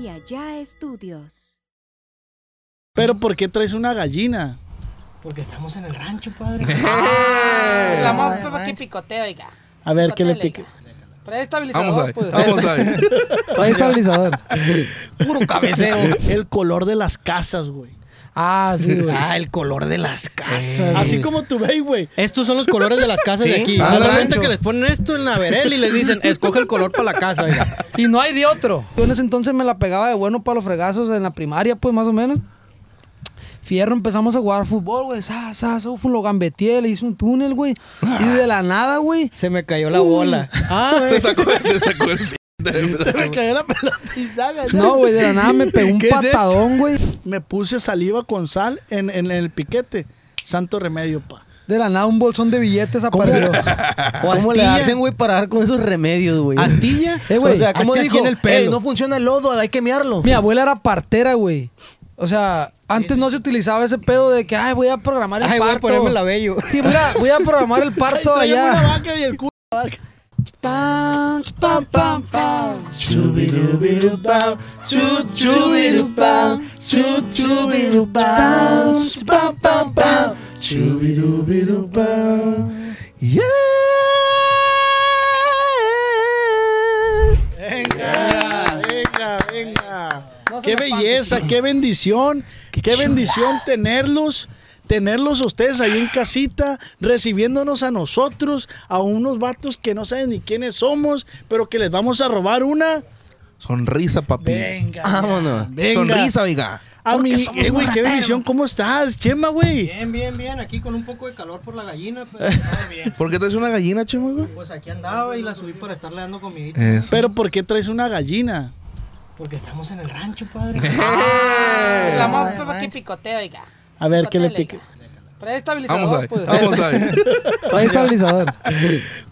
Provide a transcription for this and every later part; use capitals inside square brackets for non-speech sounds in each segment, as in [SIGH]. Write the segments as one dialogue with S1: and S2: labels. S1: y allá estudios.
S2: Pero ¿por qué traes una gallina?
S3: Porque estamos en el rancho, padre.
S4: [LAUGHS]
S5: El amor
S3: Ay,
S5: fue aquí
S3: manches.
S5: picoteo, oiga.
S2: A ver, ¿qué le
S5: Picoteo,
S2: pica?
S5: oiga. Trae estabilizador,
S6: Vamos ahí,
S5: pues.
S6: vamos ahí.
S3: Trae
S4: [LAUGHS]
S3: estabilizador.
S2: Puro cabeceo. [LAUGHS] El color de las casas, güey.
S3: Ah, sí, güey. Eh.
S4: Ah, el color de las casas.
S2: Así
S4: güey.
S2: como tu ve, güey.
S4: Estos son los colores de las casas de
S3: Sí,
S4: aquí.
S6: ah,
S4: Haz de
S6: rancho.
S4: cuenta que les ponen esto en la verel y les dicen, escoge el color para la casa. oiga.
S5: Y no hay de otro.
S3: Yo en ese entonces me la pegaba de bueno para los fregazos en la primaria, pues más o menos. Fierro, empezamos a jugar fútbol, güey. Sa, sa, sa, fu- lo gambeteé, le hice un túnel, güey. Y de la nada, güey.
S4: Se me cayó la bola. [LAUGHS]
S3: Ah, güey.
S6: Se sacó, se sacó el p-
S2: Se me cayó la pelota y saca, ¿no?
S3: No, güey, de la nada me pegó un
S2: ¿Qué es
S3: patadón, güey.
S2: Me puse saliva con sal en, en el piquete. Santo remedio, pa.
S3: De la nada un bolsón de billetes apareció.
S7: ¿Cómo le hacen, güey, para dar con esos remedios, güey?
S4: ¿Astilla?
S3: Eh, güey,
S7: o sea, ¿cómo
S4: hasta
S7: dijo?
S4: aquí en el
S7: "Ey,
S4: pelo".
S7: no funciona el lodo, hay que mearlo.
S3: Mi abuela era partera, güey. O sea, antes no se utilizaba ese pedo de que, ay, voy a programar el
S4: Ay, voy a
S3: parto.
S4: ponerme la bello.
S3: Sí, voy a, voy a programar el parto
S2: Traía una
S3: allá.
S2: vaca y el culo.
S3: Pam, pam, pam, pam.
S2: Chubirubirupam, chu- chubirupam, chu- chubirupam, pam, pam, pam, chubirubirupam. Yeah. Venga, venga, venga. Qué belleza, qué bendición, qué bendición tenerlos, tenerlos a ustedes ahí en casita, recibiéndonos a nosotros, a unos vatos que no saben ni quiénes somos, pero que les vamos a robar una.
S6: Sonrisa, papi.
S2: Venga.
S7: Vámonos.
S2: Venga.
S7: Sonrisa, oiga.
S2: A mi,
S7: somos
S2: eh, güey, qué bendición, ¿cómo estás? Chema, güey.
S4: Bien, bien, bien. Aquí con un poco de calor por la gallina, pero [LAUGHS] todo bien.
S6: ¿Por qué traes una gallina, chema, güey?
S4: Pues aquí andaba y la subí para estarle dando comidita.
S6: Eso.
S2: Pero ¿por qué traes una gallina?
S5: Porque estamos en el rancho,
S2: [LAUGHS]
S5: padre. El amor fue aquí picoteo, oiga.
S2: A ver, ¿qué le
S5: Picoteo,
S2: pica?
S5: oiga. Trae estabilizador,
S6: Vamos ahí,
S5: pues.
S2: [LAUGHS]
S6: vamos ahí.
S3: Trae estabilizador.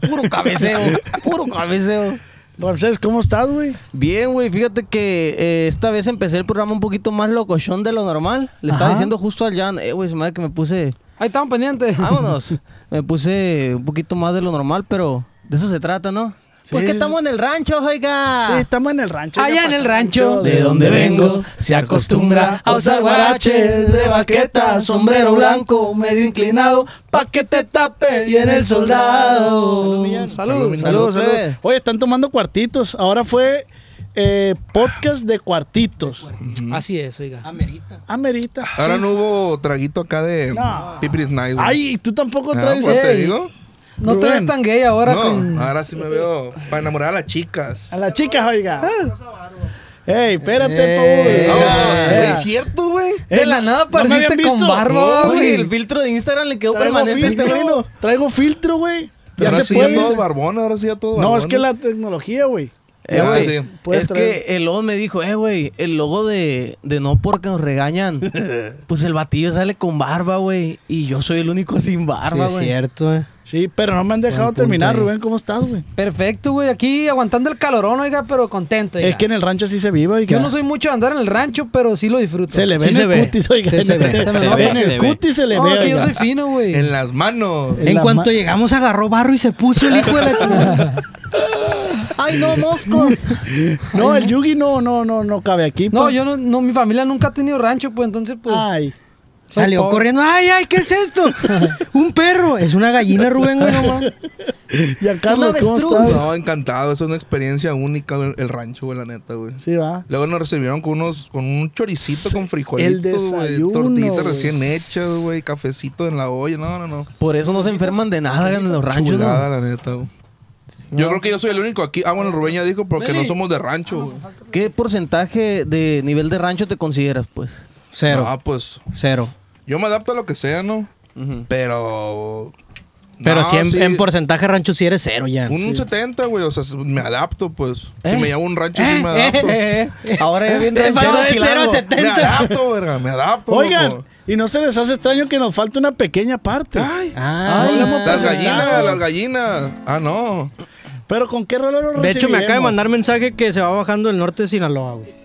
S7: Puro cabeceo, puro cabeceo.
S2: Ramsés, ¿cómo estás, güey?
S7: Bien, güey, fíjate que eh, esta vez empecé el programa un poquito más locochón de lo normal. Le estaba
S2: Ajá.
S7: diciendo justo al Jan, eh, güey, se me hace que me puse...
S3: Ahí estamos
S2: [LAUGHS]
S3: pendientes.
S7: Vámonos. me puse un poquito más de lo normal, pero de eso se trata, ¿no? Porque
S2: sí,
S7: estamos en el rancho,
S4: Ah.
S7: oiga.
S2: Sí, estamos en el rancho.
S3: Allá
S2: ya
S3: en el
S2: pasó
S3: rancho.
S2: mucho.
S3: De
S7: donde vengo, se acostumbra a usar guaraches de baqueta, sombrero blanco, medio inclinado, pa' que te tape bien el soldado.
S3: Salud.
S2: Saludos,
S7: Salud,
S2: saludos.
S7: plebe.
S2: Oye, están tomando cuartitos. Ahora fue eh, podcast de cuartitos.
S3: Así es, oiga.
S5: Amerita.
S2: Amerita.
S6: Ahora
S2: Sí.
S6: no hubo traguito acá de
S2: No.
S6: Pipri's Night. güey.
S2: Ay, tú tampoco
S6: Ah,
S2: traes.
S6: pues te
S3: Ey.
S6: digo.
S3: No te ves
S2: Rubén.
S3: tan gay ahora
S6: No,
S3: con...
S6: ahora sí me veo para enamorar a las chicas.
S2: A las chicas, oiga. Ey, espérate,
S7: Eh,
S2: Paul.
S6: No,
S2: Eh,
S6: es cierto, güey.
S3: De la nada
S2: ¿no me habían
S3: apareciste con
S2: visto?
S3: barba,
S2: No,
S3: güey.
S7: el filtro de Instagram le quedó
S2: Traigo
S7: permanente.
S2: filtro,
S7: este güey.
S2: traigo filtro, güey. Ya
S6: ahora
S2: se
S6: sí
S2: puede.
S6: ya todo barbón, ahora sí ya todo
S2: No, es
S6: barbón.
S2: que la tecnología, güey.
S7: Eh,
S6: Ah,
S7: güey,
S6: sí.
S2: Puedes
S7: es
S2: traer.
S7: que el logo me dijo, eh, güey, el logo de, de no porque nos regañan. pues el batillo sale con barba, güey. Y yo soy el único sin barba,
S4: Sí, es
S7: güey.
S4: cierto, eh.
S2: Sí, pero no me han dejado
S4: punto
S2: terminar,
S4: ahí.
S2: Rubén. ¿Cómo estás, güey?
S3: Perfecto, güey. Aquí aguantando el calorón, oiga, pero contento, oiga.
S2: Es que en el rancho sí se vive. y
S3: Yo no soy mucho de andar en el rancho, pero sí lo disfruto.
S2: Se le ve
S4: Sí
S2: en
S4: se
S2: el
S4: ve.
S2: cutis, oiga.
S4: Sí se ve,
S2: [LAUGHS] Se
S4: se me
S2: ve
S4: nota.
S2: en
S4: Se
S2: el
S4: ve.
S2: cutis, se le
S3: No,
S2: ve.
S3: que yo
S2: oiga.
S3: soy fino, güey.
S6: En las manos.
S2: En
S4: En
S2: la
S4: cuanto
S2: ma-
S4: llegamos agarró barro y se puso el hijo de la chingada.
S7: Ay, no,
S2: [LAUGHS]
S7: moscos.
S2: No, el Yugi no, no, no, no cabe aquí.
S3: No,
S2: pa.
S3: yo no, no, mi familia nunca ha tenido rancho, pues entonces, pues.
S2: Ay.
S3: soy
S4: Salió
S3: pobre.
S4: corriendo. ¡Ay, ay! ¿Qué es esto? Un perro. Es una gallina, Rubén, güey, no mames.
S2: Giancarlo, ¿cómo
S7: avestruz.
S2: estás?
S6: No, encantado. Eso es una experiencia única, güey, el rancho, güey, la neta, güey.
S2: Sí, va.
S6: Luego nos recibieron con unos, con un choricito con
S2: el
S6: frijolitos, güey,
S2: desayuno,
S6: tortillitas
S2: güey.
S6: recién hechas, güey, cafecito en la olla, no, no, no.
S7: Por eso no se enferman de nada en los ranchos,
S6: Chulada,
S7: ¿no?
S6: la neta, güey. Yo creo que yo soy el único aquí. Ah, bueno, Rubén ya dijo porque no somos de rancho, güey.
S7: ¿Qué porcentaje de nivel de rancho te consideras, pues?
S4: Cero.
S6: Ah, pues
S4: Cero.
S6: yo me adapto a lo que sea, ¿no?
S7: Ujú.
S6: Pero.
S4: Pero
S6: No,
S4: si en,
S6: sí,
S4: en porcentaje rancho sí Eh, eres cero ya. [LAUGHS]
S6: Un 70, güey, o sea, me adapto, pues.
S7: ¿Eh?
S6: Si me llevo un rancho, sí me
S4: Eh,
S6: adapto.
S4: eh, eh.
S7: Ahora ya
S2: [LAUGHS]
S7: bien
S4: Pasó
S7: ranchero,
S4: de
S7: chilango.
S4: cero a setenta.
S6: Me adapto, verga, me adapto.
S2: Oigan,
S6: loco.
S2: y no se les hace extraño que nos falte una pequeña parte. Ay.
S4: Ah.
S7: Ay,
S2: hablamos
S6: Las gallinas,
S2: presentado.
S6: las gallinas. Ah, no.
S2: Pero con qué rollo lo
S4: De hecho, me acaba de
S2: recibiremos?
S4: mandar mensaje que se va bajando el norte de Sinaloa, güey.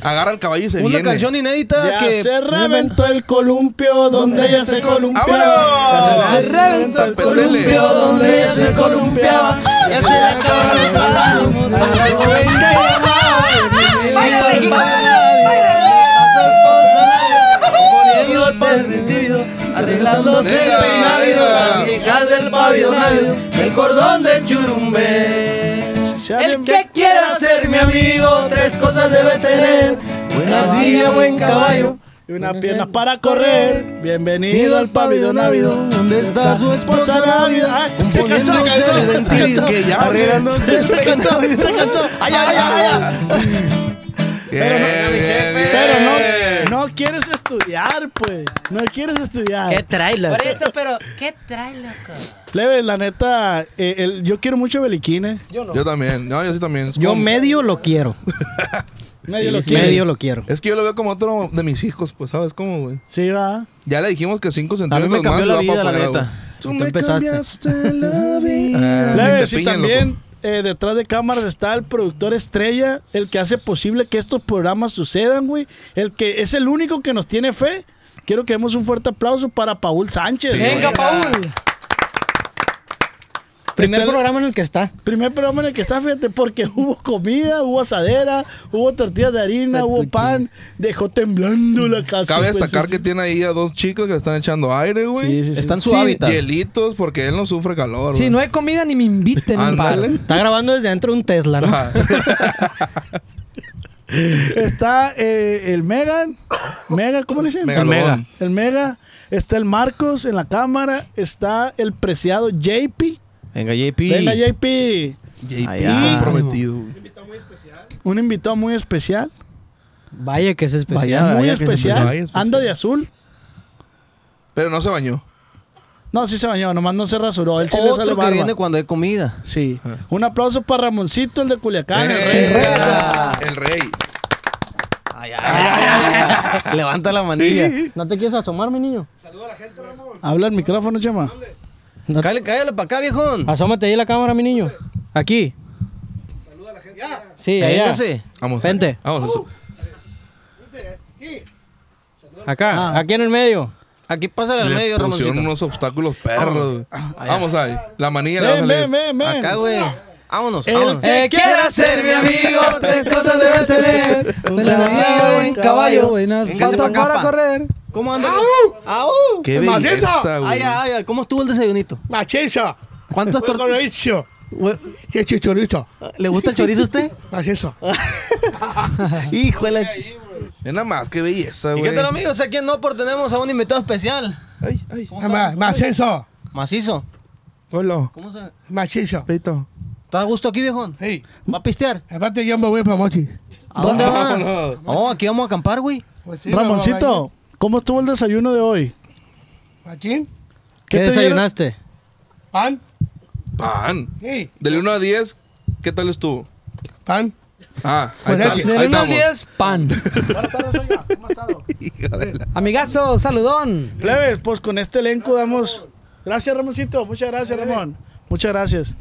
S6: Agarra el caballo y se
S7: Una
S6: viene.
S7: canción inédita
S2: Ya
S7: que...
S2: se reventó el columpio donde ella se columpiaba.
S6: ¡Vámonos!
S2: Ya Ah, se reventó el
S6: Zapetele.
S2: columpio donde ella se columpiaba. Ya se le acabaron los soldados. Algo venga y va. Viva el
S7: el vestido, arreglándose el
S6: Venga.
S7: peinado, las chicas del pabellonario, el cordón de churumbé.
S2: Sea
S7: El
S2: bien-
S7: que quiera ser mi amigo, tres cosas debe tener, buena silla, buen caballo.
S2: Y unas piernas para correr. Bienvenido al pabellón ávido.
S7: ¿Dónde está su esposa
S2: Navida?
S7: Navida?
S2: Ah, Se cansó, se cansó,
S7: Componiéndose el
S2: se cansó.
S7: ventil, arreglándose
S2: Se se cansó, se cansó. Ay, ay, ay, ay.
S6: Pero eh,
S2: Pero no, no quieres estudiar, pues. No quieres
S4: ¿Qué
S2: estudiar.
S4: trailer?
S5: Ah. Por eso, pero, ¿qué trae, loco?
S2: Plebes, la neta, eh, el- yo quiero mucho a Beliquines.
S6: Yo también. No, yo sí también. Es
S4: Yo
S6: como-
S4: medio lo quiero.
S2: Nadie lo quiere.
S4: Medio lo quiero.
S6: Es que yo lo veo como otro de mis hijos, pues, ¿sabes cómo, güey?
S2: Sí, va.
S6: Ya le dijimos que 5
S8: A mí
S6: centímetros
S8: me
S6: más
S8: cambió la
S6: va
S8: vida,
S6: para
S8: la
S6: afuera,
S8: neta.
S6: güey.
S8: Tú me empezaste. Ah,
S2: Plebes,
S6: te pues.
S2: y
S6: piñan,
S2: también eh, detrás de cámaras está el productor estrella, el que hace posible que estos programas sucedan, güey. El que es el único que nos tiene fe. Quiero que demos un fuerte aplauso para Paul Sánchez.
S6: Sí,
S2: güey.
S6: Venga,
S5: Paul.
S4: Primer
S8: Este-
S2: Está-
S4: programa en el que está.
S2: Primer programa en el que está, fíjate, porque [LAUGHS] hubo comida, hubo asadera, hubo tortillas de harina, hubo pan, dejó temblando la casa.
S6: Cabe
S2: güey,
S6: destacar
S2: sí,
S6: que
S2: sí.
S6: tiene ahí a dos chicos que le están echando aire, güey.
S2: Sí, sí, sí.
S8: Está en su
S3: Sí,
S8: hábitat.
S6: Hielitos, porque él no sufre calor.
S3: Si
S6: güey.
S3: no hay comida, ni me inviten,
S6: Ándale.
S3: compadre.
S4: Está grabando desde dentro de un Tesla, ¿no?
S6: [LAUGHS] Ajá.
S2: Está eh, el Megan, Mega, ¿cómo le dicen?
S6: Megalodón.
S8: Mega.
S2: El Mega, está el Marcos en la cámara, está el preciado JP.
S8: Venga, JP.
S2: Venga, JP.
S6: JP
S8: Allá.
S6: comprometido. güey.
S2: Un invitado muy especial,
S4: Vaya que es especial.
S8: Vaya,
S2: muy
S8: vaya que es
S2: especial.
S6: especial. Ay, especial.
S2: Anda de azul.
S6: Pero no se bañó.
S2: No, sí se bañó, nomás no se rasuró. Él sí le sale
S8: Otro que
S2: barba.
S8: viene cuando hay [LAUGHS] comida.
S2: Sí. Un aplauso para Ramoncito, el de Culiacán. el rey.
S6: ¡Venga! El Eh, rey.
S8: Levanta la manilla.
S4: ¿No te quieres asomar, mi niño?
S2: Habla el micrófono, chama.
S4: No-
S8: Cállale, cállale para acá, viejón.
S4: Asómate ahí la cámara, mi niño. Aquí. Saluda a la gente. Sí, allá.
S8: Véngase.
S6: Vamos.
S4: Vente.
S6: Vamos.
S4: Acá, aquí en el medio.
S8: Ah. Aquí pásale al
S6: Le
S8: medio,
S6: pusieron
S8: Ramoncito. Oh, ah,
S6: unos obstáculos perros. Vamos ahí. La manilla la
S2: Ven,
S6: vamos a
S2: ven,
S6: leer.
S2: ven, ven.
S8: Acá, güey. Vámonos.
S2: El
S8: vámonos.
S2: que
S8: Eh,
S2: quiera
S8: ser mi amigo,
S7: tres cosas debe tener,
S2: una nalga, un caballo,
S8: Véngase pa' acá, pa'.
S3: correr.
S8: ¿Cómo andan? ¡Au!
S6: ¡Qué belleza, güey!
S8: Ay, ay, ay. ¿Cómo estuvo el desayunito?
S9: Maciza,
S8: ¿Cuántas tortillas?
S9: chorizo. Sí, chichorito.
S8: ¿Le gusta el chorizo a [LAUGHS] usted?
S9: Macizo.
S8: Híjole.
S6: Es nada más, qué belleza,
S8: ¿Y
S6: güey.
S8: qué tal, amigos? Aquí en Nopor tenemos a un invitado especial.
S6: Ay, ay.
S9: Ma- Macizo.
S8: Macizo.
S6: Hola.
S8: ¿Cómo se...?
S9: Macizo.
S6: Pito.
S8: ¿Estás a gusto aquí, viejón?
S9: Sí.
S8: ¿Va a pistear?
S9: Aparte yo me voy para Mochis.
S8: ¿A dónde va? No, aquí vamos a acampar, güey.
S9: Pues sí,
S2: Ramoncito, ¿cómo estuvo el desayuno de hoy?
S9: me voy a- Machín.
S4: ¿Qué,
S2: te
S4: desayunaste?
S9: Pan.
S6: Pan.
S9: Sí.
S6: Del 1 a 10, ¿qué tal estuvo?
S9: Pan.
S6: Ah, ahí
S9: Pues
S6: está.
S9: leche.
S6: Ahí
S3: Del 1 al
S6: estamos.
S3: 10, pan.
S2: Buenas tardes, oiga. ¿Cómo ha estado?
S8: pues,
S3: Amigazo, saludón.
S2: Plebes, pues con este elenco damos. Gracias, Ramoncito. Muchas gracias, Ramón. Muchas gracias.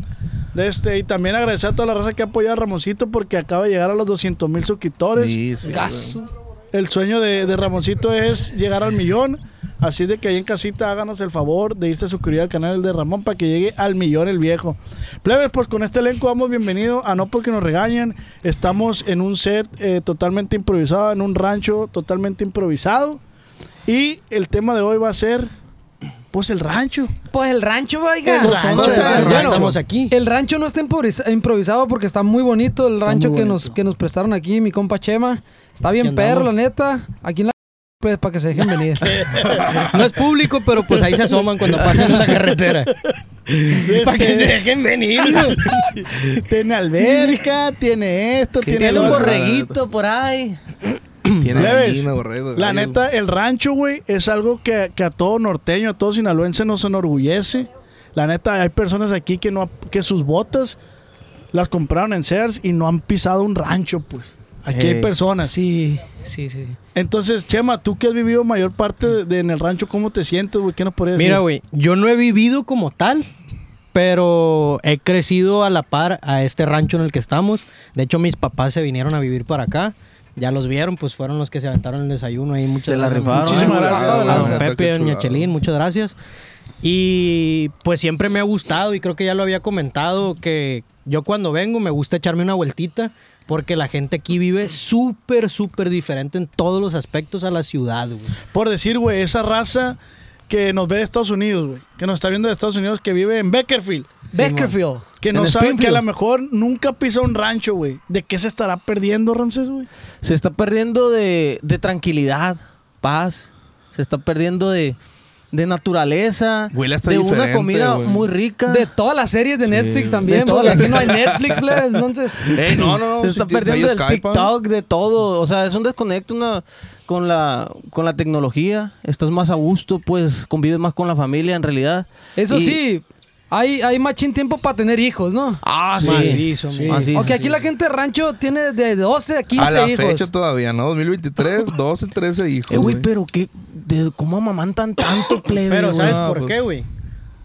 S2: De Este, y también agradecer a toda la raza que ha apoyado a Ramoncito porque acaba de llegar a los 200 mil
S8: pues,
S2: suscriptores.
S6: Sí, sí.
S3: Gaso.
S2: El sueño de, de Ramoncito es llegar al millón. Así de que ahí en casita háganos el favor de irse a suscribir al canal de Ramón para que llegue al millón el viejo. Plebes, pues con este elenco damos bienvenido a No Porque Nos Regañan. Estamos en un set eh, totalmente improvisado, en un rancho totalmente improvisado. Y el tema de hoy va a ser, pues el rancho.
S3: Pues el rancho, oiga.
S2: El rancho,
S3: O sea,
S2: el
S3: bueno,
S2: rancho.
S4: Estamos aquí.
S3: El rancho no está improvisa- improvisado porque está muy bonito el rancho
S4: muy
S3: que,
S4: bonito.
S3: Nos, que nos prestaron aquí, mi compa Chema. Está bien
S4: Aquí
S3: perro,
S4: andamos.
S3: la neta. Aquí en la... Pues para que se dejen venir.
S4: No es público, pero pues ahí se asoman cuando pasan en la
S8: [LAUGHS]
S4: carretera. Para que se
S8: Este,
S4: dejen venir.
S2: Tiene alberca, tiene esto, tiene
S8: Tiene
S2: lo
S8: un
S2: otro.
S8: borreguito por ahí.
S6: Tiene
S2: Plebes,
S6: gallina, borrego,
S2: La
S6: gallo.
S2: neta, el rancho, güey, es algo que, que a todo norteño, a todo sinaloense nos enorgullece. La neta, hay personas aquí que no ha- que sus botas las compraron en Sears y no han pisado un rancho, pues. Aquí hay
S4: Eh,
S8: Ey.
S2: personas.
S3: Sí, sí, sí. sí.
S2: Entonces, Chema, tú que has vivido mayor parte de, de- en el rancho, ¿cómo te sientes, güey? ¿Qué nos podrías
S4: Mira,
S2: decir?
S4: güey, yo no he vivido como tal, pero he crecido a la par a este rancho en el que estamos. De hecho, mis papás se vinieron a vivir para acá. Ya los vieron, pues fueron los que se aventaron el desayuno ahí. Muchas
S8: Se la
S4: gracias.
S8: rifaron,
S2: Muchísimas
S8: eh,
S2: gracias.
S8: pasado de
S4: Don
S8: lanza.
S6: Qué
S4: Pepe, Doña
S6: chulada.
S4: Chelín, muchas gracias. Y pues siempre me ha gustado y creo que ya lo había comentado que yo cuando vengo me gusta echarme una vueltita Porque la gente aquí vive súper, súper diferente en todos los aspectos a la ciudad, güey.
S2: Por decir, güey, esa raza que nos ve de Estados Unidos, güey. Que nos está viendo de Estados Unidos, que vive en Beckerfield.
S3: Beckerfield.
S2: Que no
S4: En
S2: saben que a
S4: Springfield.
S2: lo mejor nunca pisa un rancho, güey. ¿De qué se estará perdiendo, Ramses, güey?
S8: Se está perdiendo de, de tranquilidad, paz. Se está perdiendo de, de naturaleza.
S6: Huele hasta
S8: de una
S6: diferente,
S8: comida
S6: güey.
S8: muy rica.
S3: De todas las series de Netflix también,
S8: de todas
S3: porque
S8: las-
S3: aquí no hay Netflix, plebes, entonces...
S6: Ey, Eh, no, no, no.
S8: se
S6: si
S8: está
S6: te- traes
S8: perdiendo del
S6: Skype, ah.
S8: TikTok, de todo. O sea, es un desconecto una- con, la, con la tecnología. Estás más a gusto, pues convives más con la familia en realidad.
S3: Eso
S8: Y-
S3: sí, hay, hay machín tiempo para tener hijos, ¿no?
S8: Ah, sí.
S4: Macizo,
S8: Sí.
S4: macizo.
S8: Así es.
S3: Aunque aquí la gente de rancho tiene de 12 a 15
S6: A la
S3: hijos.
S6: fecha todavía, ¿no? 2023, 12, 13 hijos.
S8: Eh, güey,
S6: güey.
S8: pero ¿qué, de, ¿cómo amamantan tanto, plebe?
S4: Pero
S8: güey?
S4: ¿sabes
S6: Ah,
S4: por
S6: pues.
S4: qué, güey?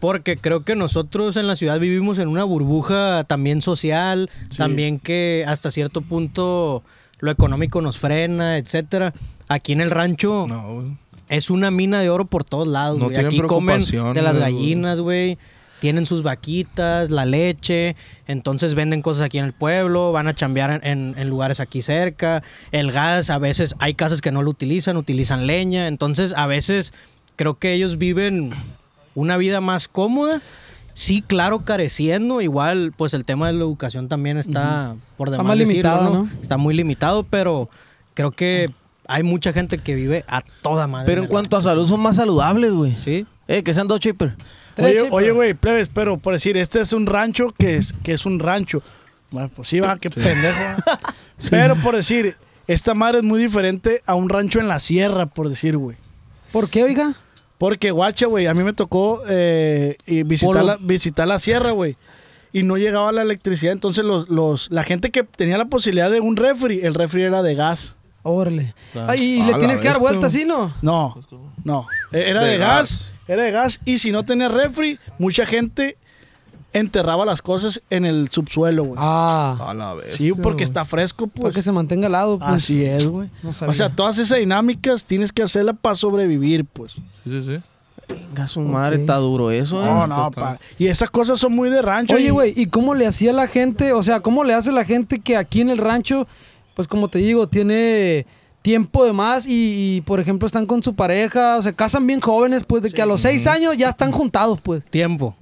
S4: Porque creo que nosotros en la ciudad vivimos en una burbuja también social, también que hasta cierto punto lo económico nos frena, etcétera. Aquí en el rancho
S6: No, güey.
S4: es una mina de oro por todos lados,
S6: No
S4: güey.
S6: tienen
S4: Aquí comen
S6: preocupación,
S4: de las
S6: güey.
S4: gallinas, güey. Tienen sus vaquitas, la leche, entonces venden cosas aquí en el pueblo, van a chambear en, en- en lugares aquí cerca. El gas, a veces hay casas que no lo utilizan, utilizan leña. Entonces, a veces creo que ellos viven una vida más cómoda. Sí, claro, careciendo. Igual, pues el tema de la educación también está por
S3: Está
S4: demás.
S3: más
S4: decirlo,
S3: limitado, ¿no?
S4: Está muy limitado, pero creo que hay mucha gente que vive a toda madre.
S8: Pero en
S4: el
S8: cuanto a salud son más saludables, güey.
S4: Sí.
S8: Eh, que sean dos chipper.
S3: Tres
S2: Oye,
S3: chicos.
S2: oye, güey, plebes, pero por decir, este es un rancho que es, que es un rancho. Bueno, pues sí, va, qué pendejo. [LAUGHS] va. Pero por decir, esta madre es muy diferente a un rancho en la sierra, por decir, güey.
S3: ¿Por qué, oiga?
S2: Porque, guacha, güey, a mí me tocó eh, y visitar,
S4: Por-
S2: la, visitar la sierra, güey. Y no llegaba la electricidad. Entonces, los, los, la gente que tenía la posibilidad de un refri, el refri era de gas.
S3: Órale.
S8: Ah.
S3: Ay, y
S6: A
S3: le
S6: la
S3: tienes que dar
S6: bestia.
S3: vuelta, ¿sí, no?
S2: No, no. E- Era de,
S6: De
S2: gas.
S6: gas.
S2: Era de gas. Y si no tenía refri, mucha gente enterraba las cosas en el subsuelo, güey.
S3: Ah,
S6: A la vez.
S2: sí, porque está fresco,
S3: para
S2: pues.
S3: que se mantenga al lado, pues.
S2: Así es, güey.
S3: No
S2: o sea,
S3: sabía.
S2: todas esas dinámicas tienes que hacerlas para sobrevivir, pues.
S6: Sí, sí, sí.
S8: Venga, su madre, está duro
S3: Ah,
S8: eso, eh.
S2: No, no, pa. Y esas cosas son muy de rancho. y-
S3: Oye, güey, ¿y cómo le hacía la gente? O sea, ¿cómo le hace la gente que aquí en el rancho, pues como te digo, tiene tiempo de más y, y, por ejemplo, están con su pareja, o sea, casan bien jóvenes, pues de que a los seis años ya están juntados, pues.
S8: [LAUGHS]
S4: Tiempo.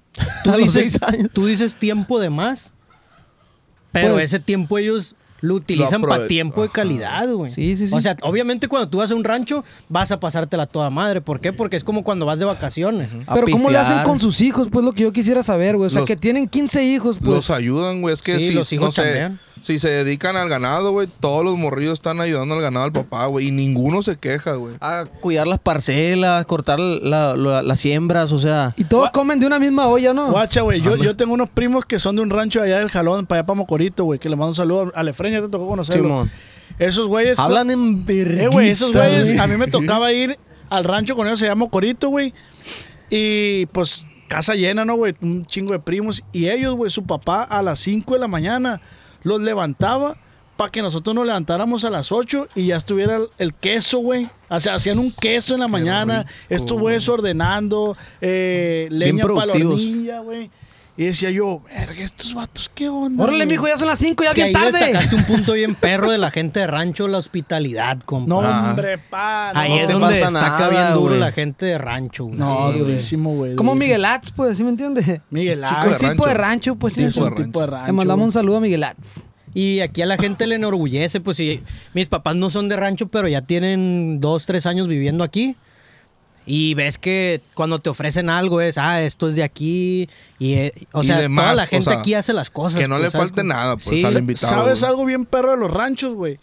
S4: Tú dices, tú dices tiempo de más, pero
S3: Pues-
S4: ese tiempo ellos lo utilizan
S6: Lo aprove-
S4: para tiempo de calidad, güey.
S3: Sí, sí, sí.
S4: O sea, obviamente cuando tú vas a un rancho vas a pasártela toda madre. ¿Por qué? Porque es como cuando vas de vacaciones.
S8: A
S3: Pero ¿cómo le hacen
S8: pistear.
S3: con sus hijos? Pues lo que yo quisiera saber, güey. O sea,
S6: Los-
S3: que tienen 15 hijos, pues.
S6: Los ayudan, güey. Es que
S4: Sí,
S6: si,
S4: los hijos
S6: no sé,
S4: chambean.
S6: si se dedican al ganado, güey, todos los morrillos están ayudando al ganado al papá, güey. Y ninguno se queja, güey.
S4: Ah,
S8: A cuidar las parcelas, cortar la- la- las siembras, o sea.
S3: Y todos comen de una misma olla, ¿no?
S2: Guacha, güey, yo, yo tengo unos primos que son de un rancho allá del Jalón, para allá para Mocorito, güey, que le mando un saludo a Efraín, ya te tocó conocerlo.
S8: Simón.
S2: Esos güeyes...
S8: Hablan en
S2: Eh,
S8: vergüenza.
S2: güey, esos güeyes, a mí me tocaba ir al rancho con ellos, se llama Mocorito, güey, y pues casa llena, ¿no, güey? Un chingo de primos. Y ellos, güey, su papá a las 5 de la mañana los levantaba para que nosotros nos levantáramos a las 8 y ya estuviera el, el queso, güey. O sea, hacían un queso en la mañana, estos güeyes ordenando, eh, leña para la
S8: productivos.
S2: hornilla, güey. Y decía yo, verga, estos vatos, ¿qué onda?
S3: Órale,
S2: güey?"
S3: mijo, ya son las 5, ya
S4: Que
S3: bien
S4: ahí
S3: tarde.
S4: destacaste un punto
S8: [LAUGHS]
S4: bien perro de la gente de rancho, la hospitalidad, compa.
S2: No,
S6: Ah.
S2: hombre, pa.
S4: ahí
S2: no,
S4: es
S8: te
S4: donde
S8: falta
S4: destaca
S8: nada,
S4: bien duro
S8: güey.
S4: la gente de rancho. güey.
S2: No,
S4: Sí, güey.
S2: durísimo, güey.
S3: Como
S2: durísimo.
S3: Miguel Atz, pues, ¿sí me entiendes?
S2: Miguel
S6: Chico
S2: Ángel.
S3: Un tipo de rancho, pues. sí.
S2: Es un
S6: rancho.
S2: tipo de rancho.
S3: Le mandamos
S2: güey.
S3: un saludo a Miguel Atz.
S4: Y aquí a la gente le enorgullece, pues si mis papás no son de rancho, pero ya tienen dos, tres años viviendo aquí. Y ves que cuando te ofrecen algo es, ah, esto es de aquí. Y, eh, o
S6: Y
S4: sea,
S6: de
S4: toda
S6: más,
S4: la
S6: o
S4: gente
S6: sea,
S4: aquí hace las cosas.
S6: que no
S4: pues,
S6: le
S4: ¿sabes
S6: falte
S4: cómo?
S6: nada, pues,
S4: Sí.
S6: al invitado.
S2: ¿Sabes
S6: güey.
S2: algo bien perro de los ranchos, güey?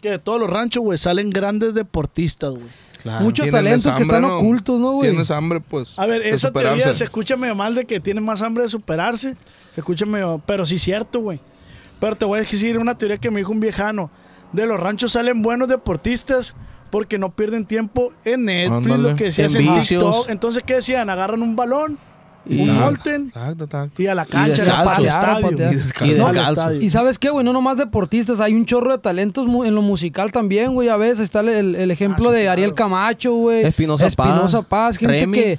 S2: Que de todos los ranchos, güey, salen grandes deportistas, güey.
S4: Claro.
S3: Muchos
S6: Tienen
S3: talentos que
S6: hambre,
S3: están ocultos, ¿no, güey?
S6: Tienes hambre, pues.
S2: A ver,
S6: de
S2: esa
S6: superarse.
S2: teoría se escucha medio mal de que tienen más hambre de superarse. Se escucha medio... Pero sí cierto, güey. Pero te voy a decir una teoría que me dijo un viejano. De los ranchos salen buenos deportistas porque no pierden tiempo en Netflix,
S6: Ándale.
S2: lo que decías
S8: En
S2: en
S8: vicios.
S2: TikTok. Entonces, ¿qué decían? Agarran un balón,
S6: Y-
S2: un
S6: Tac,
S2: molten
S6: tac, tac.
S2: y a la cancha,
S8: descalzo.
S2: al
S3: Patear,
S2: estadio.
S3: patear. Y
S6: descalzo.
S2: No, al
S8: Y descalzo.
S2: estadio.
S3: Y sabes qué, güey, no nomás deportistas, hay un chorro de talentos mu- en lo musical también, güey. A
S2: Ah,
S3: veces está el, el- el ejemplo de Ariel Camacho, güey.
S8: Espinosa Paz,
S3: Espinosa Paz, gente
S8: Remy.
S3: que,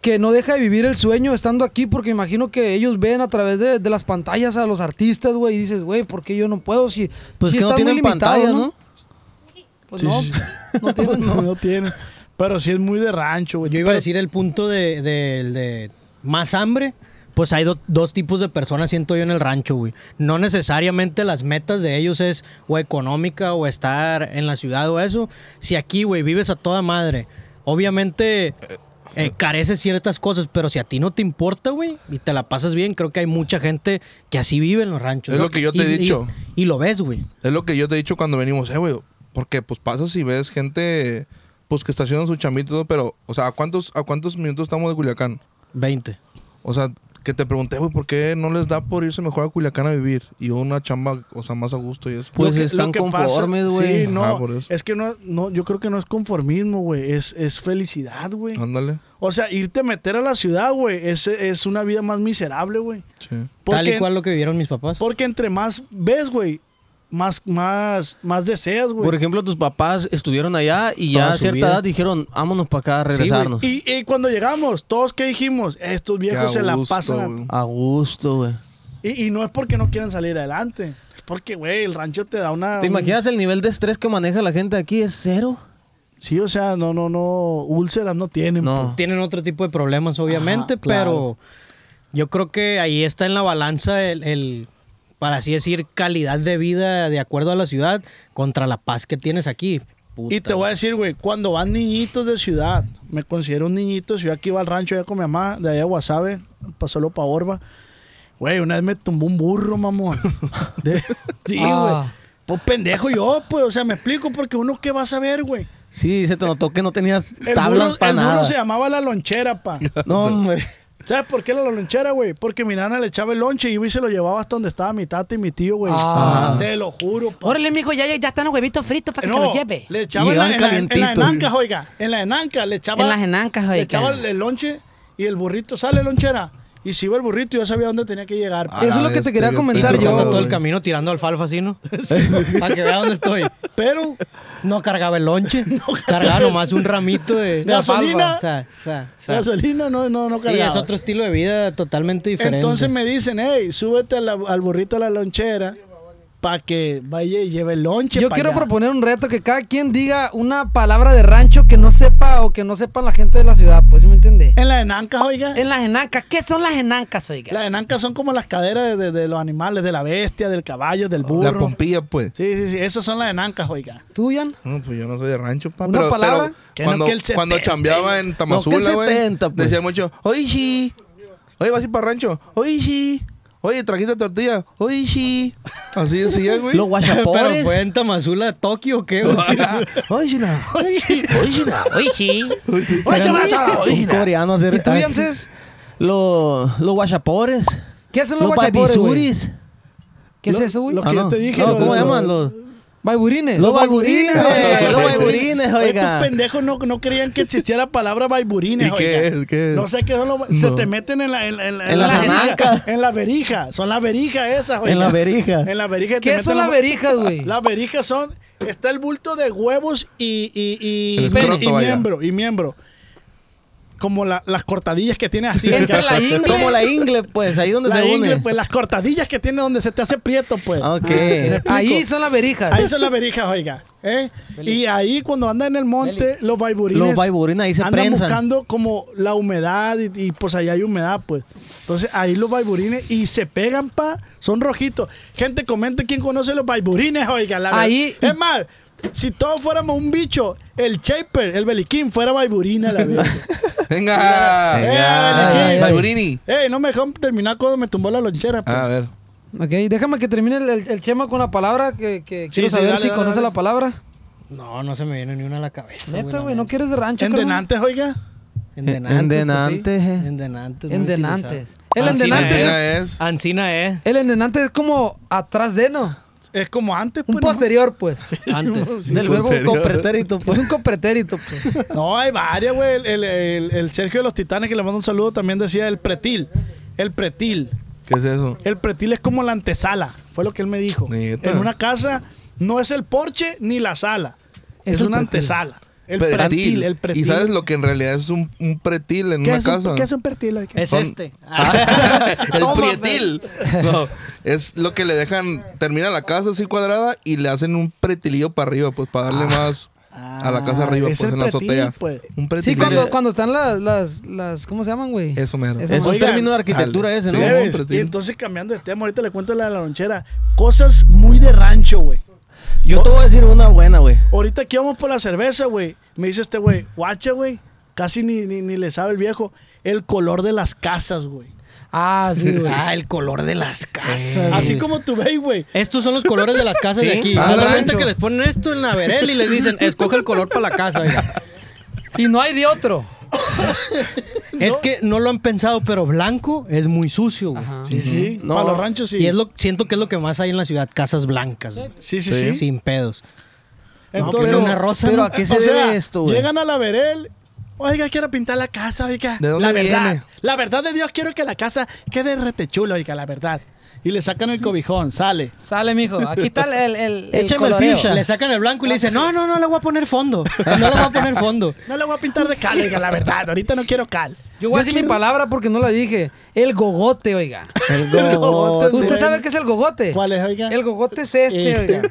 S3: que no deja de vivir el sueño estando aquí, porque imagino que ellos ven a través de, de las pantallas a los artistas, güey, y dices, güey, ¿por qué yo no puedo? Si,
S8: Pues
S3: si
S8: que no
S3: están muy
S8: tienen
S3: limitados,
S8: pantalla,
S3: ¿no?
S8: ¿no?
S3: Pues
S2: Sí,
S3: no,
S2: sí, sí.
S3: no tienen.
S2: [LAUGHS] No, no tiene. Pero sí es muy de rancho, güey.
S4: Yo iba a
S2: Pero-
S4: decir el punto de, de- de más hambre. Pues hay do- dos tipos de personas, siento yo, en el rancho, güey. No necesariamente las metas de ellos es o económica o estar en la ciudad o eso. Si aquí, güey, vives a toda madre, obviamente eh, careces ciertas cosas, pero si a ti no te importa, güey, y te la pasas bien, creo que hay mucha gente que así vive en los ranchos.
S6: Es
S4: ¿no?
S6: lo que yo te he
S4: Y- y-
S6: dicho.
S4: Y, lo ves, güey.
S6: Es lo que yo te he dicho cuando venimos, eh, güey. Porque, pues, pasas y ves gente, pues, que está haciendo su chambito, y todo, pero, o sea, ¿a cuántos, ¿a cuántos minutos estamos de Culiacán?
S4: 20.
S6: O sea, que te pregunté, güey, ¿por qué no les da por irse mejor a Culiacán a vivir? Y una chamba, o sea, más a gusto y eso.
S2: Lo
S8: Pues
S2: que-
S8: están
S2: lo que pasa-
S8: conformes, güey.
S2: Sí, no,
S6: Ajá, por eso.
S2: es que no, no, yo creo que no es conformismo, güey, es, es felicidad, güey.
S6: Ándale.
S2: O sea, irte a meter a la ciudad, güey, es, es una vida más miserable, güey.
S6: Sí.
S4: Tal y
S2: Porque,
S4: cual lo que vivieron mis papás.
S2: porque entre más ves, güey, más, más, más deseas,
S8: Por
S2: güey.
S8: ejemplo, tus papás estuvieron allá y
S4: Toda
S8: ya a
S4: su
S8: cierta
S4: vida.
S8: edad dijeron, vámonos para acá a
S4: güey.
S8: regresarnos.
S2: Y, y cuando llegamos, todos que dijimos, estos viejos
S6: Qué
S2: se la
S6: gusto,
S2: pasan.
S6: güey.
S8: A gusto, güey.
S2: a- Y, y no es porque no quieran salir adelante. Es porque, güey, el rancho te da una.
S8: ¿Te
S2: un-
S8: imaginas el nivel de estrés que maneja la gente aquí? ¿Es cero?
S2: Sí, o sea, no, no, no. Úlceras no tienen.
S8: No.
S4: tienen otro tipo de problemas, obviamente,
S2: Ajá, claro.
S4: pero yo creo que ahí está en la balanza el, el, para así decir, calidad de vida de acuerdo a la ciudad contra la paz que tienes aquí.
S2: pues. Y te voy a decir, güey, cuando van niñitos de ciudad, me considero un niñito, si yo aquí iba al rancho allá con mi mamá, de allá de Guasave, pasólo pa' Orba. Güey, una vez me tumbó un burro,
S8: [LAUGHS]
S2: mamón. De- sí, güey.
S3: Ah.
S2: Pues pendejo yo, pues, o sea, me explico, porque uno qué va a saber, güey.
S8: Sí, se te notó que no tenías
S2: El,
S8: tablas
S2: burro,
S8: para
S2: el burro
S8: nada.
S2: se llamaba la lonchera,
S8: [LAUGHS]
S2: pa.
S8: No, hombre.
S2: ¿Sabes por qué la lonchera, güey? Porque mi nana le echaba el lonche y iba y se lo llevaba hasta donde estaba mi tata y mi tío, güey.
S3: Ah.
S2: Te lo juro, pa.
S10: Órale, mijo, ya, ya, ya están los huevitos fritos para que se los lleve.
S2: Le echaba en la, en,
S8: Llegaban
S2: la, en la
S8: calientitos.
S2: enanca, oiga. En la enanca le echaba.
S10: En las enancas,
S2: Le
S10: oiga.
S2: echaba el lonche y el burrito sale, lonchera. Y si iba el burrito, yo sabía dónde tenía que llegar.
S6: Ah,
S2: pe-
S3: Eso es lo que te
S6: este,
S3: quería
S6: yo-
S3: comentar
S6: yo-
S3: yo.
S6: yo-
S4: todo el
S6: güey.
S4: camino tirando alfalfa
S2: [LAUGHS]
S4: así, ¿no? [LAUGHS] para que vea dónde estoy.
S2: Pero
S4: No cargaba el
S2: [LAUGHS]
S4: lonche, cargaba nomás un ramito de,
S2: ¿De
S4: alfalfa.
S2: gasolina?
S4: O sea, o sea, o sea.
S2: gasolina no, no, no
S4: Sí,
S2: cargaba.
S4: es otro estilo de vida totalmente diferente.
S2: Entonces me dicen, hey, súbete a la- al burrito a la lonchera para que vaya y lleve el lonche.
S3: Yo
S2: pa'
S3: quiero
S2: allá".
S3: proponer un reto que cada quien diga una palabra de rancho que no sepa o que no sepa la gente de la ciudad, pues, ¿sí ¿me entiendes?
S2: En las enancas, oiga.
S10: En las enancas. ¿Qué son las enancas, oiga?
S2: Las enancas son como las caderas de, de- de los animales, de la bestia, del caballo, del burro.
S6: La pompilla, pues.
S2: Sí, sí, sí. Esas son las enancas, oiga.
S3: ¿Tú, Jan?
S6: No, pues yo no soy de rancho, pa.
S3: ¿Una
S6: pero,
S3: palabra?
S6: pero
S2: Que no,
S6: cuando,
S2: que el 70,
S6: cuando chambeaba en
S8: No, que
S6: Tamazula,
S8: el
S6: güey,
S8: 70, pues.
S6: decía mucho, oye, sí, oye, vas a ir para rancho, oye, sí, oye, trajiste tortilla, oye, sí. Así decía, güey.
S4: ¿Pero
S8: Los guachapores.
S4: fue en Tamazula de Tokio o
S8: [LAUGHS]
S4: qué? güey?
S6: Oye, sí, na.
S10: Oye, sí.
S8: Un coreano hacer...
S3: ¿Y tú,
S8: Ay,
S3: Janses?
S8: Lo- Los guachapores.
S3: ¿Qué hacen los
S8: Los
S3: guachaporos, güey?
S8: babisuris.
S3: ¿Qué es
S2: Lo-
S3: eso, güey?
S2: lo- que yo te dije,
S8: No,
S2: los-
S8: ¿Cómo
S2: los-
S8: llaman? Los
S3: ¿Baiburines?
S8: los baiburines, güey. Los baiburines,
S2: Oye, Estos
S8: oiga.
S2: pendejos no, no creían que existía la palabra baiburines.
S6: ¿Y qué
S2: oiga.
S6: es? ¿Qué es?
S2: No sé qué son los. Se te meten en la. En, en- en
S8: En
S2: la
S8: las
S2: verija.
S8: hamacas.
S2: En la verija. Son las verijas esas, oiga.
S8: En la verija.
S2: En la verija. [LAUGHS] te
S3: ¿Qué
S2: meten
S3: son
S2: la-
S3: las verijas, güey?
S2: Las verijas son. Está el bulto de huevos y. Y, y,
S6: El
S2: y-
S6: escroto,
S2: y
S6: vaya.
S2: miembro. Y miembro. Como la- las cortadillas que tiene así.
S3: Entre
S2: oiga.
S3: la ingle.
S8: Como la ingle, pues. Ahí donde
S2: La
S8: se
S2: ingle,
S8: une.
S2: pues las cortadillas que tiene donde se te hace prieto, pues.
S8: Ah, Ok.
S3: Ahí son las verijas.
S2: Ahí son las verijas, oiga. ¿eh? Y ahí cuando andan en el monte, los baiburines.
S8: Los baiburines ahí se
S2: andan
S8: prensan.
S2: buscando como la humedad y, y, pues ahí hay humedad, pues. Entonces ahí los baiburines y se pegan, pa. Son rojitos. Gente, comente quién conoce los baiburines, oiga. La verdad.
S3: Ahí-
S2: Es más, si todos fuéramos un bicho, el Shaper, el Beliquín, fuera baiburina, la verdad.
S6: Venga.
S2: Eh, Beliquín.
S3: [LAUGHS] ay, ay.
S6: Bayurini.
S2: Ey, no me dejaron terminar cuando me tumbó la lonchera, pues.
S6: A ver.
S3: Ok, déjame que termine el, el- el Chema con la palabra, que, que quiero
S2: sí,
S3: saber
S2: dale,
S3: si
S2: dale,
S3: conoce
S2: dale.
S3: la palabra.
S4: No, no se me viene ni una a la cabeza.
S3: Neta,
S4: la
S3: güey, no
S4: neta.
S3: quieres de rancho,
S2: En
S3: carnal?
S2: Denantes, oiga.
S4: Endenantes.
S8: Endenantes,
S4: pues, sí.
S8: eh.
S4: Endenantes. muy
S3: Endenantes.
S4: utilizado.
S3: El endenante,
S6: Mira,
S3: es,
S6: es.
S4: Ancina E. es.
S3: el endenante es como atrás de,
S2: Pues
S3: ¿no?
S2: Es como antes, pues.
S3: Un
S2: ¿no? [LAUGHS]
S3: posterior, pues.
S4: Antes.
S8: Del verbo copretérito,
S3: Es
S8: pues.
S3: un copretérito, pues.
S2: No, hay varias, güey. El, el- el- el Sergio de los Titanes, que le mando un saludo, también decía el pretil. El pretil.
S6: ¿Qué es eso?
S2: El pretil es como la antesala. Fue lo que él me dijo.
S6: Neta.
S2: En una casa no es el porche ni la sala. Es,
S3: el
S2: una
S3: pretil.
S2: antesala. El pretil, el pretil.
S6: Y sabes lo que en realidad es un, un pretil en
S2: ¿Qué
S6: una
S2: es,
S6: casa.
S2: un, ¿Qué es un pertil? Ay, ¿qué-
S4: Es
S6: Son-
S8: [LAUGHS]
S4: este.
S8: Ah.
S6: Ah, [LAUGHS] el
S2: Tómame.
S6: prietil. No, es lo que le dejan, termina la casa así cuadrada y le hacen un pretilillo para arriba, pues para
S4: Ah.
S6: darle más a la casa arriba,
S2: es
S6: pues
S2: el
S6: en la
S2: pretil,
S6: azotea.
S2: pues.
S6: Un
S3: Sí,
S6: pretilillo.
S3: cuando, cuando están las, las, las. ¿Cómo se llaman, güey?
S6: Eso mero.
S3: Eso
S8: Es un
S2: Oigan,
S8: término de arquitectura
S6: dale.
S8: ese,
S6: Sí,
S8: ¿no?
S6: güey.
S2: ¿Ves?
S6: pretil.
S2: Y entonces cambiando de tema, ahorita le cuento la de la lonchera. Cosas muy de rancho, güey.
S8: Yo te voy a decir una buena, güey.
S2: Ahorita que íbamos por la cerveza, güey. Me dice este güey, guacha, güey. Casi ni, ni, ni le sabe el viejo. El color de las casas, güey.
S3: Ah,
S4: [LAUGHS]
S3: sí, güey.
S4: Ah, el color de las casas.
S2: Así
S4: güey.
S2: como tú veis, güey.
S4: Estos son los colores de las casas de aquí. Haz
S6: Ah,
S4: de
S6: rancho.
S4: cuenta que les ponen esto en la verela y les dicen, escoge el color para la casa. oiga.
S3: Y no hay de otro.
S4: Es que no lo han pensado, pero blanco es muy sucio. güey.
S3: Ajá.
S2: Sí, sí.
S8: No.
S2: Para los ranchos, sí.
S4: Y es lo, siento que es lo que más hay en la ciudad, casas blancas. güey.
S2: Sí, sí, sí.
S4: Sin pedos.
S2: Entonces,
S4: pero una rosa,
S8: Pero
S4: ¿no?
S8: ¿a qué se
S2: o sea,
S8: debe esto, güey?
S2: llegan a la verel. Oiga, quiero pintar la casa, oiga.
S6: ¿De dónde
S2: la verdad.
S6: viene?
S2: La verdad de Dios, quiero que la casa quede retechula, oiga, la verdad. Y le sacan el cobijón, sale.
S3: Sale, mijo. Aquí está el. el, el
S4: Échame el
S3: coloreo.
S4: pincha. Le sacan el blanco y le dicen, no, no, no le voy a poner fondo. [LAUGHS] No le voy a poner fondo.
S2: No le voy a pintar de cal, oiga, la verdad. Ahorita no quiero cal.
S3: Yo voy a decir mi palabra porque no la dije. El gogote, oiga.
S2: El [LAUGHS] gogote,
S3: ¿Usted
S2: güey.
S3: sabe qué es el gogote?
S2: ¿Cuál es, oiga?
S3: El gogote es este,
S2: Este. [LAUGHS]
S3: oiga.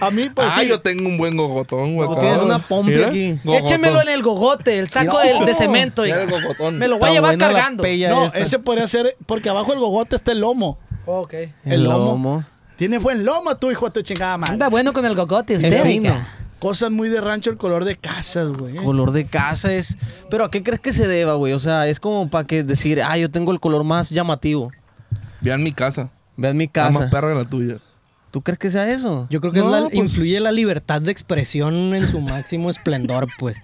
S2: A mí, pues
S6: ah,
S2: sí.
S6: yo tengo un buen gogotón, güey. acá,
S4: tienes
S6: güey.
S4: una pompi
S6: Mira,
S4: aquí.
S6: gogotón.
S3: Échemelo en el gogote, el saco del- de cemento,
S6: Mira
S3: oiga.
S6: el gogotón.
S3: Me lo voy
S4: Está
S3: a llevar
S4: buena la
S3: cargando.
S4: pella
S2: No,
S4: esta.
S2: ese podría ser, porque abajo el gogote está el lomo.
S3: Ok.
S2: El lomo. Tiene buen lomo tú, hijo de tu chingada madre.
S3: Anda bueno con el gogote usted,
S8: fino.
S3: oiga.
S2: Cosas muy de rancho, el color de casas, güey.
S8: Color de casa es. Pero ¿a qué crees que se deba, güey? O sea, es como para que decir, ah, yo tengo el color más llamativo.
S6: Vean mi casa.
S8: Vean mi
S6: Está más
S8: casa.
S6: perra que la tuya.
S8: ¿Tú crees que sea eso?
S4: Yo creo que es
S2: No,
S4: la-
S2: pues-
S4: influye la libertad de expresión en su máximo esplendor, pues.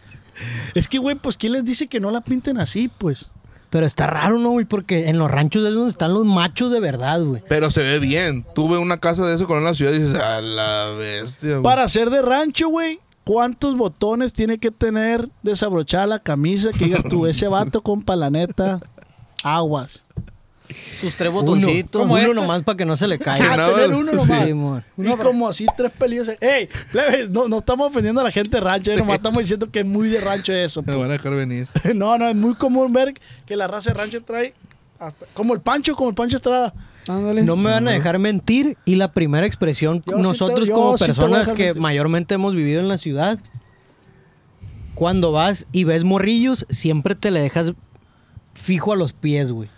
S2: Es que, güey, pues, ¿quién les dice que no la pinten así, pues?
S4: Pero está raro, ¿no, güey? Porque en los ranchos es donde están los machos de verdad, güey.
S6: Pero se ve bien. Tuve una casa de eso con la ciudad y dices, a la bestia, güey.
S2: Para ser de rancho, güey, ¿cuántos botones tiene que tener desabrochada la camisa? Que digas tú, ese vato, compa, la neta, aguas.
S8: Sus tres
S4: Uno,
S8: botoncitos.
S4: uno
S8: Uno
S4: nomás para que no se le
S2: Ah, [LAUGHS]
S4: caiga.
S6: no,
S2: tener uno nomás.
S4: Sí, amor.
S2: y como así tres pelillos. ¡Ey! plebes, no, no estamos ofendiendo a la gente de rancho, eh, nomás estamos diciendo que es muy de rancho eso.
S6: Me van a dejar venir.
S2: [LAUGHS] No, no, es muy común ver que la raza de rancho trae hasta. Como el Pancho, como el Pancho Estrada.
S3: Ándale.
S4: No me van a dejar mentir y la primera expresión
S2: Yo sí te-
S4: nosotros
S2: yo
S4: como
S2: sí te voy a
S4: personas
S2: dejar
S4: que
S2: mentir.
S4: mayormente hemos vivido en la ciudad, cuando vas y ves morrillos, siempre te le dejas fijo a los pies, güey.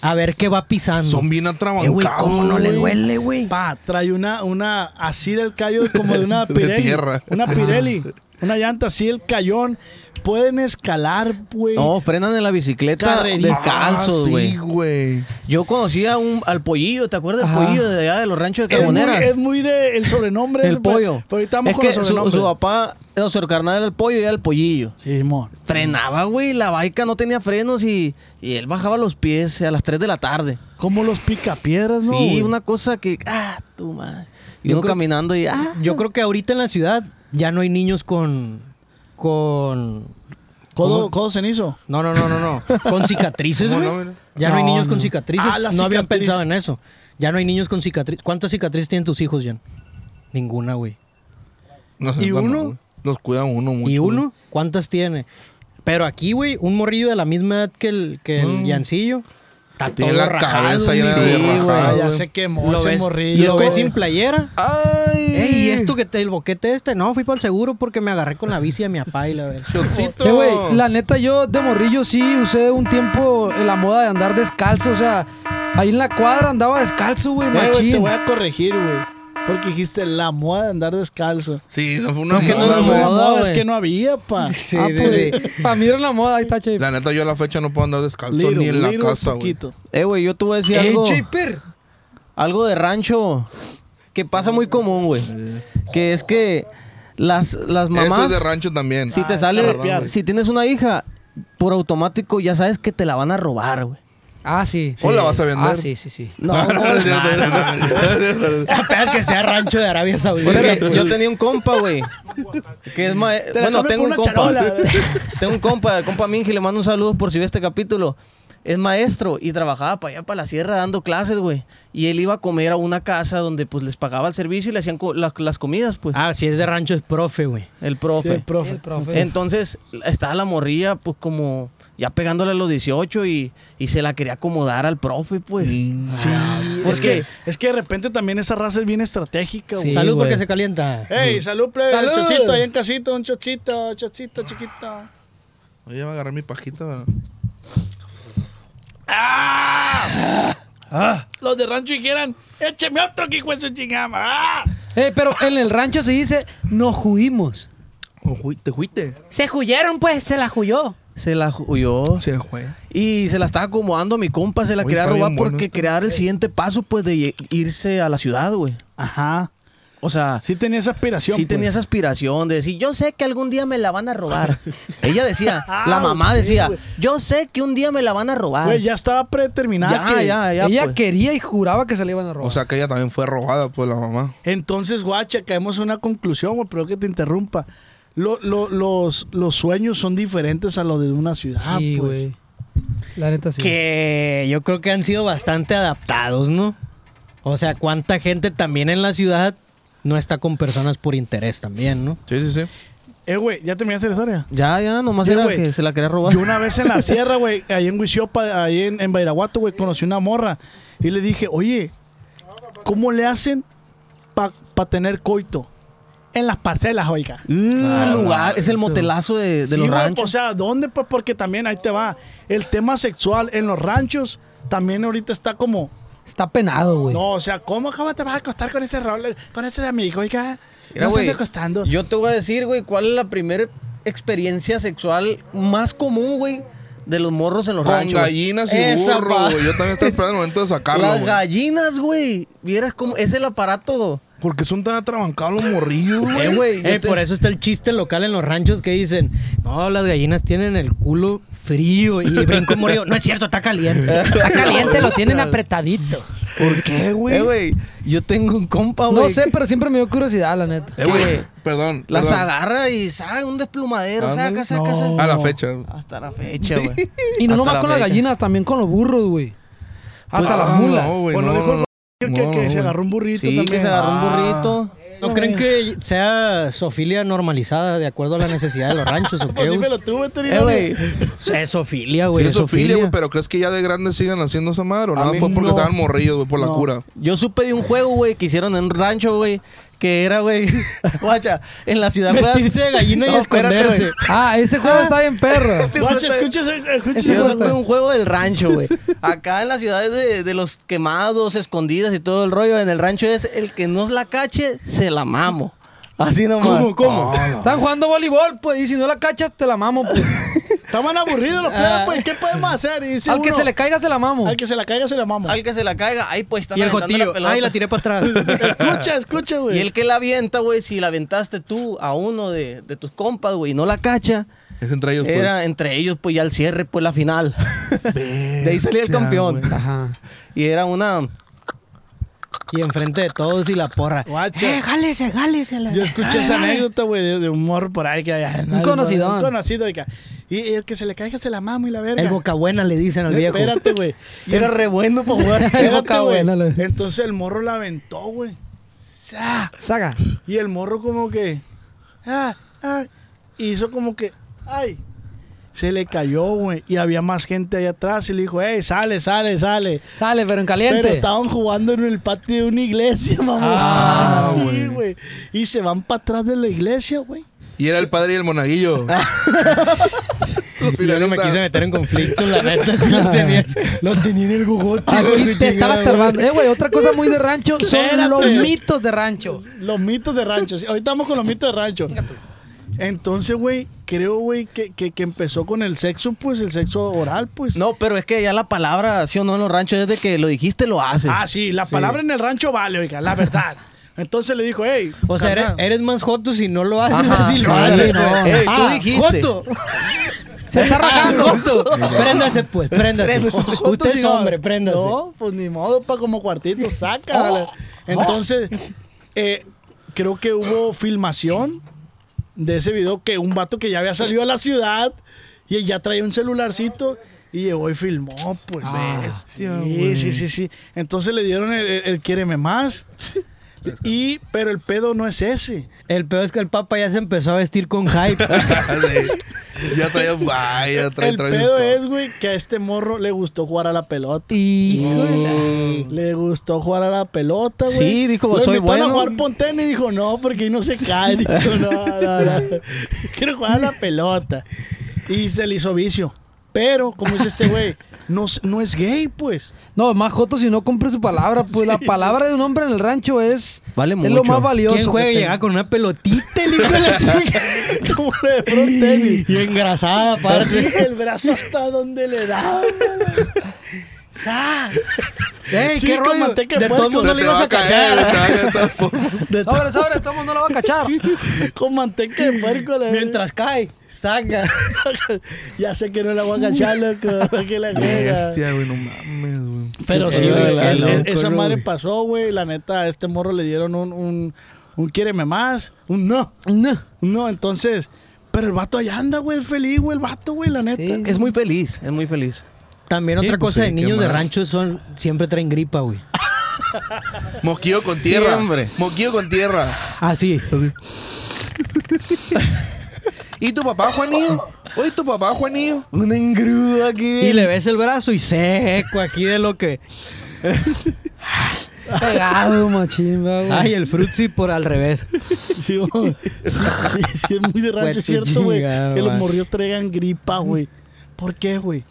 S4: A ver qué va pisando.
S6: Son bien
S4: Eh,
S6: atrabancados.
S4: güey, cómo no le
S6: güey.
S4: duele, güey.
S2: Pa, trae una, una así del callo como de
S8: [LAUGHS]
S2: una
S6: De
S2: Pirelli.
S6: tierra.
S2: Una Pirelli. Una llanta así, el cayón. Pueden escalar, güey.
S8: No, frenan en la bicicleta
S2: Carrerita.
S8: descalzos,
S6: Ah,
S8: güey.
S6: sí, güey.
S8: Yo conocí a un, al pollillo, ¿te acuerdas del
S3: Ajá.
S8: pollillo de allá de los ranchos de
S2: es, muy,
S8: Carbonera?
S2: es muy de el sobrenombre.
S8: el
S2: ese, pero-
S8: pollo.
S2: Pero ahorita vamos
S8: es
S2: con
S8: que
S2: los
S8: su,
S2: sobrenombres.
S8: su papá, o su carnal era el pollo y era el pollillo.
S2: Sí, mo.
S8: Frenaba, güey, la baica no tenía frenos y, y él bajaba los pies a las 3 de la tarde.
S2: Como los picapiedras, ¿no?
S8: sí,
S2: güey?
S8: una cosa que, ah, tu madre. Y
S4: Yo
S8: uno
S4: creo-
S8: caminando y, ah.
S4: Yo creo que ahorita en la ciudad ya no hay niños con. con.
S2: Codo, codo cenizo.
S4: No, no, no, no, no. Con cicatrices,
S6: ¿Cómo
S4: güey.
S6: no, mira?
S4: ya no, hay
S3: No,
S4: niños con
S3: no.
S4: cicatrices.
S2: Ah,
S4: no
S2: las
S4: habían
S2: cicatrices.
S4: pensado en eso. Ya no hay niños con cicatrices. ¿Cuántas cicatrices tienen tus hijos, Jan? Ninguna, güey.
S6: No sé,
S2: ¿Y
S6: no,
S2: uno?
S6: güey. Los cuida uno mucho.
S4: ¿Y
S6: güey.
S4: uno? ¿Cuántas tiene? Pero aquí, güey, un morrillo de la misma edad que el, que
S8: Mm.
S4: el Yancillo. Está todo
S6: Ah, Tiene la
S4: rajado,
S6: cabeza
S4: güey.
S6: llena de
S4: Sí, güey.
S6: rajado,
S2: ya
S6: güey.
S2: se quemó
S4: Lo
S2: ese
S4: ves,
S2: morrillo.
S4: lo ves
S2: güey.
S4: sin playera.
S6: ¡Ay!
S4: Ey, ¿y esto que te, el boquete este? No, fui para el seguro porque me agarré con la bici de mi papá y la verdad.
S6: Chocito.
S3: Eh, güey, la neta, yo de morrillo sí usé un tiempo en la moda de andar descalzo. O sea, ahí en la cuadra andaba descalzo, güey,
S2: Eh, güey, te
S3: machín.
S2: voy a corregir, güey. Porque dijiste la moda de andar descalzo.
S6: Sí, no fue una
S4: ¿Por qué no
S6: moda,
S4: nos
S6: güey.
S2: La
S4: moda,
S2: moda es
S4: güey.
S2: que no había, pa.
S4: Sí,
S3: ah,
S4: sí,
S3: pues, Para mí era la moda, ahí está, che.
S6: La neta, yo a la fecha no puedo andar descalzo
S2: Little,
S6: ni en la
S2: little
S6: casa, güey.
S2: poquito.
S8: Eh, güey, yo te voy a decir algo. Algo de rancho que pasa muy común, güey. Que es que las, las
S6: Eso
S8: mamás.
S6: es de rancho también.
S8: Si te
S2: Ah,
S8: sale.
S2: carrapear.
S6: [LAUGHS]
S8: Si tienes una hija, por automático ya sabes que te la van a robar, güey.
S3: Ah, sí.
S6: O la vas a vender.
S3: Ah, sí, sí, sí.
S8: No,
S6: es cierto, es cierto, es cierto.
S4: Apenas que sea rancho de Arabia Saudita.
S8: Porque yo tenía un compa, güey. Que es ma-
S2: la cambio
S8: Bueno,
S2: por
S8: tengo un
S2: una
S8: [LAUGHS] compa.
S2: charola.
S8: tengo un compa, el compa Minji, le mando un saludo por si ve este capítulo. es maestro y trabajaba para allá, para la sierra, dando clases, güey. Y él iba a comer a una casa donde, pues, les pagaba el servicio y le hacían co- las, las comidas, pues.
S4: Ah, si es de rancho es profe, güey.
S8: El profe.
S2: Sí, el profe.
S3: El profe.
S8: Entonces, estaba la morrilla, pues, como ya pegándole a los 18 y, y se la quería acomodar al profe,
S2: [LAUGHS]
S8: pues.
S2: Sí, es
S8: Porque-
S2: que, es que de repente también esa raza es bien estratégica, güey.
S3: Sí,
S4: Salud
S3: güey.
S4: porque se calienta.
S2: Ey, salud, plebe.
S3: Salud.
S2: Chocito ahí en casito, un chocito, chocito, chiquito.
S6: Oye, me agarré mi pajita. ¿verdad?
S2: Los de rancho dijeran, écheme otro que hijo de su chingama. ¡Ah!
S3: Eh, pero en el rancho se dice, nos juimos.
S6: Oh, ju- ¿Te juiste?
S10: Se juyeron, pues, se la juyó.
S8: Se la huyó.
S6: Sí, güey.
S8: Y se la estaba acomodando a mi compa, se la
S6: Oye,
S8: quería
S6: está
S8: robar
S6: bien bueno
S8: porque
S6: esto.
S8: quería dar el siguiente paso, pues, de ye- irse a la ciudad, güey.
S2: Ajá.
S8: O sea, sí,
S2: Sí tenía esa aspiración. pues.
S8: tenía esa aspiración de decir, yo sé que algún día me la van a robar. Ella decía, la mamá decía, yo sé que un día me la van a robar.
S2: Güey, ya estaba predeterminada.
S8: Ya,
S2: que-
S8: ya, ya,
S3: Ella
S8: pues.
S3: quería y juraba que se le iban a robar.
S6: O sea, que ella también fue robada por la mamá.
S2: Entonces, guacha, caemos en una conclusión, güey, pero que te interrumpa. Lo- lo- los, los sueños son diferentes a los de una ciudad,
S3: sí,
S2: pues.
S3: güey. La neta sí.
S4: Que yo creo que han sido bastante adaptados, ¿no? O sea, cuánta gente también en la ciudad no está con personas por interés también, ¿no?
S6: Sí, sí, sí.
S2: Eh, güey, ¿ya terminaste la historia?
S8: Ya, ya, nomás
S2: Ya,
S8: era
S2: güey.
S8: que se la quería robar.
S2: Yo una vez en la sierra, güey, ahí en Huisiopa, ahí en, en Badiraguato, güey, conocí una morra. Y le dije, oye, ¿cómo le hacen para tener coito? En las parcelas, oiga.
S8: [LAUGHS]
S2: Ah,
S8: Mm, lugar, es el motelazo de, de
S2: Sí,
S8: los
S2: güey,
S8: ranchos.
S2: O sea, ¿dónde? Pues porque también ahí te va. El tema sexual en los ranchos también ahorita está como.
S3: Está penado, güey.
S2: No, o sea, ¿cómo, cómo te vas a acostar con ese rol, con ese amigo, oiga?
S8: Mira,
S2: no se
S8: güey,
S2: te acostando.
S8: Yo te voy a decir, güey, cuál es la primera experiencia sexual más común, güey, de los morros en los
S6: Con
S8: ranchos. güey.
S6: gallinas y
S8: Esa,
S6: burro,
S8: pa.
S6: güey. Yo también estaba esperando el momento de sacarlo,
S8: Las
S6: güey.
S8: gallinas, güey. Vieras cómo es el aparato.
S6: Porque son tan atrabancados los morrillos, güey.
S8: Eh, güey. yo
S4: Eh,
S8: te-
S4: por eso está el chiste local en los ranchos que dicen, no, las gallinas tienen el culo frío y brinco murió. No es cierto, está caliente.
S8: [LAUGHS]
S10: Está caliente, lo tienen apretadito.
S8: ¿Por qué, güey? Eh, güey. Yo tengo un compa,
S3: No
S8: güey.
S3: sé, pero siempre me dio curiosidad, la neta.
S6: Eh, güey.
S8: que-
S6: Perdón.
S8: Las
S6: perdón.
S8: agarra y saca un desplumadero,
S6: Ah,
S8: saca,
S6: no.
S8: saca,
S6: A
S8: saca.
S6: la fecha.
S8: Hasta la fecha, güey.
S3: Y no
S8: Hasta
S3: nomás
S8: la
S3: con las
S8: fecha.
S3: gallinas, también con los burros, güey. Hasta las
S6: Ah,
S3: mulas.
S6: No, güey,
S2: Bueno,
S6: no,
S2: dijo el
S6: no,
S2: Que,
S6: no,
S2: que-
S6: no,
S2: que se
S6: güey.
S2: agarró un burrito
S8: Sí,
S2: también. Ah.
S8: que se agarró un burrito.
S4: ¿No creen que sea sofilia normalizada de acuerdo a la necesidad de los ranchos
S8: [LAUGHS]
S4: o qué?
S2: Pues
S4: güey?
S2: dímelo tú, veterinario.
S8: Eh, güey.
S4: Es sofilia,
S6: Sí,
S4: güey.
S6: es zoofilia, güey, pero ¿crees que ya de grandes sigan haciendo esa madre o nada?
S2: mí
S6: Fue porque
S2: no.
S6: estaban morrillos, güey, por la
S2: No.
S6: cura.
S8: Yo supe de un juego, güey, que hicieron en un rancho, güey, que era, güey, [LAUGHS] guacha, en la ciudad.
S4: Vestirse de gallina y
S8: espérate, güey.
S4: esconderse.
S3: Ah, ese juego está bien
S4: [LAUGHS]
S3: perro.
S4: Este-
S2: Guacha, escucha ese- escucha
S3: Ese
S2: ese
S8: Yo
S3: güey
S8: supe
S3: está-
S8: de un juego del rancho, güey. Acá en las ciudades de, de los quemados, escondidas y todo el rollo, en el rancho es el que nos la cache, se la mamo. Así nomás.
S2: ¿Cómo? ¿Cómo?
S3: Están jugando voleibol, pues, y si no la cachas, te la mamo,
S4: [LAUGHS]
S3: pues.
S2: Estaban aburridos los plebes, pues, ¿qué podemos hacer? Y dice
S3: Al que
S2: uno,
S3: se le caiga, se la mamo.
S2: al que se la caiga se la mama.
S8: Al que se la caiga, ahí pues están
S4: Y el
S8: aventando
S4: jotillo.
S8: pelota.
S4: Ay, la tiré para
S8: [LAUGHS]
S4: atrás.
S2: Escucha, escucha, güey.
S8: Y el que la avienta, güey, si la aventaste tú a uno de, de tus compas, güey, y no la cacha,
S6: Es entre ellos,
S8: era entre ellos, pues ya el cierre, pues la final. de ahí salía el campeón.
S3: Ajá.
S8: Y era una.
S4: y enfrente de todos y la porra.
S2: Guacha.
S10: jálese, jálese. la-
S2: Yo escuché esa anécdota, güey, de, de un morro por ahí que ay, no,
S3: conocidón.
S2: Un conocido, oiga. Y, y el que se le caiga se la mama y la verga.
S4: El boca buena le dicen al viejo.
S2: Espérate, [LAUGHS] güey. Y
S8: Era
S2: el-
S8: re bueno para jugar.
S2: Espérate,
S3: boca
S2: güey.
S3: buena, la-
S2: Entonces el morro la aventó, güey. Sa.
S3: Saga.
S2: Y el morro como que... Ah, ah, hizo como que... Ay. Se le cayó, güey. Y había más gente ahí atrás y le dijo, hey, sale, sale, sale.
S3: Sale, pero en caliente.
S2: Pero estaban jugando en el patio de una iglesia, [LAUGHS] mamá.
S6: Ah,
S2: Sí,
S6: güey.
S2: güey. Y se van para atrás de la iglesia, güey.
S6: pues. Y era el padre y el monaguillo. Los
S4: Yo no me
S6: piratas.
S4: quise
S6: [LAUGHS]
S4: meter en conflicto, la neta. [LAUGHS] Si
S2: [LAUGHS]
S4: lo, tenía, lo tenía en el gogote.
S3: Aquí
S4: güey, chingada,
S3: te estaba
S4: güey.
S3: tardando. Eh, güey, otra cosa muy de rancho son
S2: Espérate.
S3: los mitos de rancho.
S2: Los mitos de rancho. Sí, Ahorita vamos con los mitos de rancho. Entonces, güey, creo, güey, que, que, que empezó con el sexo, pues, el sexo oral, pues.
S8: No, pero es que ya la palabra, sí o no, en los ranchos, desde que lo dijiste, lo haces.
S2: Ah, sí, la palabra en el rancho vale, oiga, la [LAUGHS] verdad. Entonces le dijo, hey.
S4: O sea, eres, eres más joto si no lo haces.
S8: Ajá,
S4: así
S8: sí,
S4: lo haces.
S8: no.
S4: güey.
S8: Ey, tú
S4: Ah,
S8: dijiste.
S4: joto.
S8: [LAUGHS]
S4: Ah,
S3: Se está rajando.
S4: Préndase, pues, préndase. Usted es hombre, préndase.
S2: No, pues ni modo, pa, como [LAUGHS] cuartito, saca. vale. Entonces, eh, creo que hubo filmación de ese video que un vato que ya había salido a la ciudad y ya traía un celularcito Y llegó y filmó, pues. bestia, sí, sí, sí, sí. Entonces le dieron el, el, el Quiéreme [LAUGHS] Más. Y, pero el pedo no es ese.
S4: El peor es que el Papa ya se empezó a vestir con hype.
S2: [LAUGHS]
S6: ya traía guay, ya traía
S2: el
S6: traía
S2: pedo
S6: sus
S2: es, güey, que a este morro le gustó jugar a la pelota. Le gustó jugar a la pelota, güey.
S4: Mm. Sí, dijo,
S2: Lo
S4: soy
S2: invitaron
S4: bueno.
S2: a jugar pontén y dijo, no, porque ahí no se cae. [LAUGHS] Dijo, no, no,
S4: [LAUGHS]
S2: no. Quiero jugar a la pelota. Y se le hizo vicio. Pero, como dice este güey, no, s- no es gay, pues. [LAUGHS]
S3: No, más Joto si no cumple su palabra. Pues la palabra de un hombre en el rancho es,
S4: Vale
S3: es lo
S4: mucho.
S3: más valioso.
S4: ¿Quién juega
S3: que
S4: y
S3: tenga.
S4: llega con una pelotita, el hijo
S2: [LAUGHS]
S4: de la chica?
S2: Como le de pronto
S4: [LAUGHS]
S2: tenis.
S4: Y engrasada, aparte.
S2: El brazo hasta donde le da.
S4: Ey,
S2: Sí,
S4: qué
S2: con
S4: rollo.
S2: manteca de
S4: De todo el
S2: puerco. Se
S4: mundo pues le
S2: te
S4: ibas
S2: va
S4: a
S2: a caer,
S4: cachar.
S6: te va a caer de todas formas.
S2: De to-
S3: Sobre, sobre, todo no lo va
S4: [LAUGHS]
S3: a cachar.
S2: con manteca de puerco. la-
S4: Mientras cae, saca.
S2: [LAUGHS] Ya sé que no la voy a agachar, loco. [LAUGHS] Que la juega.
S6: Bestia, güey, no mames, güey.
S2: Pero sí,
S4: Eh,
S2: güey,
S4: la
S2: es-
S4: loco,
S2: es- esa
S4: ¿no,
S2: madre
S4: güey?
S2: pasó, güey. La neta, a este morro le dieron un, un, un quiéreme más, un no,
S3: No.
S2: un no. Entonces, pero el vato allá anda, güey, feliz, güey, el vato, güey, la neta.
S3: Sí.
S8: Es muy feliz, es muy feliz.
S4: También
S6: Sí,
S4: otra cosa
S6: pues sí,
S4: de
S6: ¿qué
S4: niños de
S6: más?
S4: rancho son siempre traen gripa,
S8: [LAUGHS]
S4: güey.
S6: Mosquillo con tierra.
S8: Siempre.
S6: Mosquillo con tierra.
S8: Ah,
S4: Así.
S6: ¿Y tu papá, Juanillo? Oye, ¿tu papá, Juanillo?
S8: Un engrudo aquí.
S4: Y le ves el brazo y seco aquí de lo que.
S3: Pegado, machimba, güey.
S4: Ay, el frutzi por al
S8: [LAUGHS]
S4: revés.
S2: Sí, güey. Sí, sí, es muy de rancho, es cierto, güey.
S4: Chingado,
S2: Que los
S4: madre.
S2: morrios traigan gripa, güey. ¿Por qué, güey?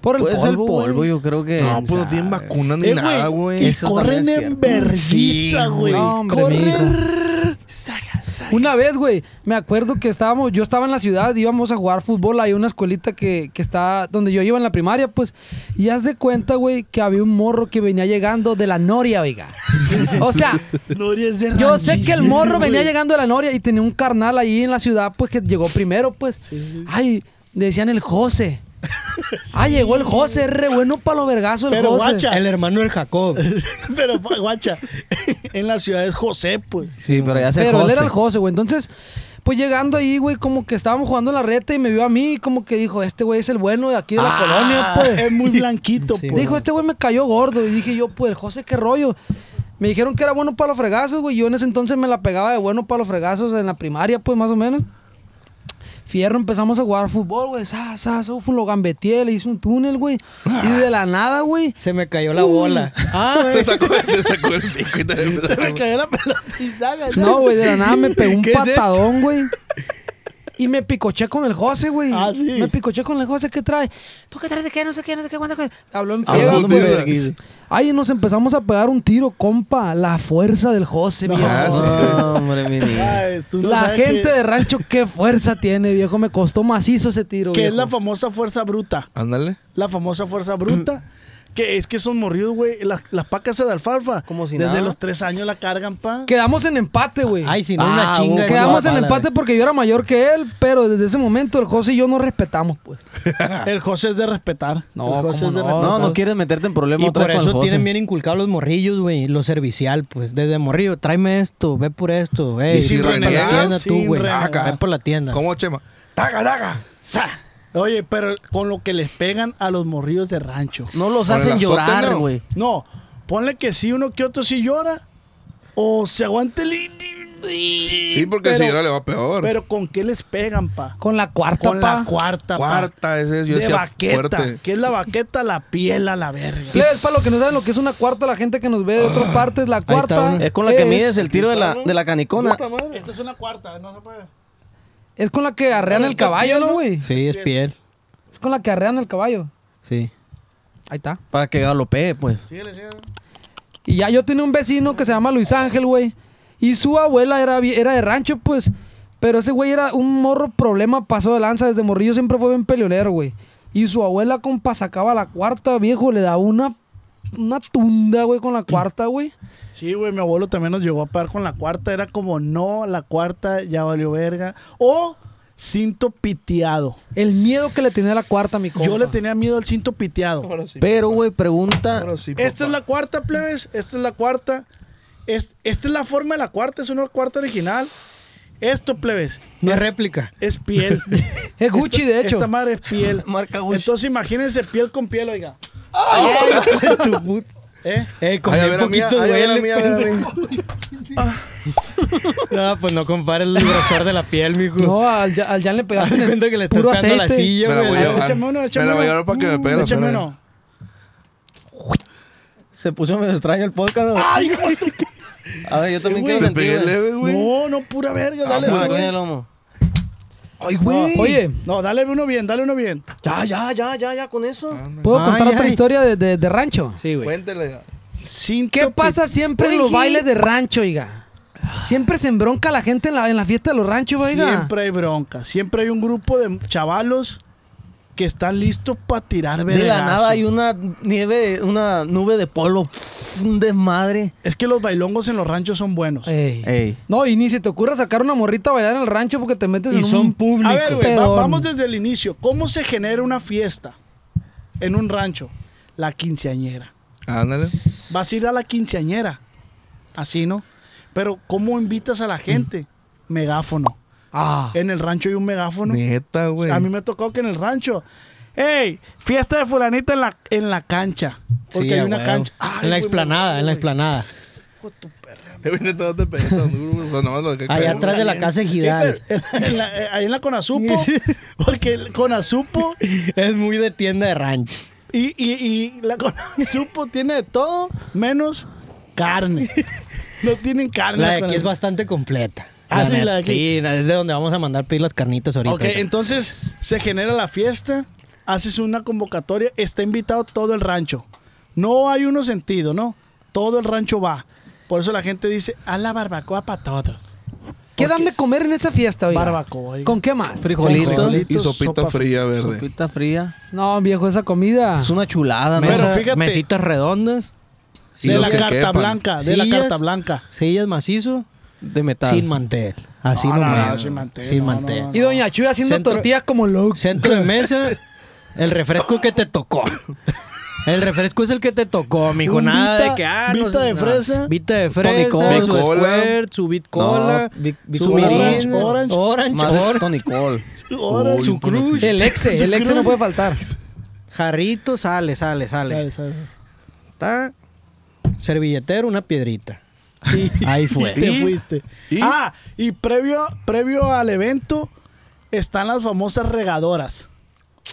S4: Por Pues el
S8: Puede
S4: polvo.
S8: ser polvo,
S4: güey.
S8: yo creo que.
S6: No, pues no tienen vacuna ni
S2: Eh,
S6: nada,
S2: Y
S6: güey.
S8: Eso
S2: corren
S8: también es
S2: en
S8: cierto.
S2: vergüenza, güey.
S3: No, hombre,
S2: corren.
S3: Una vez, güey, me acuerdo que estábamos, yo estaba en la ciudad, íbamos a jugar fútbol, hay una escuelita que, que está donde yo iba en la primaria, pues, y haz de cuenta, güey, que había un morro que venía llegando de la Noria,
S2: [LAUGHS]
S3: oiga. O sea,
S2: Noria es de
S3: yo sé que el morro
S2: ranchillo,
S3: venía
S2: güey.
S3: llegando de la Noria y tenía un carnal ahí en la ciudad, pues, que llegó primero, pues. Ay, le decían el José. Ah, llegó el José, es re bueno para los vergazos el
S2: Pero
S3: José.
S2: guacha.
S4: El hermano del Jacob.
S2: [LAUGHS] Pero, guacha, en la ciudad es José, pues.
S8: Sí, pero ya se
S3: Pero él era el José,
S8: José.
S3: güey. Entonces, pues llegando ahí, güey, como que estábamos jugando en la reta y me vio a mí y como que dijo, este güey es el bueno de aquí de la colonia, pues.
S2: Es muy blanquito,
S4: Sí,
S2: pues.
S3: Dijo, este güey me cayó gordo. Y dije yo, pues, el José, qué rollo. Me dijeron que era bueno para los fregazos, güey. Yo en ese entonces me la pegaba de bueno para los fregazos en la primaria, pues, más o menos. Fierro, empezamos a jugar fútbol, güey. Sa, sa, sa, lo gambeteé, le hice un túnel, güey. Y de la nada, güey.
S4: Se me cayó la bola.
S8: Uh.
S3: Ah,
S6: Se sacó, se sacó el pico y también empezó
S2: Se
S6: a-
S2: me [LAUGHS] cayó la pelota y saca. [LAUGHS]
S3: No, güey, de la nada me pegó un
S4: ¿Qué es esto?
S3: patadón, güey. Y me picoché con el José, güey.
S2: Ah, sí.
S3: Me picoché con el José, ¿qué trae? ¿Por qué traes de qué? No sé qué, no sé qué, cuánto. qué? Habló en
S6: Ah,
S3: friega.
S6: puta, güey.
S3: Ay, nos empezamos a pegar un tiro, compa. La fuerza del José,
S8: Ah,
S3: viejo.
S8: No, hombre, mi niño.
S2: Ay, Ah, tú no
S3: la
S2: sabes
S3: gente
S2: que,
S3: de rancho, qué fuerza tiene, viejo. Me costó macizo ese tiro,
S2: que es
S3: viejo.
S2: la famosa fuerza bruta.
S6: Ándale.
S2: La famosa fuerza bruta.
S3: Mm.
S2: Que es que son morridos, güey. Las, las pacas de alfalfa.
S8: Como si
S2: Desde
S8: nada.
S2: los tres años la cargan, pa.
S3: Quedamos en empate, güey.
S4: Ay, si no, una
S8: Ah,
S4: chinga.
S8: hubo-
S3: Quedamos en
S4: Guapala,
S3: empate
S4: güey.
S3: porque yo era mayor que él, pero desde ese momento el José y yo nos respetamos, pues.
S2: El José es de respetar.
S3: No,
S2: el José
S3: cómo no.
S8: No, no quieres meterte en problemas
S4: Y
S8: otra
S4: por
S8: vez con
S4: eso
S8: José.
S4: tienen bien inculcados los morrillos, güey. Lo servicial, pues. Desde morrillo, tráeme esto, ve por esto. Ey,
S6: Y
S4: ve
S6: sin
S4: por la
S6: renegar,
S4: tienda
S2: sin
S4: tú, güey.
S2: renegar.
S4: Ve por la tienda.
S6: ¿Cómo, Chema? ¡Taca, taca!
S2: Oye, pero con lo que les pegan a los morridos de rancho.
S8: No los
S6: Con el
S8: hacen
S6: azote,
S8: llorar,
S6: no.
S8: güey.
S2: No, ponle que sí, uno que otro sí llora. O se aguante el. Sí,
S6: Sí, porque si ahora le va peor.
S2: Pero ¿con qué les pegan, pa?
S3: Con la cuarta,
S2: Con
S3: pa.
S2: la cuarta, pa.
S6: Cuarta, ese es, yo
S2: de
S6: decía
S2: vaqueta.
S6: fuerte.
S2: ¿Qué es la vaqueta? La piel a la verga.
S3: Plebes, para los que no saben lo que es una cuarta, la gente que nos ve de
S8: Ah.
S3: otras partes, la cuarta.
S8: Es con la que mides el tiro de la, de la canicona.
S2: Esta es una cuarta, no se puede.
S3: Es con la que arrean el
S2: Esta es
S3: caballo,
S2: piel,
S3: ¿no,
S2: ¿no?
S3: güey?
S4: Sí, es piel.
S3: Es con la que arrean el caballo.
S4: Sí.
S3: Ahí está.
S8: Para que galopee, pues.
S2: Síguele, síguele.
S3: Y ya yo tenía un vecino que se llama Luis Ángel, güey. Y su abuela era, vi- era de rancho, pues. Pero ese güey era un morro problema, pasó de lanza. Desde morrillo siempre fue bien peleonero, güey. Y su abuela, compa, sacaba la cuarta, viejo. Le daba una, una tunda, güey, con la cuarta, güey.
S2: Sí, güey, mi abuelo también nos llegó a pegar con la cuarta. Era como, no, la cuarta ya valió verga. O cinto piteado.
S3: El miedo que le tenía a la cuarta, mi compa.
S2: Yo le tenía miedo al cinto piteado.
S8: Pero, güey, pregunta.
S6: Ahora sí,
S2: Esta
S6: papá.
S2: es la cuarta, plebes. Esta es la cuarta. Es- esta es la forma de la cuarta. Es una cuarta original. Esto, plebes.
S4: No es réplica.
S2: Es [LAUGHS] piel.
S3: Es Gucci,
S2: Esta-
S3: de hecho.
S2: Esta madre es [LAUGHS] piel.
S4: Marca Gucci.
S2: Entonces imagínense piel con piel, oiga. ¿Eh?
S4: Eh, con
S6: Ay, a
S4: un
S6: ver, a mí,
S4: poquito
S6: ay, a ver, a
S4: duele,
S6: mí, a ver, a mí.
S4: pendejo. No, pues no compares el grosor de la piel, mijo. [LAUGHS]
S3: No, al, Ya- al Jan le pegaste en
S4: Te
S3: el
S4: cuenta que le estás
S3: puro
S4: pegando a la
S3: aceite.
S4: silla,
S6: Me la voy
S4: güey.
S6: a llevar.
S2: Échame uno, échame
S6: ah, Me la voy
S2: uno.
S6: a
S2: Mm,
S6: llevar para que me pegue la
S2: Échame
S6: pera.
S2: uno.
S8: Se puso medio extraño el podcast. ¿no? [LAUGHS] A ver, yo también quiero
S6: Te
S8: sentir,
S6: pegué
S8: güey.
S6: leve, güey.
S2: No, no, pura verga. Dale,
S8: Ah,
S2: dale.
S8: aquí en el lomo.
S6: Ay,
S3: Oye,
S2: No, dale uno bien, dale uno bien.
S8: Ya, ya, ya, ya, ya, con eso.
S3: ¿puedo
S4: Ay,
S3: contar otra
S4: ay.
S3: historia de, de- de rancho?
S4: Sí, güey.
S6: Cuéntele.
S3: ¿Qué pasa siempre en los
S10: Oye.
S3: bailes de rancho, oiga? Siempre se embronca la gente en la, en la fiesta de los ranchos, oiga.
S2: Siempre hay bronca. Siempre hay un grupo de chavalos que están listos para tirar
S8: De
S2: vergazo.
S8: la nada hay una nieve, una nube de polo. Un desmadre.
S2: Es que los bailongos en los ranchos son buenos.
S8: Eh,
S3: Ey.
S8: Ey.
S3: No, y ni se te ocurra sacar una morrita a bailar en el rancho porque te metes
S4: Y
S3: en
S4: son
S3: un...
S4: públicos.
S2: A ver, güey, va-
S3: Pedón.
S2: vamos desde el inicio. ¿Cómo se genera una fiesta en un rancho? La quinceañera.
S6: Ándale.
S2: Vas a ir a la quinceañera. Así, ¿no? Pero, ¿cómo invitas a la gente? Megáfono.
S3: Ah.
S2: En el rancho hay un megáfono.
S6: Neta, güey.
S2: A mí me tocó que en el rancho. ¡Ey! Fiesta de fulanito en la, en la cancha. Porque
S4: Sí,
S2: hay
S4: a
S2: una
S4: huevo.
S2: cancha. Ay,
S4: en la
S2: güey,
S4: explanada,
S2: me-
S4: en la explanada.
S2: Hijo de tu perra.
S6: Güey, neta, no [LAUGHS] te pegué tan duro, güey. O sea, nomás lo dejé
S4: Allá
S6: caer.
S4: atrás de la casa ejidal.
S2: En la- en la- eh, ahí en la Conazupo.
S4: [LAUGHS]
S2: Porque el Conazupo
S4: Es muy de tienda de rancho.
S2: y, y, y la Conazupo tiene de todo menos
S4: [LAUGHS]
S2: carne. No tienen carne.
S4: La de aquí es
S2: Conazupo.
S4: bastante completa.
S2: Ah, sí, la de
S4: neta,
S2: aquí.
S4: sí, es de donde vamos a mandar pedir las carnitas ahorita.
S2: Ok, entonces se genera la fiesta, haces una convocatoria, está invitado todo el rancho. No hay uno sentido, ¿no? Todo el rancho va. Por eso la gente dice, haz la barbacoa para todos.
S3: ¿Qué dan de comer en esa fiesta, oiga?
S2: Barbacoa. oiga.
S3: ¿Con qué más?
S8: Frijolito.
S6: Y sopita
S2: sopa
S6: fría verde.
S8: Sopita fría.
S3: No, viejo, esa comida.
S8: Es una chulada, ¿no?
S2: Pero
S4: Mesa-
S2: fíjate-
S4: Mesitas redondas,
S6: Y
S2: de
S6: los
S2: la
S6: que
S2: carta
S6: quepan.
S2: blanca, de la
S4: Sillas.
S2: carta blanca.
S4: sillas macizo,
S8: De metal.
S4: sin mantel. Así
S2: Ah, No, no,
S4: nomás.
S2: no, sin mantel,
S4: Sin
S2: no,
S4: mantel.
S2: no, no.
S3: Y Doña Chuy haciendo
S4: Centro-
S3: tortillas como loco.
S4: Centro de mesa, el refresco que te tocó. El refresco es el que te tocó, mijo.
S2: Un
S4: Nada
S2: Vita-
S4: de que, ah, no
S2: Vita
S4: sé,
S2: de
S4: no.
S2: fresa.
S4: Vita de fresa,
S8: Cola.
S4: su
S6: Bicola.
S4: Squirt, su Bitcola,
S8: No, Bic-
S4: su
S8: Bicola.
S4: Orange,
S2: Orange.
S4: Orange,
S8: Más
S4: Orange,
S8: de Tony [LAUGHS] Cole.
S2: Ahora
S6: Uy,
S2: su cruz.
S3: El exe, el exe no puede faltar.
S4: Jarrito, sale, sale, sale. Está servilletero, una piedrita. Ahí
S2: Y [LAUGHS]
S4: fue.
S2: te fuiste.
S6: ¿Y?
S2: Ah, y previo, previo al evento están las famosas regadoras.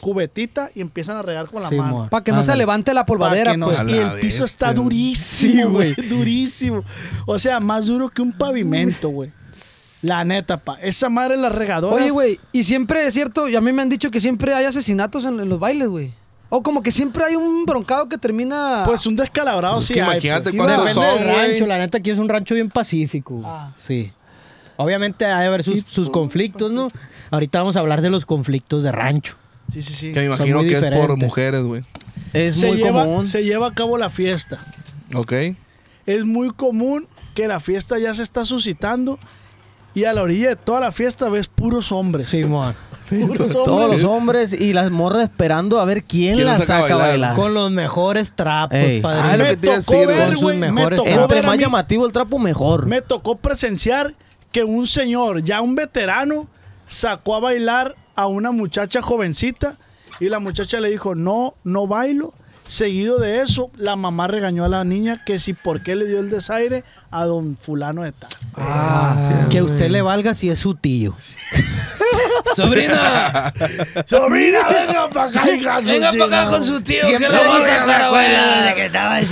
S2: Cubetita y empiezan a regar con la
S4: Sí,
S2: mano.
S4: mo.
S3: Para que no se
S4: Ándale.
S3: levante la polvadera,
S2: Pa' que no-
S3: pues.
S6: A
S2: Y
S6: la
S2: el piso
S6: bestia,
S2: está
S6: güey.
S4: Sí,
S2: durísimo, güey.
S4: güey.
S2: durísimo. O sea, más duro que un pavimento, güey. La neta, pa. Esa madre la regadora.
S3: Oye, güey, y siempre es cierto, y a mí me han dicho que siempre hay asesinatos en, en los bailes, güey. O como que siempre hay un broncado que termina.
S2: Pues un descalabrado
S6: Es
S2: sí
S6: que
S2: hay,
S6: imagínate
S2: pues.
S6: cuántos
S4: Depende
S6: son,
S4: del
S6: güey.
S4: rancho, la neta aquí es un rancho bien pacífico. güey.
S3: Ah.
S4: Sí. Obviamente hay de haber sus, sus conflictos, ¿no? Ahorita vamos a hablar de los conflictos de rancho.
S2: Sí, sí, sí.
S6: Que me
S4: Son
S6: imagino
S4: muy
S6: que es por
S4: diferentes.
S6: mujeres, güey.
S8: Es
S2: Se
S8: muy
S2: lleva,
S8: común.
S2: se lleva a cabo la fiesta.
S6: ¿Ok?
S2: Es muy común que la fiesta ya se está suscitando y a la orilla de toda la fiesta ves puros hombres.
S4: Simón.
S2: puros
S8: Todos
S2: hombres.
S8: los hombres y las morras esperando a ver quién,
S6: ¿Quién
S8: la
S6: la saca a
S8: saca a
S6: bailar?
S8: bailar.
S4: Con los mejores trapos,
S8: Ey.
S6: Ah, lo
S4: padre.
S6: que
S2: me
S6: te iba a
S2: tocó
S6: decir,
S2: ver,
S4: con sus
S2: güey, me
S4: mejores
S2: tocó
S8: Entre
S2: ver a
S8: más
S2: mí-
S8: llamativo el trapo, mejor.
S2: Me tocó presenciar que un señor, ya un veterano, sacó a bailar a una muchacha jovencita y la muchacha le dijo, no, no bailo. Seguido de eso, la mamá regañó a la niña que si por qué le dio el desaire a don fulano de tal.
S3: Ah,
S4: Que a usted le valga si es su tío.
S3: ¡Sobrina!
S2: [LAUGHS] ¡Sobrina, venga para acá! hija de su
S3: Venga para acá
S2: chingada!
S3: con su tío, que lo vamos a sacar a bailar.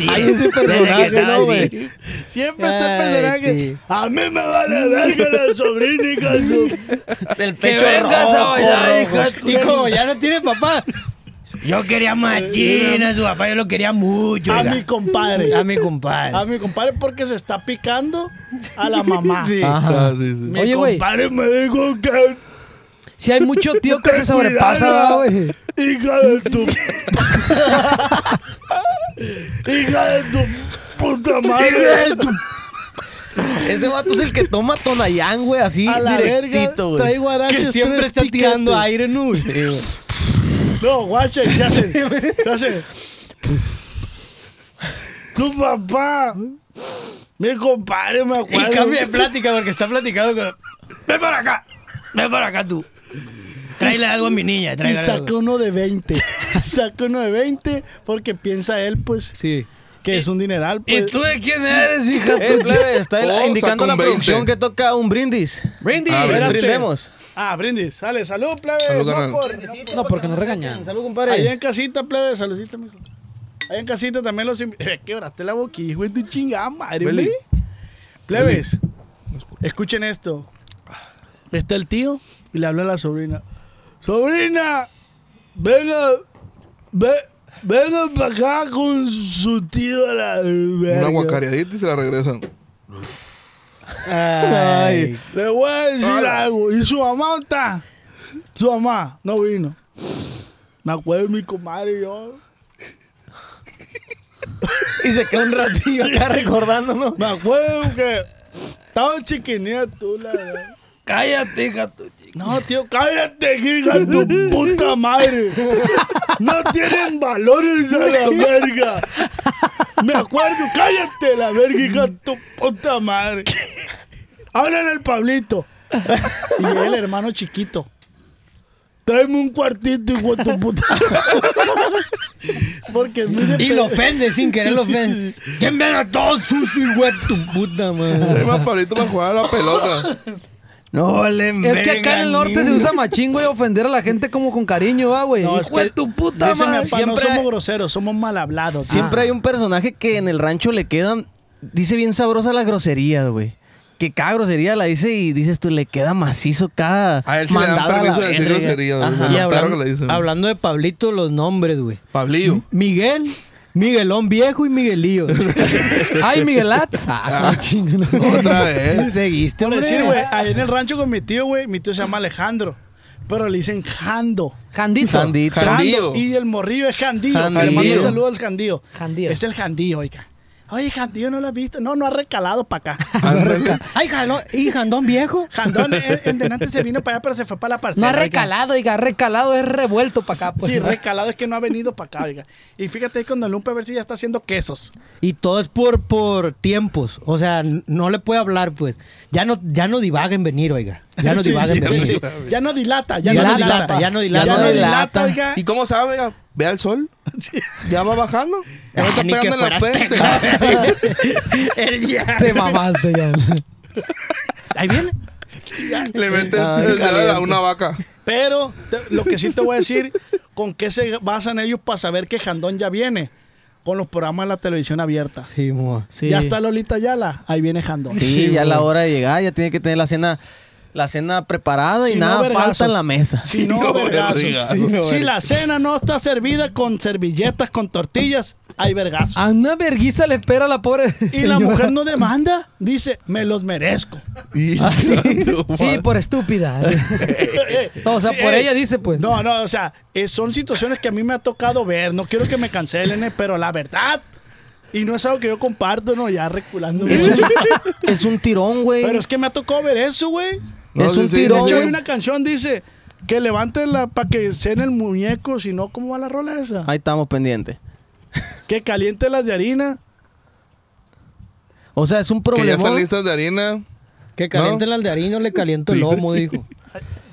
S4: Hay ese personaje, ¿no, güey?
S2: Siempre está
S4: Ay,
S2: personaje. que, A mí me vale verga la sobrina, hija de su-".
S4: Del
S3: pecho rojo, rojo.
S4: Y como ya no tiene papá. Yo quería machina, su papá yo lo quería mucho.
S2: A
S4: oiga.
S2: mi compadre. [LAUGHS]
S4: A mi compadre.
S2: A mi compadre porque se está picando a la mamá.
S6: Ah, sí, sí.
S2: Mi
S3: Oye, güey,
S2: compadre me dijo que
S3: si hay mucho tío que se sobrepasa,
S2: [LAUGHS] cuidado.
S3: ¿verdad, güey.
S2: hija de tu hija de tu puta madre
S8: Ese vato es el que toma Tonayán, güey, así
S2: a la verga
S8: directito, güey.
S2: trae guaraches
S4: que siempre
S2: tres
S4: está
S2: tiquetes.
S4: tirando aire, ¿no? güey?
S2: [LAUGHS] no guache se hacen se hacen tu papá Mi compadre, me acuerdo.
S5: Y cambia de plática porque está platicando con. Ven para acá. Ven para acá tú. Tráele algo a mi niña.
S2: Y
S5: Tráele
S2: saca
S5: algo.
S2: uno de 20. saca uno de 20 porque piensa él, pues.
S4: Sí.
S2: Que es un dineral,
S5: ¿Y
S2: pues.
S5: tú de quién eres, hija?
S8: Eh, plebe, está el-
S6: Oh,
S8: indicando
S6: sacó
S8: la
S6: un
S8: producción
S6: 20.
S8: que toca un brindis.
S3: Brandy.
S6: A ver,
S2: Espérate.
S8: brindemos.
S2: Ah, brindis. Sale, salud, plebe.
S6: Salud,
S2: no
S6: carnal.
S2: por,
S3: No, porque nos regañan.
S8: Salud,
S2: Allá
S8: compadre.
S2: en casita, plebe, saludcita, mijo. Allá en casita también los [LAUGHS] invito. Quebraste la boquilla, hijo de tu chingada madre,
S6: Beli.
S2: güey. Plebes, escuchen esto. Está el tío y le habla a la sobrina. ¡Sobrina! Ven a... Ve, ven a pa' acá con su tío a la...
S6: Una
S2: verga.
S6: guacareadita y se la regresan.
S2: Ay, le voy a decir algo. ¿Y su mamá dónde está? Su mamá no vino. Me acuerdo de mi comadre y yo...
S8: Y se queda un [LAUGHS] ratillo acá recordándonos.
S2: Me acuerdo que estaba chiquinilla tú, la verdad.
S5: Cállate, hija tú.
S2: No, tío, cállate, hija, de tu puta madre. No tienen valores a la verga. Me acuerdo, cállate, la verga, hija, de tu puta madre. Háblale al Pablito. Y el hermano chiquito. Tráeme un cuartito, hijo de tu puta. Porque es muy de
S5: Y lo ofende sin querer
S2: [LAUGHS]
S5: lo ofende. ¿Quién viene todo sucio y güey tu puta madre?
S6: Trae más palito para jugar a la [LAUGHS] pelota.
S5: No le
S3: Es que acá en el norte se usa machín, güey, ofender a la gente como con cariño, ah, güey.
S2: No, es
S5: Hijo de
S2: que
S5: tu puta
S2: Dice mi
S5: madre.
S2: papá, no
S8: siempre-
S2: somos groseros, somos mal hablados.
S6: Ah.
S8: Siempre hay un personaje que en el rancho le quedan. Dice bien sabrosa la grosería, güey. Que cada grosería la dice y dices tú, le queda macizo cada.
S6: A él sí le dan
S8: mandada a la
S6: permiso de decir
S8: verga.
S6: grosería, güey.
S8: Ajá.
S6: Lo
S4: Y
S6: perro
S4: hablando,
S6: que le dicen.
S4: hablando de Pablito, los nombres, güey.
S6: Pablillo.
S4: Miguel, Miguelón viejo y Miguelillo.
S2: [LAUGHS]
S3: Ay, Miguelat. Ah, chingo, no.
S6: [LAUGHS] Otra
S4: [LAUGHS]
S6: vez.
S4: Seguiste,
S2: Por
S4: hombre.
S2: decir, güey, ahí en el rancho con mi tío, güey, mi tío se llama Alejandro, pero le dicen Jando.
S3: Jandito.
S8: Jandito.
S6: Jandío.
S2: Jando, Y el morrillo es Jandillo.
S8: Jandillo.
S2: Le mando un saludo al Jandillo.
S3: Jandillo.
S2: Es el Jandillo, oiga. Oye, Jandillo, ¿no lo has visto? No, no ha recalado para acá.
S6: Ándale.
S4: Ay, jalón, y Jandón viejo.
S2: Jandón, eh, en delante se vino para allá, pero se fue para la
S3: No
S2: parcela.
S3: ha
S2: oiga.
S3: recalado, oiga, recalado es revuelto para acá, pues.
S2: Sí, recalado es que no ha venido para acá, oiga. Y fíjate ahí con Don Lupe a ver si ya está haciendo quesos.
S4: Y todo es por, por tiempos. O sea, n- no le puede hablar, pues. Ya no, ya no divaga en venir, oiga. Ya
S2: [LAUGHS]
S4: no
S2: Sí,
S4: divaga
S2: sí,
S4: en venir.
S2: sí. Ya no dilata, ya,
S4: Ya
S2: no
S4: no
S2: dilata,
S4: dilata, ya no dilata.
S2: Ya no
S4: Ya no
S2: dilata,
S4: dilata.
S2: oiga.
S6: ¿Y cómo sabe? oiga? Ve al [LAUGHS] sol. Ya va bajando. Ya me está
S4: Ah, ni que
S6: pegando en la
S4: fueras
S6: frente.
S3: Te mamaste ya.
S4: Ahí viene.
S6: [LAUGHS] Le mete el dedo a una vaca.
S2: Pero te- lo que sí te voy a decir, ¿con qué se basan ellos para saber que Jandón ya viene? Con los programas de la televisión abierta.
S4: Sí, mo.
S2: Ya está Lolita Yala, ahí viene Jandón.
S8: Sí, ya la hora de llegar, ya tiene que tener la cena, la cena preparada y
S2: Si no,
S8: nada
S2: vergazos.
S8: falta en la mesa.
S2: Si [LAUGHS] no,
S6: No,
S2: vergazos.
S6: verga.
S2: Si,
S4: No,
S2: si
S4: verga.
S2: la cena no está servida con servilletas, con tortillas, hay
S8: Ah,
S2: vergazos.
S3: A una verguiza le espera a la pobre.
S2: Y [LAUGHS] la mujer no demanda, dice, me los merezco.
S6: [LAUGHS] Y-
S3: Sí, por estúpida.
S2: [LAUGHS]
S3: No, o sea,
S2: Sí,
S3: por
S2: eh,
S3: ella dice, pues.
S2: No, no, o sea, eh, son situaciones que a mí me ha tocado ver. No quiero que me cancelen, eh, pero la verdad. Y no es algo que yo comparto, no, ya reculándome. [LAUGHS]
S8: Es un tirón, güey.
S2: Pero es que me ha tocado ver eso, güey.
S6: No,
S8: Es
S6: sí,
S8: un
S6: sí,
S2: De
S8: tirón,
S6: sí,
S2: hecho,
S6: sí.
S2: hay una canción dice que levante la para que cene el muñeco, si no, ¿cómo va la rola esa?
S8: Ahí estamos pendientes.
S2: Que caliente las de harina.
S8: O sea, es un
S6: Que ya están
S8: problema.
S6: listas de harina.
S4: Que caliente el aldearino, le caliento el lomo,
S2: [LAUGHS]
S4: dijo.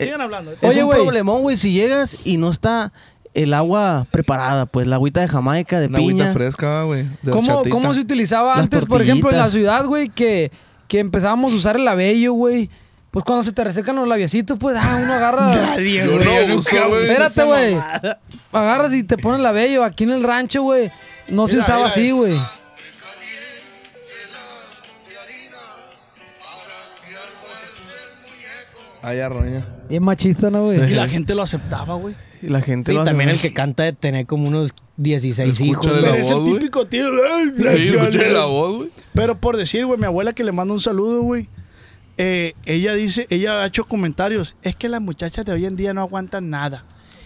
S2: Sigan hablando. eh.
S8: Es
S3: Oye,
S8: un
S3: güey.
S8: problemón, güey, si llegas y no está el agua preparada, pues la agüita de Jamaica, de
S6: Una
S8: piña.
S6: agüita fresca, güey. de
S3: ¿Cómo,
S6: horchatita.
S3: ¿Cómo se utilizaba
S8: Las
S3: antes, por ejemplo, en la
S8: tortillitas.
S3: ciudad, güey, que, que empezábamos a usar el labello, güey? Pues cuando se te resecan los labiecitos, pues, ah, uno agarra... Pues,
S5: Nadie,
S6: Yo
S5: güey.
S6: no
S5: yo nunca
S6: uso, güey.
S3: Espérate, güey. Agarras y te pones el labello. Aquí en el rancho, güey, no se
S2: Mira,
S3: usaba
S2: mira,
S3: así,
S2: mira.
S3: güey.
S6: Ay, arroña.
S3: Bien machista, ¿no, güey?
S2: Y
S6: Eh.
S2: la gente lo aceptaba, güey.
S8: Y la gente
S4: Sí,
S8: lo hace,
S4: también
S8: güey.
S4: el que canta de tener como unos 16
S6: Escucha
S4: hijos.
S6: la
S2: Pero es el
S6: voz, güey.
S2: típico tío.
S6: Sí, escuché la voz, güey.
S2: Pero por decir, güey, mi abuela que le mando un saludo, güey. eh, ella dice, ella ha hecho comentarios. Es que las muchachas de hoy en día no aguantan nada.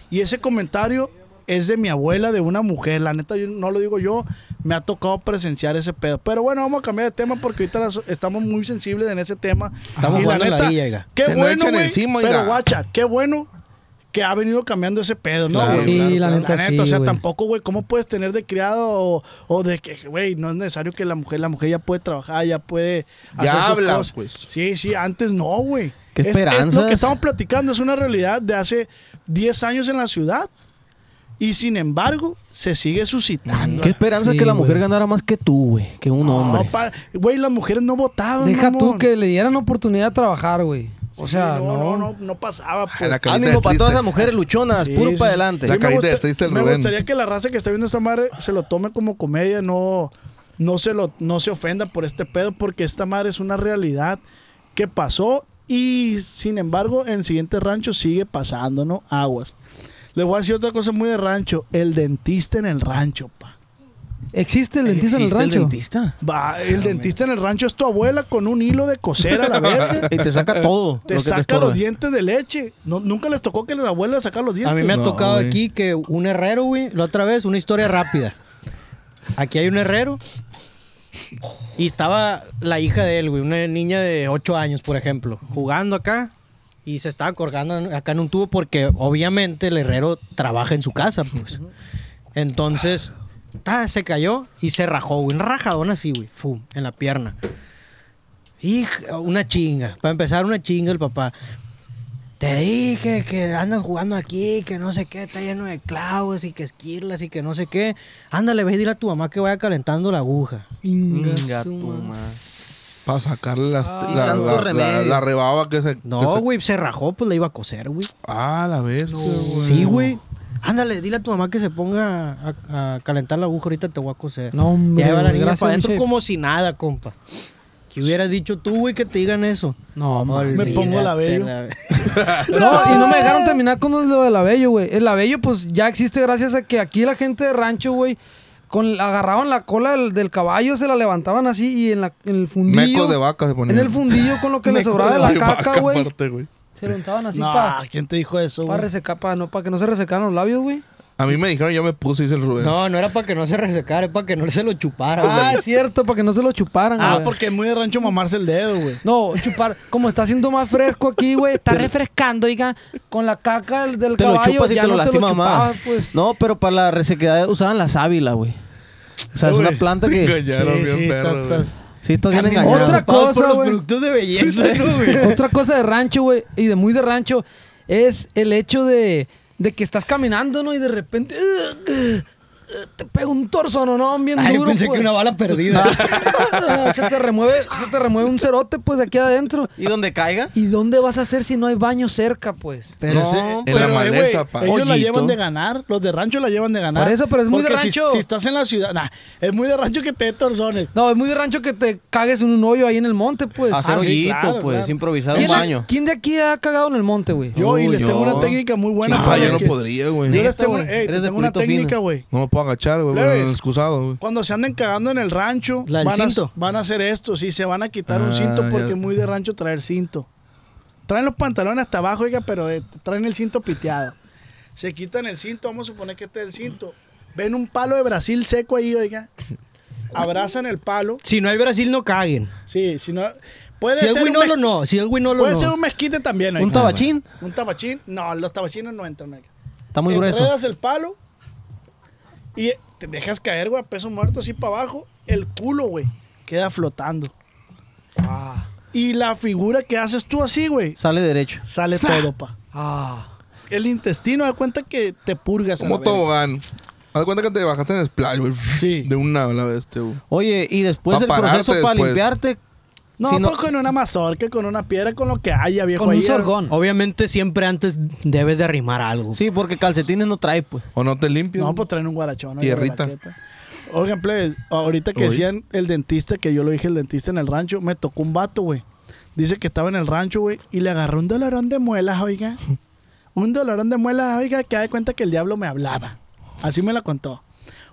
S2: Y ese comentario es de mi abuela, de una mujer. La neta, yo no lo digo yo. Me ha tocado presenciar ese pedo. Pero bueno, vamos a cambiar de tema porque ahorita las- estamos muy sensibles en ese tema.
S4: Estamos
S2: Y
S4: jugando la villa, oiga.
S2: Qué
S6: Que no
S2: bueno,
S6: echen
S2: güey.
S6: encima,
S2: pero
S6: oiga.
S2: guacha, qué bueno que ha venido cambiando ese pedo, ¿no?
S3: Claro,
S2: güey?
S3: sí, la neta sí,
S2: o sea,
S3: güey.
S2: tampoco, güey, ¿cómo puedes tener de criado o, o de que, güey, no es necesario que la mujer, la mujer ya puede trabajar, ya puede
S6: Ya habla, pues.
S2: Sí, sí, antes no, güey.
S8: ¿Qué
S2: Es- es lo
S8: esperanzas?
S2: que estamos platicando es una realidad de hace 10 años en la ciudad y sin embargo se sigue suscitando.
S8: ¿Qué esperanza que la mujer ganara más que tú, güey? Que un
S2: No,
S8: hombre.
S2: pa- güey, las mujeres no votaban.
S3: [LAUGHS] Deja
S2: mamón.
S3: tú que le dieran oportunidad de trabajar, güey. O
S2: Sí,
S3: sea,
S2: no,
S3: no.
S2: no, no, no pasaba. pues.
S6: la carita
S8: Ánimo
S6: de
S8: para todas
S6: triste.
S8: las mujeres luchonas,
S2: Sí,
S8: puro
S2: sí.
S8: para adelante.
S6: La
S2: Yo me
S6: carita de
S2: gusta-
S6: triste del
S2: Me
S6: Rubén.
S2: gustaría que la raza que está viendo esta madre se lo tome como comedia, no, no, se lo, no se ofenda por este pedo, porque esta madre es una realidad que pasó y sin embargo en el siguiente rancho sigue pasando, ¿no? Aguas. Les voy a decir otra cosa muy de rancho, el dentista en el rancho, pa.
S3: Existe el dentista en el
S8: ¿Existe
S3: rancho.
S8: dentista?
S2: Va, el dentista en el rancho es tu abuela con un hilo de coser a la verga.
S8: Y te saca todo.
S2: Te
S8: lo que
S2: saca
S8: estorba.
S2: los dientes de leche. No, nunca les tocó que la abuela le sacara los dientes.
S4: A mí me ha
S6: No,
S4: tocado
S6: güey.
S4: aquí que un herrero, güey, la otra vez, una historia rápida. Aquí hay un herrero y estaba la hija de él, güey, una niña de 8 años, por ejemplo, jugando acá y se estaba colgando en- acá en un tubo porque obviamente el herrero trabaja en su casa, pues. Entonces, ta, se cayó y se rajó, güey, una rajadona así, güey, fum, en la pierna. Hija, una chinga. Para empezar, una chinga el papá. Te dije que andan jugando aquí, que no sé qué, está lleno de clavos y que esquirlas y que no sé qué. Ándale, ve y dile a tu mamá que vaya calentando la aguja.
S8: Inga tu madre.
S6: Para sacarle las- la,
S8: santo
S6: la- la-
S8: remedio.
S6: la rebaba que se. que
S4: No,
S6: se-
S4: güey, se rajó, pues le iba a coser, güey.
S6: Ah, la ves.
S4: Sí, güey. Ándale, dile a tu mamá que se ponga a, a calentar la aguja, ahorita te voy a coser.
S3: No, hombre,
S4: Y ahí va la
S3: güey,
S4: niña
S3: gracias,
S4: para adentro
S3: mi chef.
S4: como si nada, compa. Que hubieras dicho tú, güey, que te digan eso.
S3: No, man.
S2: Me pongo la
S4: Olvídate
S2: vello.
S3: No, y no me dejaron terminar con lo del abello, güey. El abello, pues ya existe gracias a que aquí la gente de rancho, güey, con, agarraban la cola del, del caballo, se la levantaban así y en, la, en el fundillo.
S6: Mecos de vaca se
S3: En
S6: ponían.
S3: el fundillo con lo que le sobraba de la caca, güey. Se lo untaban así
S2: No,
S3: para
S2: ¿quién te dijo eso, güey?
S3: resecar, para no, pa que no se resecaran los labios, güey.
S6: A mí me dijeron, yo me puse, dice el Rubén.
S4: No, no era para que no se resecara, es para que no se lo chupara.
S3: Ah,
S4: güey.
S3: es cierto, para que no se lo chuparan,
S2: Ah,
S3: güey.
S2: porque es muy de rancho mamarse el dedo, güey.
S3: No, chupar. Como está haciendo más fresco aquí, güey. Está refrescando, oiga. Con la caca del, del
S8: Te lo
S3: caballo.
S8: chupas y
S3: ya
S8: te lo
S3: no
S8: lastima más.
S3: chupabas, pues.
S8: No, pero para la resequedad usaban la sábila, güey. O sea, es una
S6: [LAUGHS]
S8: planta
S6: Te
S8: que.
S6: engañaron, bien perro,
S2: estás-
S6: güey.
S2: estás-
S8: Sí, estás bien
S3: También
S8: engañado.
S3: otra
S8: Ocupados
S3: cosa,
S8: por los
S3: güey.
S8: productos de belleza, ¿no,
S3: [LAUGHS]
S8: güey?
S3: Otra cosa de rancho, güey, y de muy de rancho, es el hecho de, de que estás caminando, ¿no? Y de repente [CLEARS THROAT] ugh, ugh, te pega un torso, ¿no? no bien
S4: Ay,
S3: duro,
S4: pensé
S3: pues.
S4: que una bala perdida.
S3: Ah, [LAUGHS] se te remueve, se te remueve un cerote, pues, de aquí adentro.
S8: ¿Y donde caiga?
S3: ¿Y dónde vas a hacer si no hay baño cerca, pues?
S2: Pero
S8: No,
S2: ese-
S8: en
S2: pero,
S6: la
S2: eh, güey,
S6: maleza, pa.
S2: Ellos la
S8: Hoyito.
S2: llevan de ganar, los de rancho la llevan de ganar.
S3: Por eso, pero es muy de
S2: Porque si-
S3: rancho.
S2: Si, estás en la ciudad, nah, es muy de rancho que te dé torzones.
S3: No, es muy de rancho que te cagues en un hoyo ahí en el monte, pues.
S8: Hacer
S2: sí,
S8: hoyito,
S2: claro,
S8: pues,
S2: claro.
S8: improvisar un
S3: ¿Quién,
S8: baño.
S3: ¿Quién de aquí ha cagado en el monte, güey?
S2: Yo, y
S8: Uy,
S2: les tengo
S8: yo.
S2: una técnica muy buena.
S6: No,
S2: pa,
S6: yo
S2: es
S6: no
S2: que-
S6: podría, güey.
S2: Yo
S8: Neta,
S2: les tengo,
S8: güey,
S2: ey,
S8: eres
S2: te
S8: de
S2: tengo una
S8: culito fino.
S2: técnica, Este güey.
S6: No me puedo agachar, güey, por
S2: Plebes.
S6: el excusado, güey.
S2: Cuando se anden cagando en el rancho,
S4: La del
S2: van, a,
S4: cinto.
S2: van a hacer esto. Sí, se van a quitar un
S6: Ah,
S2: cinto porque
S6: ya.
S2: es muy de rancho traer cinto. Traen los pantalones hasta abajo, oiga, pero eh, traen el cinto piteado. Se quitan el cinto, vamos a suponer que este es el cinto. Ven un palo de Brasil seco ahí, oiga. Abrazan el palo.
S4: si no hay Brasil, no caguen.
S2: Sí, si no. Puede
S4: si
S2: ser
S4: es
S2: un
S4: Winolo,
S2: mez-
S4: no. Si es Winolo,
S2: Puede
S4: no.
S2: ser un mezquite también.
S8: ¿Un
S2: oiga.
S8: tabachín?
S2: Un tabachín. No, los tabachines no entran. oiga.
S8: Está muy grueso.
S2: Enredas el palo y te dejas caer, güey, a peso muerto así para abajo. El culo, güey, queda flotando.
S3: Ah,
S2: Y la figura que haces tú así, güey,
S8: Sale derecho.
S2: sale todo, pa.
S3: ah.
S2: El intestino da cuenta que te purgas. a la
S6: Como
S2: verga.
S6: tobogán. Haz de cuenta que te bajaste en el splash, güey.
S2: Sí.
S6: De una a la vez, este, güey.
S8: Oye, y después
S6: Pa'
S8: del proceso
S6: pararte pues.
S8: para
S6: después.
S8: limpiarte.
S2: No,
S8: si
S2: pues con una mazorca, con una piedra, con lo que haya, viejo.
S3: Con un
S2: ahí era-
S3: sorgón.
S4: Obviamente, siempre antes debes de arrimar algo.
S8: Sí, porque calcetines no trae, pues.
S6: O no te limpio.
S2: No, pues traen un guarachón. oiga,
S6: Tierrita.
S2: de baqueta. Oigan, plebes, ahorita que
S6: Uy.
S2: decían el dentista, que yo lo dije, el dentista en el rancho, me tocó un vato, güey. Dice que estaba en el rancho, güey, y le agarró un dolorón de muelas,
S6: [LAUGHS]
S2: oiga. Un dolorón de muelas, oiga, que da de cuenta que el diablo me hablaba. Así me la contó.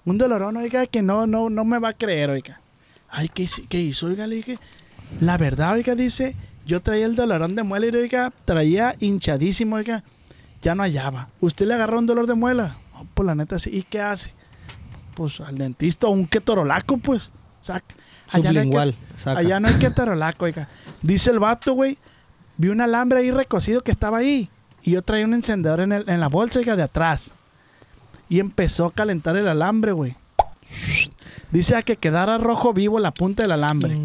S2: Un dolorón, oiga, que no, no, no me va a creer, oiga. Ay, ¿qué, hice- qué hizo? Oiga, le dije, la verdad, oiga, dice, yo traía el dolorón de muela y, oiga, traía hinchadísimo, oiga, ya no hallaba. ¿Usted le agarró un dolor de muela? No, pues la neta sí. ¿Y qué hace? Pues al dentista, un ketorolaco, pues. Saca.
S4: Sublingual,
S2: no hay que-
S4: saca.
S2: allá no hay ketorolaco, oiga. Dice el vato, güey, vi un alambre ahí recocido que estaba ahí. y yo traía un encendedor en, el- en la bolsa oiga, de atrás. Y empezó a calentar el alambre, güey. Dice a que quedara rojo vivo la punta del
S3: Mm,
S2: alambre.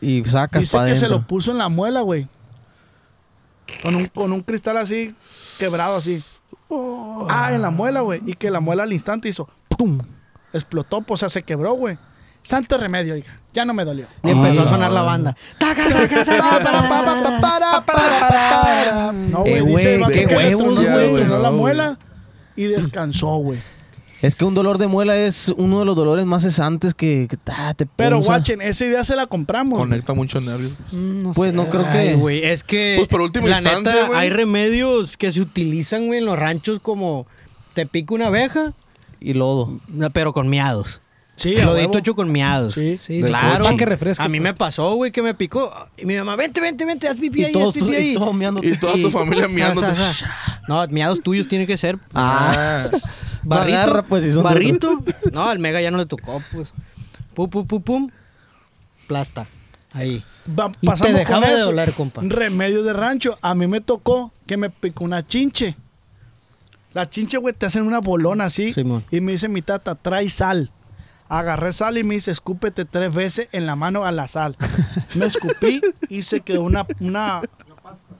S8: Y sacas
S2: Dice
S8: pa'
S2: que se
S8: dentro.
S2: lo puso en la muela, güey. Con un, con un cristal así, quebrado así. Ah, en la muela, güey. Y que la muela al instante hizo ¡pum! Explotó, pues, o sea, se quebró, güey. Santo remedio, oiga. Ya no me dolió.
S4: Y empezó
S8: Ah.
S4: a sonar la banda.
S2: No, güey,
S8: Eh,
S2: dice,
S8: güey,
S2: va,
S8: qué
S2: que le
S8: huevos,
S2: tronó,
S8: ya,
S2: güey,
S8: güey,
S2: tronó
S8: no,
S2: la
S8: güey.
S2: muela y descansó, güey.
S8: Es que un dolor de muela es uno de los dolores más cesantes que, que, ah, te
S2: Pero,
S8: punza.
S2: guachen, esa idea se la compramos.
S6: Conecta muchos nervios.
S3: Mm,
S8: Pues no creo
S3: Ah,
S8: que.
S4: Ay, güey, es que.
S6: Pues por última
S4: la
S6: instancia,
S4: neta,
S6: güey.
S4: hay remedios que se utilizan, güey, en los ranchos como te pica una abeja,
S8: Y lodo.
S4: no, pero con miados.
S2: Sí, a
S4: Lodito
S2: huevo.
S4: hecho con miados.
S2: Sí.
S3: Sí,
S6: De
S4: Claro.
S3: pa' que refresque,
S4: A mí
S3: pues.
S4: me pasó, güey, que me picó. Y mi mamá, vente, vente, vente, haz pipí
S8: Y
S4: ahí, haz
S8: todos-
S4: pipí
S8: y
S4: ahí.
S8: [LAUGHS] todos miándote.
S6: Y toda tu
S4: [LAUGHS]
S6: familia
S4: Ah,
S6: miándote.
S4: ah, ah. No, miados tuyos tienen que ser.
S8: Ah. [LAUGHS]
S4: Barrito,
S8: Agarra, pues, si son-
S4: barrito.
S8: [LAUGHS]
S4: No, al mega ya no le tocó, pues. Pum, pum, pum, pum. Plasta. Ahí.
S2: Va-
S4: Y te
S2: pasamos con
S4: dejaba de
S2: eso.
S4: doler, compa.
S2: Remedio de rancho. A mí me tocó que me picó una chinche. La chinche, güey, te hacen una bolona así.
S4: Simón.
S2: y me dice mi tata, trae sal. Agarré sal y me dice, escúpete tres veces en la mano a la
S4: [LAUGHS]
S2: sal. Me escupí y se quedó una, una,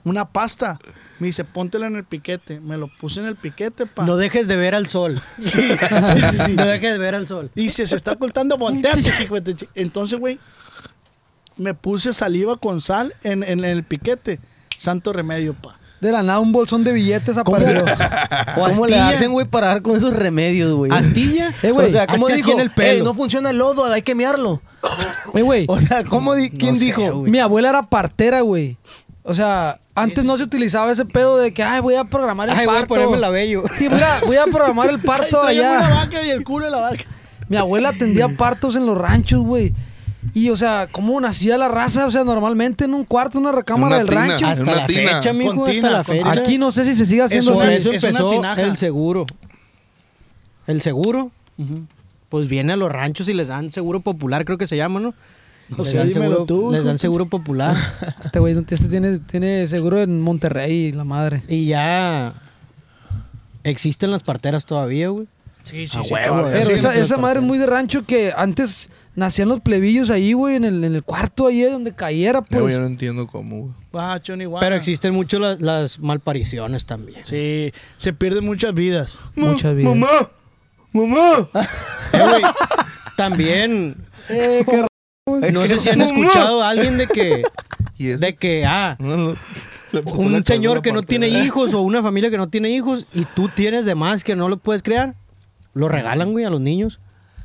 S2: una pasta. Me dice, póntela en el piquete. Me lo puse en el piquete, pa.
S4: No dejes de ver al
S8: [LAUGHS]
S4: sol.
S2: [LAUGHS] sí, sí.
S4: [LAUGHS] No dejes de ver al sol.
S2: Dice, se está ocultando, volteate, hijo de chi-". Entonces, güey, me puse saliva con sal en, en el piquete. Santo remedio, pa.
S3: De la nada un bolsón de billetes apareció.
S8: ¿Cómo le hacen, güey, para dar con esos remedios,
S4: [LAUGHS]
S8: güey?
S4: Astilla.
S3: Eh, güey,
S8: o sea, ¿cómo
S4: hazte así
S8: dijo?
S4: en el pelo.
S8: "Ey, no funciona el lodo, hay que mearlo.
S3: Ey, güey,
S8: O sea, ¿cómo di- ¿quién
S4: sé,
S8: dijo?
S4: güey.
S3: mi abuela era partera, güey. O sea, antes no se utilizaba ese pedo de que, ay, voy a programar el
S4: Ay, voy a
S3: parto.
S4: ponerme la bello.
S3: [LAUGHS] Sí, voy a, voy a programar el parto
S2: Ay, tráigame
S3: allá.
S2: una vaca y el culo de la vaca.
S3: Mi abuela atendía partos en los ranchos, güey. Y, o sea, ¿cómo nacía la raza? O sea, normalmente en un cuarto, una recámara
S6: una
S3: del
S6: tina.
S3: rancho.
S6: Hasta
S4: Hasta
S6: una
S4: la
S6: tina.
S4: fecha, mijo,
S2: Con
S4: hasta
S2: tina,
S4: la
S2: con
S4: fecha.
S2: tina.
S3: Aquí no sé si se sigue haciendo
S2: Eso
S4: Por
S3: así.
S2: es-
S4: eso
S2: una
S4: empezó
S2: tinaja.
S4: el seguro. El seguro, pues viene a los ranchos y les dan seguro popular, creo que se llama, ¿no?
S2: O
S4: Les
S2: sea,
S4: dan
S2: dímelo
S4: seguro-
S2: tú,
S4: Les dan
S2: hijo.
S4: seguro
S3: [LAUGHS]
S4: popular.
S3: Este güey, este tiene, tiene seguro en Monterrey, la madre.
S4: y ya existen las parteras todavía, güey.
S2: Sí,
S4: sí, todavía.
S3: Pero
S4: Sí,
S3: esa,
S4: sí, sí,
S3: esa madre es muy de rancho que antes nacían los plebillos ahí, güey, en el, en el cuarto ahí donde cayera,
S6: Ya, güey, yo no
S3: pues.
S6: entiendo cómo, güey.
S2: Ah, Johnny Guana.
S4: Pero existen mucho las, las malpariciones también. [LAUGHS]
S2: Sí, se pierden muchas vidas.
S3: Muchas vidas.
S6: ¡Mamá! ¡Mamá!
S4: Eh, güey, también.
S3: Eh,
S4: no sé si han escuchado
S3: [LAUGHS]
S4: a alguien de que,
S6: Y es...
S4: de que, ah,
S6: [LAUGHS] No, no. Le puso la
S4: un
S6: cabeza en
S4: señor
S6: la
S4: que no
S6: parte
S4: tiene
S6: de-
S4: hijos o una familia que no tiene hijos y tú tienes de más que no lo puedes crear, lo regalan, güey, a los niños.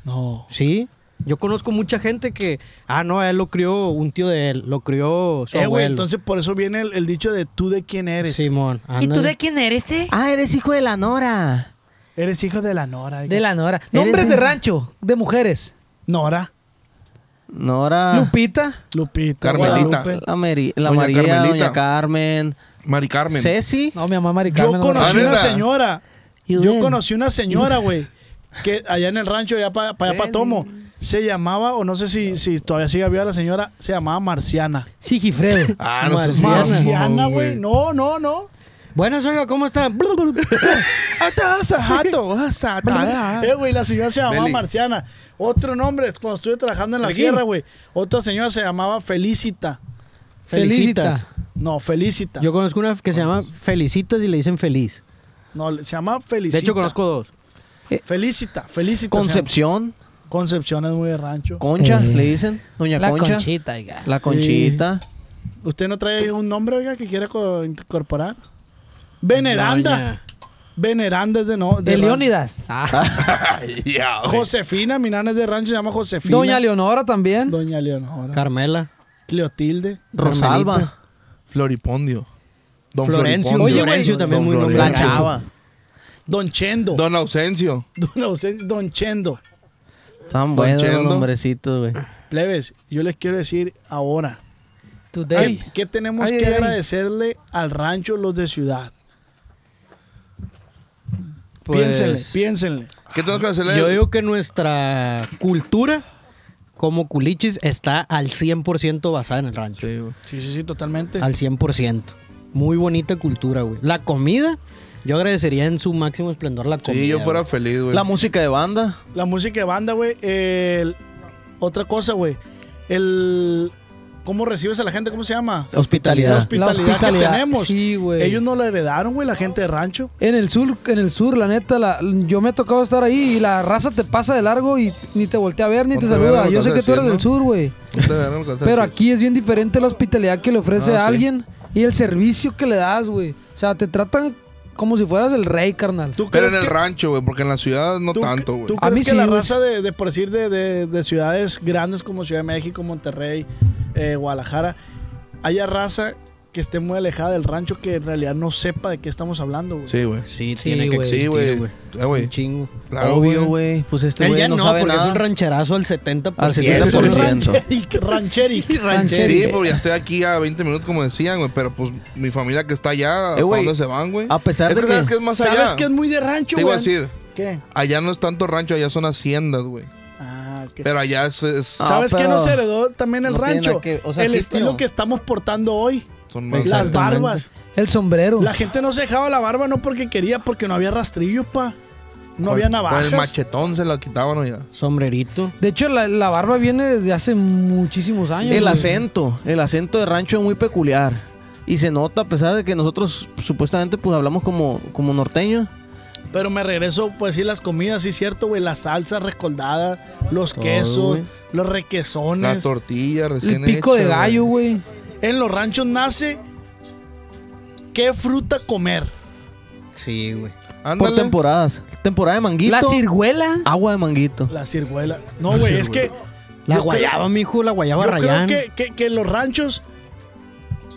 S2: No.
S4: Sí. Yo conozco mucha gente que, ah, no, él lo crió un tío de él, lo crió su
S2: Eh, güey,
S4: abuelo.
S2: entonces por eso viene el, el dicho de tú de quién eres.
S4: Simón,
S10: ¿Y tú
S4: ándale.
S10: de quién eres, eh?
S8: Ah, eres hijo de la Nora.
S2: Eres hijo de la Nora.
S3: De la Nora.
S8: Eres
S3: Nombres de
S8: el-
S3: rancho, de mujeres.
S2: Nora,
S8: Nora.
S3: Lupita.
S2: Lupita,
S6: Carmelita.
S2: Guadalupe.
S8: La, Meri- la
S6: Doña
S8: María,
S6: Carmelita.
S8: Doña Carmen,
S6: Mari Carmen.
S8: Ceci.
S3: No, mi mamá Mari
S2: Yo
S3: Carmen, no me
S2: conocí
S6: Ah,
S2: una
S6: ¿neta?
S2: señora.
S8: ¿Y
S2: Yo
S8: dónde?
S2: conocí una señora, güey. Que allá en el rancho, allá para allá pa' Tomo, se llamaba, o no sé si, si todavía sigue viva la señora, se llamaba Marciana.
S4: Sigifredo.
S6: Ah, no sé si
S4: Marciana.
S6: es
S2: Marciana,
S6: mamón,
S2: güey. No, no, no.
S4: Buenas, oiga, ¿cómo está?
S2: Eh, güey, la señora se llamaba
S6: Beli.
S2: Marciana. Otro nombre, es cuando estuve trabajando en la
S4: Elguín.
S2: sierra, güey. Otra señora se llamaba Felicita.
S4: Felicitas.
S2: No, Felicita.
S4: Yo conozco una que se llama Felicitas y le dicen feliz.
S2: No, se llama
S4: De
S2: Felicita.
S4: hecho, conozco dos.
S2: Felicita, Felicita. se llama.
S8: Concepción.
S2: Concepción es muy de rancho.
S8: Concha,
S4: Eh.
S8: le dicen. Doña
S3: La
S8: Concha.
S3: conchita, oiga.
S8: La Conchita.
S2: ¿Usted no trae un nombre, oiga, que quiera co- incorporar? Veneranda. Veneranda es de no. De
S3: De
S2: rancho.
S3: Leónidas. Ah.
S6: Ay, ya, güey.
S2: Josefina, mi nana es de rancho, se llama Josefina.
S3: Doña Leonora también.
S2: Doña Leonora.
S4: Carmela.
S2: Cleotilde.
S8: Rosalba.
S6: Floripondio. Don
S4: Florencio.
S6: Floripondio.
S4: Oye, Florencio también muy
S6: Florencio.
S8: La
S4: nombrado.
S8: Chava.
S2: Don Chendo. [LAUGHS] Don,
S6: Don Ausencio.
S2: Ausen- Don Chendo.
S8: Tan buenos los
S6: Chendo.
S8: nombrecitos, güey.
S2: Plebes, yo les quiero decir ahora.
S3: Today.
S2: ¿Qué, qué tenemos
S6: Ay,
S2: que
S6: ay, ay.
S2: agradecerle al rancho los de ciudad?
S4: Pues,
S2: Piénsenle, piénsenle.
S6: ¿Qué tenemos que hacerle?
S4: Yo digo que nuestra cultura como culichis está al 100% basada en el rancho.
S6: Sí, güey.
S2: Sí, sí, sí, totalmente.
S4: Al 100%. Muy bonita cultura, güey. La comida, yo agradecería en su máximo esplendor la comida.
S6: Sí, yo fuera
S4: güey.
S6: feliz, güey.
S4: La música de banda.
S2: La música de banda, güey. el- Otra cosa, güey. El... ¿Cómo recibes a la gente? ¿Cómo se llama?
S4: Hospitalidad.
S2: La hospitalidad,
S3: La hospitalidad,
S2: que tenemos.
S3: sí, güey.
S2: Ellos no la heredaron, güey, la gente de rancho.
S3: En el sur, en el sur, la neta, la- yo me he tocado estar ahí y la raza te pasa de largo y ni te voltea a ver ni te
S6: Ponte verga
S3: saluda.
S6: lo
S3: Yo
S6: que
S3: sé que
S6: vas
S3: tú
S6: a
S3: eres del
S6: decir,
S3: sur, güey.
S6: No te agarran lo que vas a
S3: Pero
S6: decir.
S3: aquí es bien diferente la hospitalidad que le ofrece
S6: Ah,
S3: a
S6: sí.
S3: alguien y el servicio que le das, güey. O sea, te tratan como si fueras el rey, carnal.
S2: ¿Tú
S6: Pero
S2: crees
S6: en el
S2: que-
S6: rancho, güey, porque en la ciudad no
S2: ¿Tú,
S6: tanto, güey.
S2: ¿tú
S3: A
S2: crees
S3: mí
S2: que
S3: sí,
S2: la
S3: güey.
S2: raza de, de, por decir, de, de- de ciudades grandes como Ciudad de México, Monterrey, eh, Guadalajara, haya raza que esté muy alejada del rancho que en realidad no sepa de qué estamos hablando, güey?
S6: Sí, güey.
S4: Sí,
S3: Sí,
S4: tiene que
S3: güey.
S6: Sí,
S4: existir,
S6: güey.
S4: güey.
S6: Eh, güey.
S4: Un chingo.
S6: Claro,
S4: Obvio,
S6: güey.
S4: güey. Pues este
S8: Él
S4: güey
S8: ya
S4: no,
S8: no,
S4: sabe
S8: porque
S4: nada.
S8: es un
S4: rancherazo al 70%.
S8: Al
S2: Es un
S8: 70%.
S2: rancheri, rancheri.
S6: [LAUGHS] Sí, pues ya estoy aquí a 20 minutos, como decían, güey. Pero pues mi familia que está allá,
S8: Eh,
S6: ¿a
S8: güey,
S6: dónde se van, güey?
S8: a pesar
S6: es
S8: de
S6: que,
S8: que-
S6: ¿sabes qué es más allá?
S2: ¿Sabes que es muy de rancho,
S6: Te
S2: güey?
S6: iba a decir,
S2: ¿Qué?
S6: allá no es tanto rancho, allá son haciendas, güey.
S2: Ah, ok.
S6: Pero allá es, es-
S8: Ah,
S2: ¿Sabes qué
S8: pero
S2: nos heredó también el
S8: no tiene
S2: rancho?
S8: nada que- o sea,
S2: el
S8: sí,
S2: estilo
S8: pero-
S2: que estamos portando hoy.
S6: son más...
S2: Las
S6: Las
S8: ba-
S2: barbas.
S3: El sombrero.
S2: La gente no se dejaba la barba no porque quería, porque no había rastrillos, pa. No había navajas.
S6: el machetón se la quitaban, oiga.
S4: Sombrerito.
S3: De hecho, la, la barba viene desde hace muchísimos años.
S8: El
S3: güey.
S8: acento, el acento de rancho es muy peculiar. Y se nota a pesar de que nosotros supuestamente pues hablamos como, como norteños.
S2: Pero me regreso, pues sí, las comidas, sí, cierto, güey. Las salsas recoldadas, los
S8: Todo,
S2: quesos,
S8: güey.
S2: los
S6: La
S2: requesones.
S6: tortilla
S3: El
S6: recién
S3: pico
S6: hecha,
S3: de gallo, güey.
S2: En los ranchos nace. ¿Qué fruta comer?
S4: Sí, güey.
S6: Ándale.
S8: Por temporadas. Temporada de manguito.
S10: La ciruela.
S8: agua de manguito.
S2: La ciruela. No, güey, es que.
S4: La
S2: yo creo-
S4: guayaba, mijo, la guayaba
S2: Yo creo
S4: rayán.
S2: que, que- que los ranchos.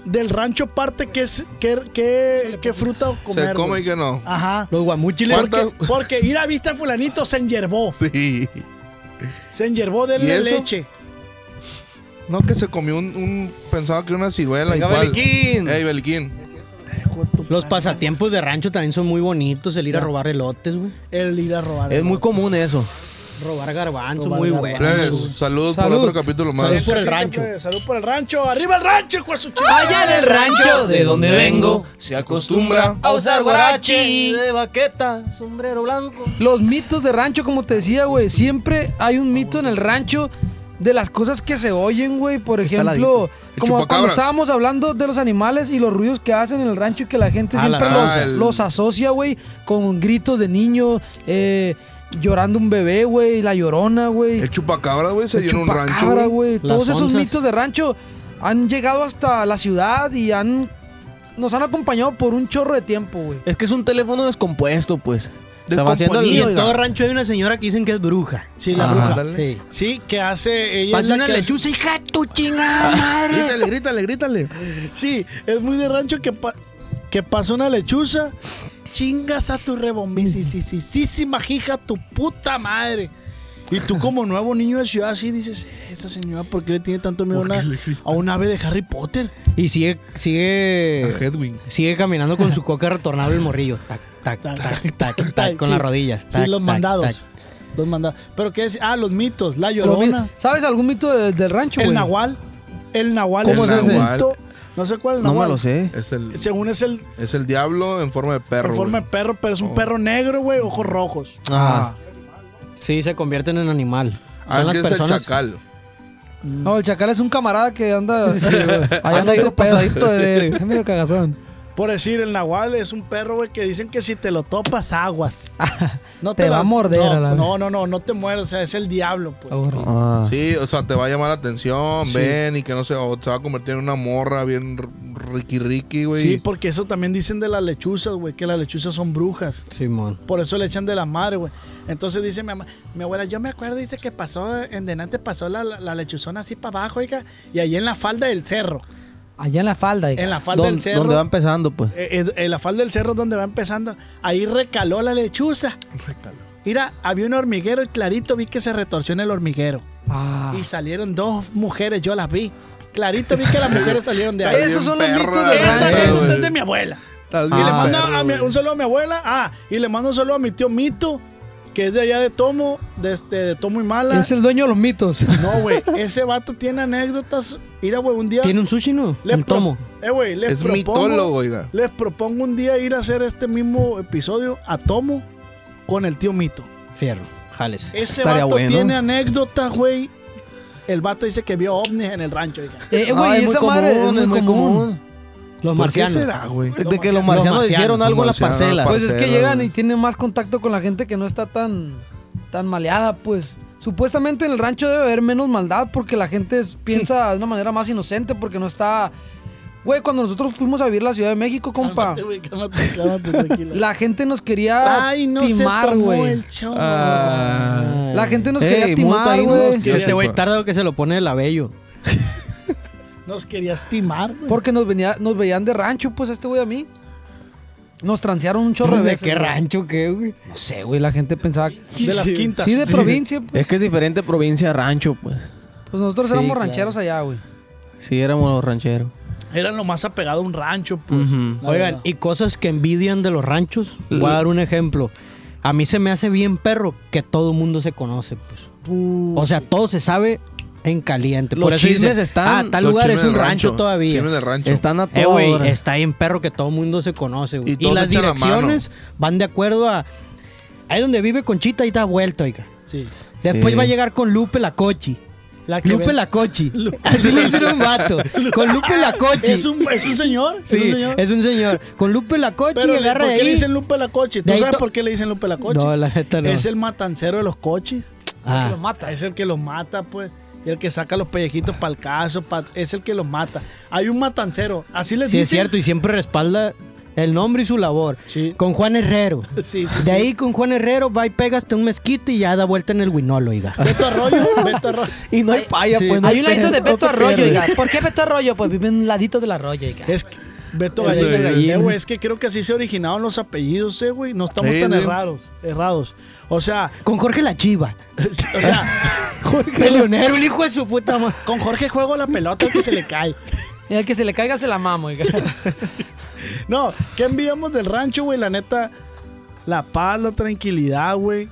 S2: Del rancho parte, ¿qué, es- qué, qué- qué fruta comer?
S6: Se come
S2: güey?
S6: y que no.
S2: Ajá.
S4: Los guamuchiles.
S2: Porque,
S6: ¿Cuántas-
S2: porque ir a vista fulanito se enyerbó.
S6: Sí.
S2: Se enyerbó de
S6: ¿Y eso?
S2: leche.
S6: No, que se comió un... un- pensaba que era una ciruela.
S8: Venga,
S6: igual.
S8: Beliquín.
S6: Ey, Beliquín.
S4: Los pasatiempos de rancho también son muy bonitos. El ir a robar elotes, güey.
S2: El ir a robar.
S8: Es muy común eso.
S4: Robar garbanzo,
S2: Robar
S4: muy
S2: garbanzo.
S4: bueno.
S6: Plebes, Saludos por
S3: Salud.
S6: otro capítulo
S2: Salud
S6: más.
S2: por el
S4: Así que,
S2: rancho.
S4: pues,
S2: Salud por el rancho. Arriba el rancho, hijo de su chica.
S8: Allá en el rancho de donde vengo
S6: Se acostumbra.
S8: a usar guarachi.
S4: de
S8: baqueta, sombrero blanco.
S3: Los mitos de rancho, como te decía, güey. Siempre hay un mito en el rancho de las cosas que se oyen, güey. Por ejemplo,
S6: El
S3: como cuando
S6: chupacabras.
S3: estábamos hablando de los animales y los ruidos que hacen en el rancho y que la gente
S4: Ah,
S3: siempre
S6: la-
S3: los,
S6: ah, el-
S3: los asocia, güey, con gritos de niños, eh, llorando un bebé, güey, la llorona, güey.
S6: El chupacabra, güey, se
S3: El
S6: dio en un rancho.
S3: chupacabra, güey.
S4: Las
S3: Todos esos
S4: onzas.
S3: mitos de rancho han llegado hasta la ciudad y han nos han acompañado por un chorro de tiempo, güey.
S8: Es que es un teléfono descompuesto, pues. Se va haciendo el-
S4: Y en
S8: oiga.
S4: todo rancho hay una señora que dicen que es bruja.
S2: Sí, la
S8: Ah,
S2: bruja.
S6: dale.
S4: Sí.
S2: Sí, que hace. Ella es
S4: Pasa
S2: la
S4: una
S2: que-
S4: lechuza, hija de tu chingada madre.
S6: Grítale, grítale, grítale.
S2: Sí, es muy de rancho que, pa- que pasa una lechuza. Chingas a tu rebombicisísima hija, tu puta madre. Y tú, como nuevo niño de ciudad, así dices: Esa señora, ¿por qué le tiene tanto miedo a una, a un ave de Harry Potter?
S4: Y sigue, sigue.
S6: A Eh, Hedwig.
S4: Sigue caminando con su coca retornable el morrillo. Tac, tac, tac, tac, tac, con
S2: Sí,
S4: las rodillas. Tac,
S2: sí, los
S4: tac,
S2: mandados.
S4: tac.
S2: Los mandados. Pero qué es, ah, los mitos, la
S3: Los mi-
S2: llorona,
S3: ¿Sabes algún mito de- del rancho, güey?
S2: el nahual, el nahual
S6: ¿Cómo
S2: es
S6: es
S2: un
S6: ese?
S2: mito, no sé cuál es el
S8: No
S2: nahual.
S8: me lo sé.
S6: Es el,
S2: Según es el
S6: es el diablo en forma de perro.
S2: en forma de
S6: güey.
S2: perro, pero es un
S6: Oh.
S2: perro negro, güey, ojos rojos.
S4: Ajá. Sí, se convierten en animal.
S6: Ah,
S4: Son las
S6: es que es el
S4: personas.
S6: chacal.
S3: No, el chacal es un camarada que anda. ahí
S8: Anda
S3: anda
S8: otro
S3: otro pasadito de verga. Es medio cagazón.
S2: Por decir, el nahual es un perro, güey, que dicen que si te lo topas, aguas. No
S3: Ah, Te va a morder
S2: No,
S3: a la-
S2: no, no, no, no te mueres, o sea, es el diablo, pues.
S3: Aburrido.
S8: Ah.
S6: Sí, o sea, te va a llamar la atención, ven y que no sé, o te va a convertir en una morra bien ricky ricky, güey.
S3: pues,
S2: Sí, porque eso también dicen de las lechuzas, güey, que las lechuzas son brujas.
S4: Simón.
S2: Por eso le echan de la madre, güey. Entonces dice mi mamá, mi abuela, yo me acuerdo, dice que pasó, en delante pasó la, la, la lechuzona así para abajo, oiga, y ahí en la falda del cerro.
S3: Allá en la falda. hija.
S2: En la falda del
S8: Don-
S2: cerro.
S8: Donde va empezando, pues.
S2: eh, eh, en la falda del cerro es donde va empezando. Ahí recaló la lechuza. Mira, había un hormiguero y clarito vi que se retorció en el hormiguero.
S3: Ah.
S2: Y salieron dos mujeres, yo las vi. Clarito vi que
S6: [LAUGHS]
S2: las mujeres salieron de ahí.
S6: Estás
S3: Esos
S6: bien
S3: son los
S6: perra,
S3: mitos del
S6: güey.
S2: Esa
S3: rancho.
S2: anécdota es de mi abuela.
S6: Estás
S2: Y
S3: Ah,
S6: bien
S2: le mando
S6: perro,
S2: a mi- Ah,
S6: güey.
S2: un saludo a mi abuela. Ah, y le mando un saludo a mi tío Mito. que es de allá de Tomo, de, este, de Tomo y Mala.
S3: Es el dueño de los mitos.
S2: No, güey, ese vato tiene anécdotas. Mira, güey, un día...
S4: Tiene un sushi, ¿no?
S2: Les
S4: Un
S2: pro-
S4: tomo.
S2: Eh, güey, les
S6: Es
S2: propongo,
S6: mitólogo, oiga.
S2: Les propongo un día ir a hacer este mismo episodio a Tomo con el tío Mito.
S4: Fierro. Jales.
S2: Ese
S4: Estaría
S2: vato
S4: bueno.
S2: tiene anécdotas, güey. El vato dice que vio ovnis en el rancho, oiga.
S3: Eh, güey,
S4: Ah, es muy
S3: esa madre
S4: común,
S3: es muy común.
S4: Los
S6: ¿Por qué
S4: marcianos.
S6: será, güey?
S4: De que los marcianos hicieron algo en la
S6: Los marcianos,
S4: parcela.
S6: par-
S3: Pues es que
S6: Parcero,
S3: llegan
S6: güey.
S3: y tienen más contacto con la gente que no está tan, tan maleada, pues. Supuestamente en el rancho debe haber menos maldad porque la gente es- piensa de una manera más inocente porque no está... Güey, cuando nosotros fuimos a vivir a la Ciudad de México, compa,
S2: Cálmate, güey, cálmate, cálmate, tranquilo.
S3: la gente nos
S2: [LAUGHS]
S3: quería
S2: Ay, no se
S3: timar,
S2: tomó
S3: güey.
S2: el show.
S6: Ah.
S3: La gente nos
S4: Ey,
S3: quería
S4: multa
S3: timar,
S4: ahí,
S3: güey.
S4: ¿no? Este güey tarda que se lo pone el labello.
S2: Nos querías timar, güey.
S3: Porque nos, venía, nos veían de rancho, pues, a este güey a mí. Nos transearon un chorro de
S4: ¿De
S3: veces,
S4: qué
S3: güey.
S4: rancho qué, güey?
S3: No sé, güey, la gente pensaba...
S2: De las quintas.
S3: Sí, de provincia, pues.
S8: Es que es diferente provincia a rancho, pues.
S3: Pues nosotros
S8: Sí,
S3: éramos
S8: claro.
S3: rancheros allá, güey.
S8: Sí, éramos los rancheros.
S2: Eran lo más apegado a un rancho, pues.
S8: Ujú.
S2: la
S4: Oigan,
S2: verdad.
S4: y cosas que envidian de los ranchos. Voy a dar un ejemplo. A mí se me hace bien perro que todo el mundo se conoce, pues. O sea, todo se sabe en caliente.
S8: Los
S4: Por eso
S8: chismes
S4: dicen,
S8: están-
S4: Ah, tal
S6: los
S4: lugar
S6: chismes
S4: es un
S6: del
S4: rancho,
S6: rancho,
S4: todavía.
S6: chismes del rancho.
S4: Están a Eh,
S8: toda
S4: güey,
S8: hora.
S4: está bien perro que todo el mundo se conoce,
S6: Y
S4: güey. Y,
S6: todos
S4: las
S6: se echan la mano.
S4: direcciones van de acuerdo a... Ahí donde vive Conchita, ahí da vuelta, oiga.
S2: Sí.
S4: Después
S8: Sí.
S4: va a llegar con Lupe la Cochi.
S2: que
S4: Lupe
S2: ve-
S4: la Cochi. [LAUGHS] Así le hicieron un vato. Con [LAUGHS] Lupe la Cochi.
S2: ¿Es un, es un señor? ¿Es un
S4: Sí,
S2: señor?
S4: es un señor. Con Lupe la Cochi
S2: Pero,
S4: y
S2: le-
S4: agarra
S2: ¿por
S4: de
S2: qué le
S4: ahí.
S2: dicen Lupe la Coche?
S4: De
S2: ¿Tú
S4: ahí
S2: sabes
S4: to-
S2: por qué le dicen Lupe la Coche?
S4: No, la neta no.
S2: Es el matancero de los coches.
S4: Ah.
S3: Que los mata.
S2: Es el que los mata, pues. Y el que saca los pellejitos para el caso. pa- es el que los mata. Hay un matancero. Así les
S4: Sí, es
S2: dicen.
S4: cierto, y siempre respalda el nombre y su labor.
S2: Sí.
S4: Con Juan Herrero.
S2: [LAUGHS] Sí, sí, sí.
S4: De ahí con Juan Herrero va y pegaste un mezquite y ya da vuelta en el Winolo, oiga.
S2: Beto Arroyo. Beto
S4: [LAUGHS]
S2: Arroyo.
S8: Y no hay paya, pues.
S10: Hay un ladito de Beto Arroyo, oiga. ¿Por qué Beto Arroyo? Pues vive en un ladito del arroyo, oiga.
S2: Es que- Beto
S4: El de
S2: Gallego.
S4: Gallego.
S2: Eh, güey, es que creo que así se originaron los apellidos, eh, güey. No estamos
S6: Sí,
S2: tan
S6: sí.
S2: errados. Errados. O sea, [LAUGHS]
S4: Con Jorge la Chiva.
S2: o
S4: [LAUGHS]
S2: sea,
S4: Peleonero, el hijo de su puta madre.
S2: con Jorge juego la pelota que se le cae.
S3: Y al que se le caiga se la mamo, [LAUGHS] oiga.
S2: No, ¿qué enviamos del rancho, güey? La neta, la paz, la tranquilidad, güey.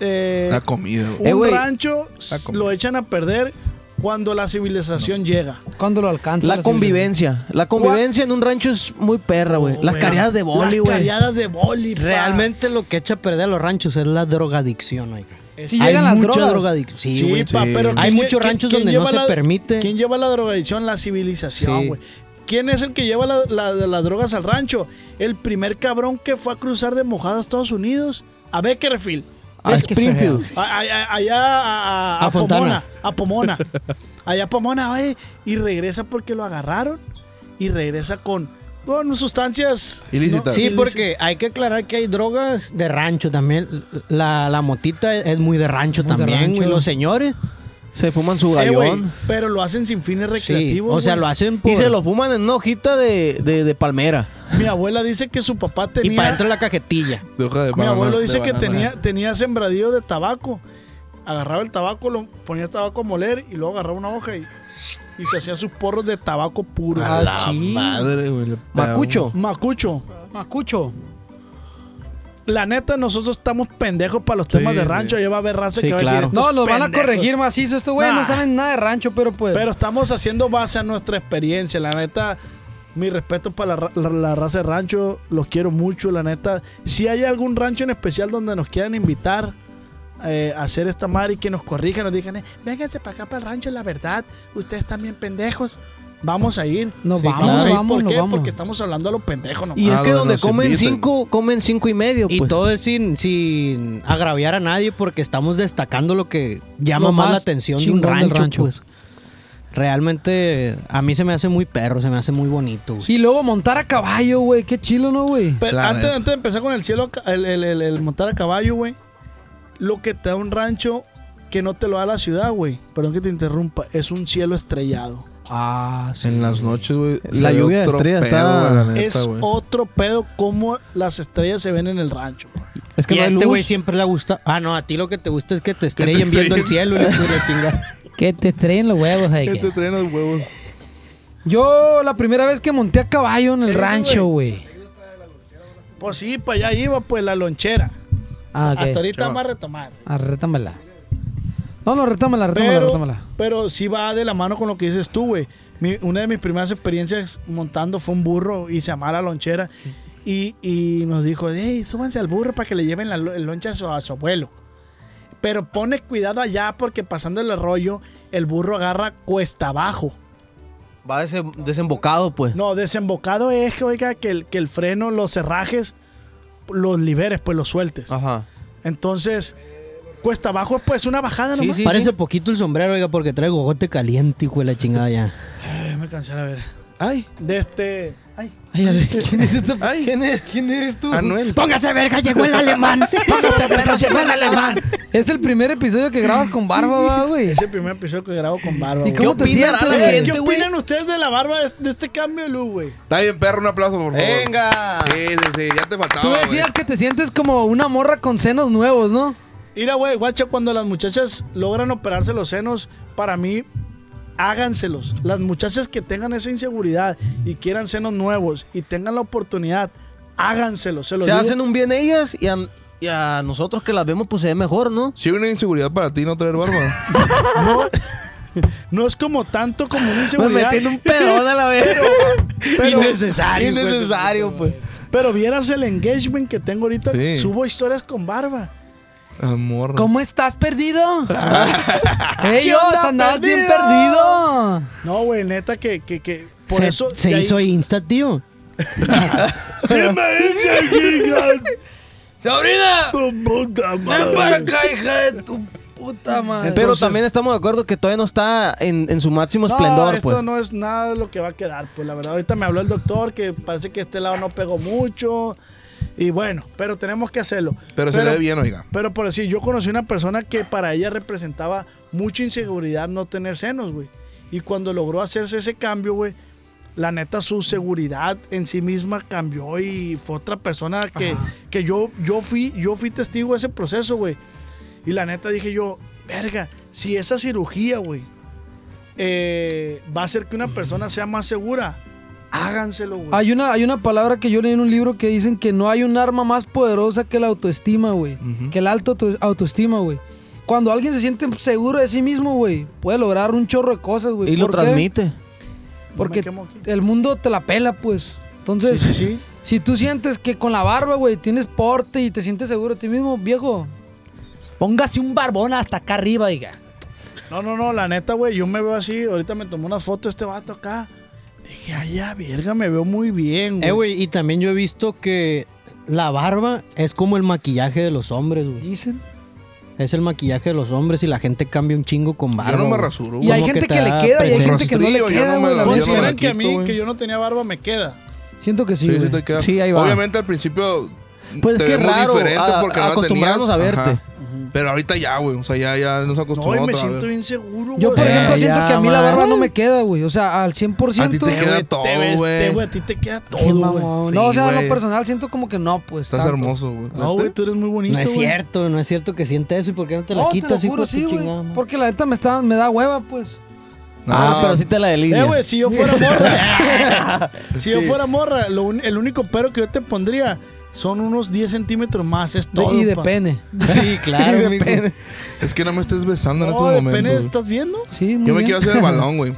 S2: Eh,
S6: La comida, güey.
S2: un
S8: Eh, güey.
S2: rancho s-
S6: comida.
S2: lo echan a perder cuando la civilización llega.
S3: ¿Cuándo lo alcanza?
S8: La convivencia. La convivencia en un rancho es muy perra, güey. Las careadas de boli,
S2: Las
S8: güey.
S2: cariadas de boli. pa.
S4: Realmente lo que echa a perder a los ranchos es la drogadicción, oiga.
S2: Es-
S3: Sí,
S4: Hay
S3: llegan las
S4: mucha
S3: drogas.
S4: drogadicción. Sí,
S2: Sí,
S4: güey.
S2: pa,
S6: sí.
S2: pero
S4: Hay
S2: ¿quién-
S4: muchos
S2: quién-
S4: ranchos
S2: quién
S4: donde no
S2: lleva
S4: se
S2: la-
S4: permite.
S2: ¿Quién lleva la drogadicción? La civilización,
S4: Sí.
S2: güey. ¿Quién es el que lleva la- la- las drogas al rancho? El primer cabrón que fue a cruzar de mojada a Estados Unidos. A Beckerfield.
S3: Ah,
S8: A Springfield.
S2: A- a- a- Allá a, a-
S4: A
S2: a Pomona.
S4: Fontana.
S2: A Pomona. Allá a Pomona, güey. Y regresa porque lo agarraron. Y regresa con, con sustancias ¿no?
S6: Ilícitas.
S4: Sí, porque hay que aclarar que hay drogas de rancho también. La, la motita es muy de rancho
S3: Muy de
S4: también,
S3: rancho.
S4: güey. Los señores.
S8: Se fuman su
S2: Eh, güey,
S8: gallón.
S2: pero lo hacen sin fines
S4: Sí,
S2: recreativos.
S4: o sea,
S2: güey.
S4: lo hacen por...
S8: Y se lo fuman en una hojita de, de, de palmera.
S2: Mi abuela dice que su papá
S4: y
S2: tenía.
S4: para dentro de la cajetilla.
S6: De hoja
S2: Mi
S6: de banana,
S2: abuelo
S6: de
S2: dice que
S6: banana.
S2: tenía, tenía sembradío de tabaco. Agarraba el tabaco, lo ponía tabaco a moler y luego agarraba una hoja y, y se hacía sus porros de tabaco puro.
S6: A
S3: Ah,
S6: la madre, güey. le pegaba
S8: Macucho.
S2: Macucho,
S3: Macucho.
S2: la neta, nosotros estamos pendejos para los temas de
S6: güey.
S2: rancho. Lleva a haber raza
S8: Sí,
S2: que va a decir.
S8: claro.
S2: "Estos
S3: No, nos van a
S2: pendejos".
S3: corregir macizo. Estos güeyes
S2: Nah.
S3: no saben nada de rancho, pero pues.
S2: Pero estamos haciendo base a nuestra experiencia. La neta, mi respeto para la, ra- la- la raza de rancho. Los quiero mucho. La neta, si hay algún rancho en especial donde nos quieran invitar eh, a hacer esta madre y que nos corrijan, nos digan, eh, vénganse para acá, para el rancho, la verdad. Ustedes están bien pendejos. Vamos a ir.
S3: Nos
S4: Sí,
S3: vamos,
S4: claro.
S2: Vamos a ir.
S3: vamos,
S2: ¿Por
S3: nos
S2: qué?
S3: vamos.
S2: Porque estamos hablando a los pendejos nomás.
S8: Y es
S6: Ah,
S8: que
S6: donde
S8: donde
S6: nos
S8: comen
S6: invitan.
S8: cinco, comen cinco y medio,
S4: Y
S8: pues.
S4: todo es sin, sin agraviar a nadie porque estamos destacando lo que llama
S3: Lo
S4: más la
S3: más
S4: atención de
S3: chingón
S4: un
S3: del
S4: rancho,
S3: rancho.
S4: pues. Realmente a mí se me hace muy perro, se me hace muy bonito. güey.
S3: Y luego montar a caballo, güey. Qué chilo, ¿no, güey?
S2: Pero
S6: La
S2: antes,
S6: neta.
S2: antes de empezar con el cielo, a ca- el, el- el- el montar a caballo, güey, lo que te da un rancho que no te lo da la ciudad, güey. Perdón que te interrumpa, es un cielo estrellado.
S3: Ah, sí.
S6: En las noches, güey.
S8: La
S6: se ve
S8: lluvia de
S6: otro
S8: estrellas
S6: pedo,
S8: está-
S6: güey, la neta,
S2: es
S6: güey.
S2: otro pedo como las estrellas se ven en el rancho. güey.
S8: Es
S4: y a este güey siempre le gusta. Ah, no, a ti lo que te gusta es que te estrellen viendo el cielo y la pura chinga.
S10: Que te estrellen los huevos,
S6: ¿Qué te
S10: oiga.
S6: traen los huevos?
S3: Yo la primera vez que monté a caballo en el rancho, güey.
S2: Pues sí, para allá iba, pues la lonchera.
S3: Ah, ok.
S2: Hasta ahorita
S3: Chava.
S2: vamos a retomar.
S3: Ah, retámala. No, no, retámala, retámala,
S2: Pero, [LAUGHS]
S3: retámala.
S2: pero sí va de la mano con lo que dices tú, güey. Mi- una de mis primeras experiencias montando fue un burro y se llamaba la lonchera. Y, y nos dijo, hey, súbanse al burro para que le lleven la lo- loncha a su, a su abuelo. Pero pone cuidado allá porque pasando el arroyo, el burro agarra cuesta abajo.
S8: Va desem- desembocado, pues.
S2: No, desembocado es que, oiga, que el, que el freno, los cerrajes, los liberes, pues los sueltes.
S8: Ajá.
S2: Entonces, cuesta abajo es pues una bajada nomás.
S4: Parece poquito el sombrero, oiga, porque traigo gogote caliente, hijo de la chingada ya.
S2: Ay, me cansé, a ver.
S8: Ay.
S2: De este... Ay.
S4: Ay, [LAUGHS] a ver, ¿quién es esta?
S8: ¿Quién, es?
S6: tú? Anuel.
S4: Póngase verga, llegó el [LAUGHS] alemán. Póngase verga, llegó el alemán. Es el primer episodio que grabas con barba, va, güey.
S2: Es el primer episodio que grabo con barba.
S3: ¿Y
S2: güey.
S3: cómo te
S8: opinará
S3: sientes,
S8: la
S3: güey?
S8: gente?
S2: ¿Qué
S8: güey?
S2: opinan ustedes de la barba de, de este cambio de luz, güey?
S6: Está bien, perro, un aplauso, por favor.
S8: Venga.
S6: Sí, sí, sí, ya te faltaba.
S3: Tú decías
S6: güey.
S3: que te sientes como una morra con senos nuevos, ¿no?
S2: Mira, güey, guacha, cuando las muchachas logran operarse los senos, para mí, háganselos. Las muchachas que tengan esa inseguridad y quieran senos nuevos y tengan la oportunidad, háganselos. Se los
S8: Se
S2: digo.
S8: hacen un bien ellas y a, y a nosotros que las vemos, pues se ve mejor, ¿no?
S6: Si hay una inseguridad para ti no traer barba.
S2: No es como tanto como una
S8: Me
S2: inseguridad. [LAUGHS]
S8: metiendo un pedón a la vez.
S2: Innecesario, güey.
S8: Innecesario, pues.
S2: Pero vieras el engagement que tengo ahorita.
S6: Sí.
S2: Subo historias con barba.
S6: Amor.
S3: ¿Cómo estás
S5: [LAUGHS]
S3: perdido? Ellos
S2: ¿Qué onda,
S3: andabas bien
S2: perdido?
S3: perdido.
S2: No, güey, neta que, que, que por
S4: se
S2: eso.
S4: se
S2: de ahí-
S4: hizo Insta, tío.
S5: ¡Sobrina!
S2: Tu puta
S5: ¡Ven
S2: madre.
S5: para acá, hija de tu puta madre!
S8: Pero
S2: Entonces-
S8: también estamos de acuerdo que todavía no está en, en su máximo
S2: No,
S8: esplendor,
S2: esto
S8: pues.
S2: no es nada de lo que va a quedar, pues la verdad. Ahorita me habló el doctor que parece que este lado no pegó mucho. Y bueno, pero tenemos que hacerlo.
S6: Pero, se le ve bien, oiga.
S2: Pero por decir, yo conocí una persona que para ella representaba mucha inseguridad no tener senos, güey. Y cuando logró hacerse ese cambio, güey, la neta su seguridad en sí misma cambió y fue otra persona que, que yo, yo, fui, yo fui testigo de ese proceso, güey. Y la neta dije yo, verga, si esa cirugía, güey, eh, va a hacer que una persona sea más segura, háganselo, güey.
S3: Hay una, hay una palabra que yo leí en un libro que dicen que no hay un arma más poderosa que la autoestima, güey. Que el alto auto- autoestima, güey. Cuando alguien se siente seguro de sí mismo, güey, puede lograr un chorro de cosas, güey.
S8: Y lo
S3: ¿Por qué?
S8: transmite.
S3: Porque
S2: Me quemo aquí.
S3: el mundo te la pela, pues. Entonces,
S2: Sí, sí, sí.
S3: si tú sientes que con la barba, güey, tienes porte y te sientes seguro de ti mismo, viejo.
S10: Póngase un barbón hasta acá arriba, diga.
S2: No, no, no, la neta, güey, yo me veo así. Ahorita me tomó una foto este vato acá. Dije, ay, ya, verga, me veo muy bien,
S4: Eh,
S2: güey.
S4: güey, y también yo he visto que la barba es como el maquillaje de los hombres, güey.
S3: Dicen.
S4: Es el maquillaje de los hombres y la gente cambia un chingo con barba.
S6: Yo no me
S4: güey.
S6: rasuro.
S3: Y
S6: güey.
S3: hay
S4: Como
S3: gente
S4: que
S3: que,
S4: te
S3: le
S4: da
S3: queda y hay gente que no le
S6: rastrillo, yo
S3: queda,
S6: no me
S3: güey. la
S6: la
S3: neta.
S6: veo. yo no
S2: Consideran
S6: me
S2: que a
S6: quito,
S2: mí,
S6: güey.
S2: que yo no tenía barba, me queda.
S3: Siento que sí,
S6: Sí, sí,
S3: güey.
S6: te queda.
S4: Sí, ahí va.
S6: Obviamente al principio.
S8: Pues
S6: te
S8: es que
S6: vemos
S8: raro,
S6: diferente
S8: a-
S6: porque no la
S8: acostumbrarnos a
S6: tenías.
S8: verte.
S6: Ajá. Pero ahorita ya, güey. O sea, ya, ya nos
S2: No,
S6: acostumbramos.
S2: y me
S6: a
S2: siento
S6: ver.
S2: bien seguro, güey.
S3: Yo, por
S2: O sea,
S3: ejemplo,
S4: Eh,
S3: siento
S4: ya,
S3: que a mí la
S4: man.
S3: barba no me queda, güey. O sea, al 100%.
S6: A ti te queda todo,
S2: te ves, te,
S6: güey.
S2: güey, a ti te queda todo,
S3: Qué
S2: güey.
S3: mamón.
S6: güey.
S3: no, o sea,
S6: Sí,
S3: en
S6: güey.
S3: lo personal siento como que no, pues.
S6: Estás
S3: tanto.
S6: hermoso, güey.
S2: No, güey, tú eres muy bonito,
S4: No es
S2: güey.
S4: cierto, no es cierto que sienta eso. ¿Y por qué no te la
S3: No,
S4: quitas,
S3: te lo
S4: hijo
S3: juro,
S4: de tu
S3: sí, güey.
S4: chingada madre?
S3: Porque la neta me, está, me da hueva, pues.
S8: Ah, pero sí te la
S2: Eh,
S8: delinea.
S2: güey, si yo fuera [LAUGHS] morra. si yo fuera morra, lo un- el único pero que yo te pondría son unos 10 centímetros más. Es
S3: De-
S2: todo,
S3: y de
S2: pa.
S3: pene.
S4: [LAUGHS] Sí, claro, mi
S8: Depende.
S6: Es que no me estés besando en
S2: No,
S6: estos
S2: de
S6: momentos.
S2: pene,
S6: güey.
S2: ¿estás viendo?
S3: Sí, muy
S6: Yo me
S3: bien.
S6: quiero hacer
S3: [LAUGHS]
S6: el
S2: [LAUGHS]
S6: balón, güey.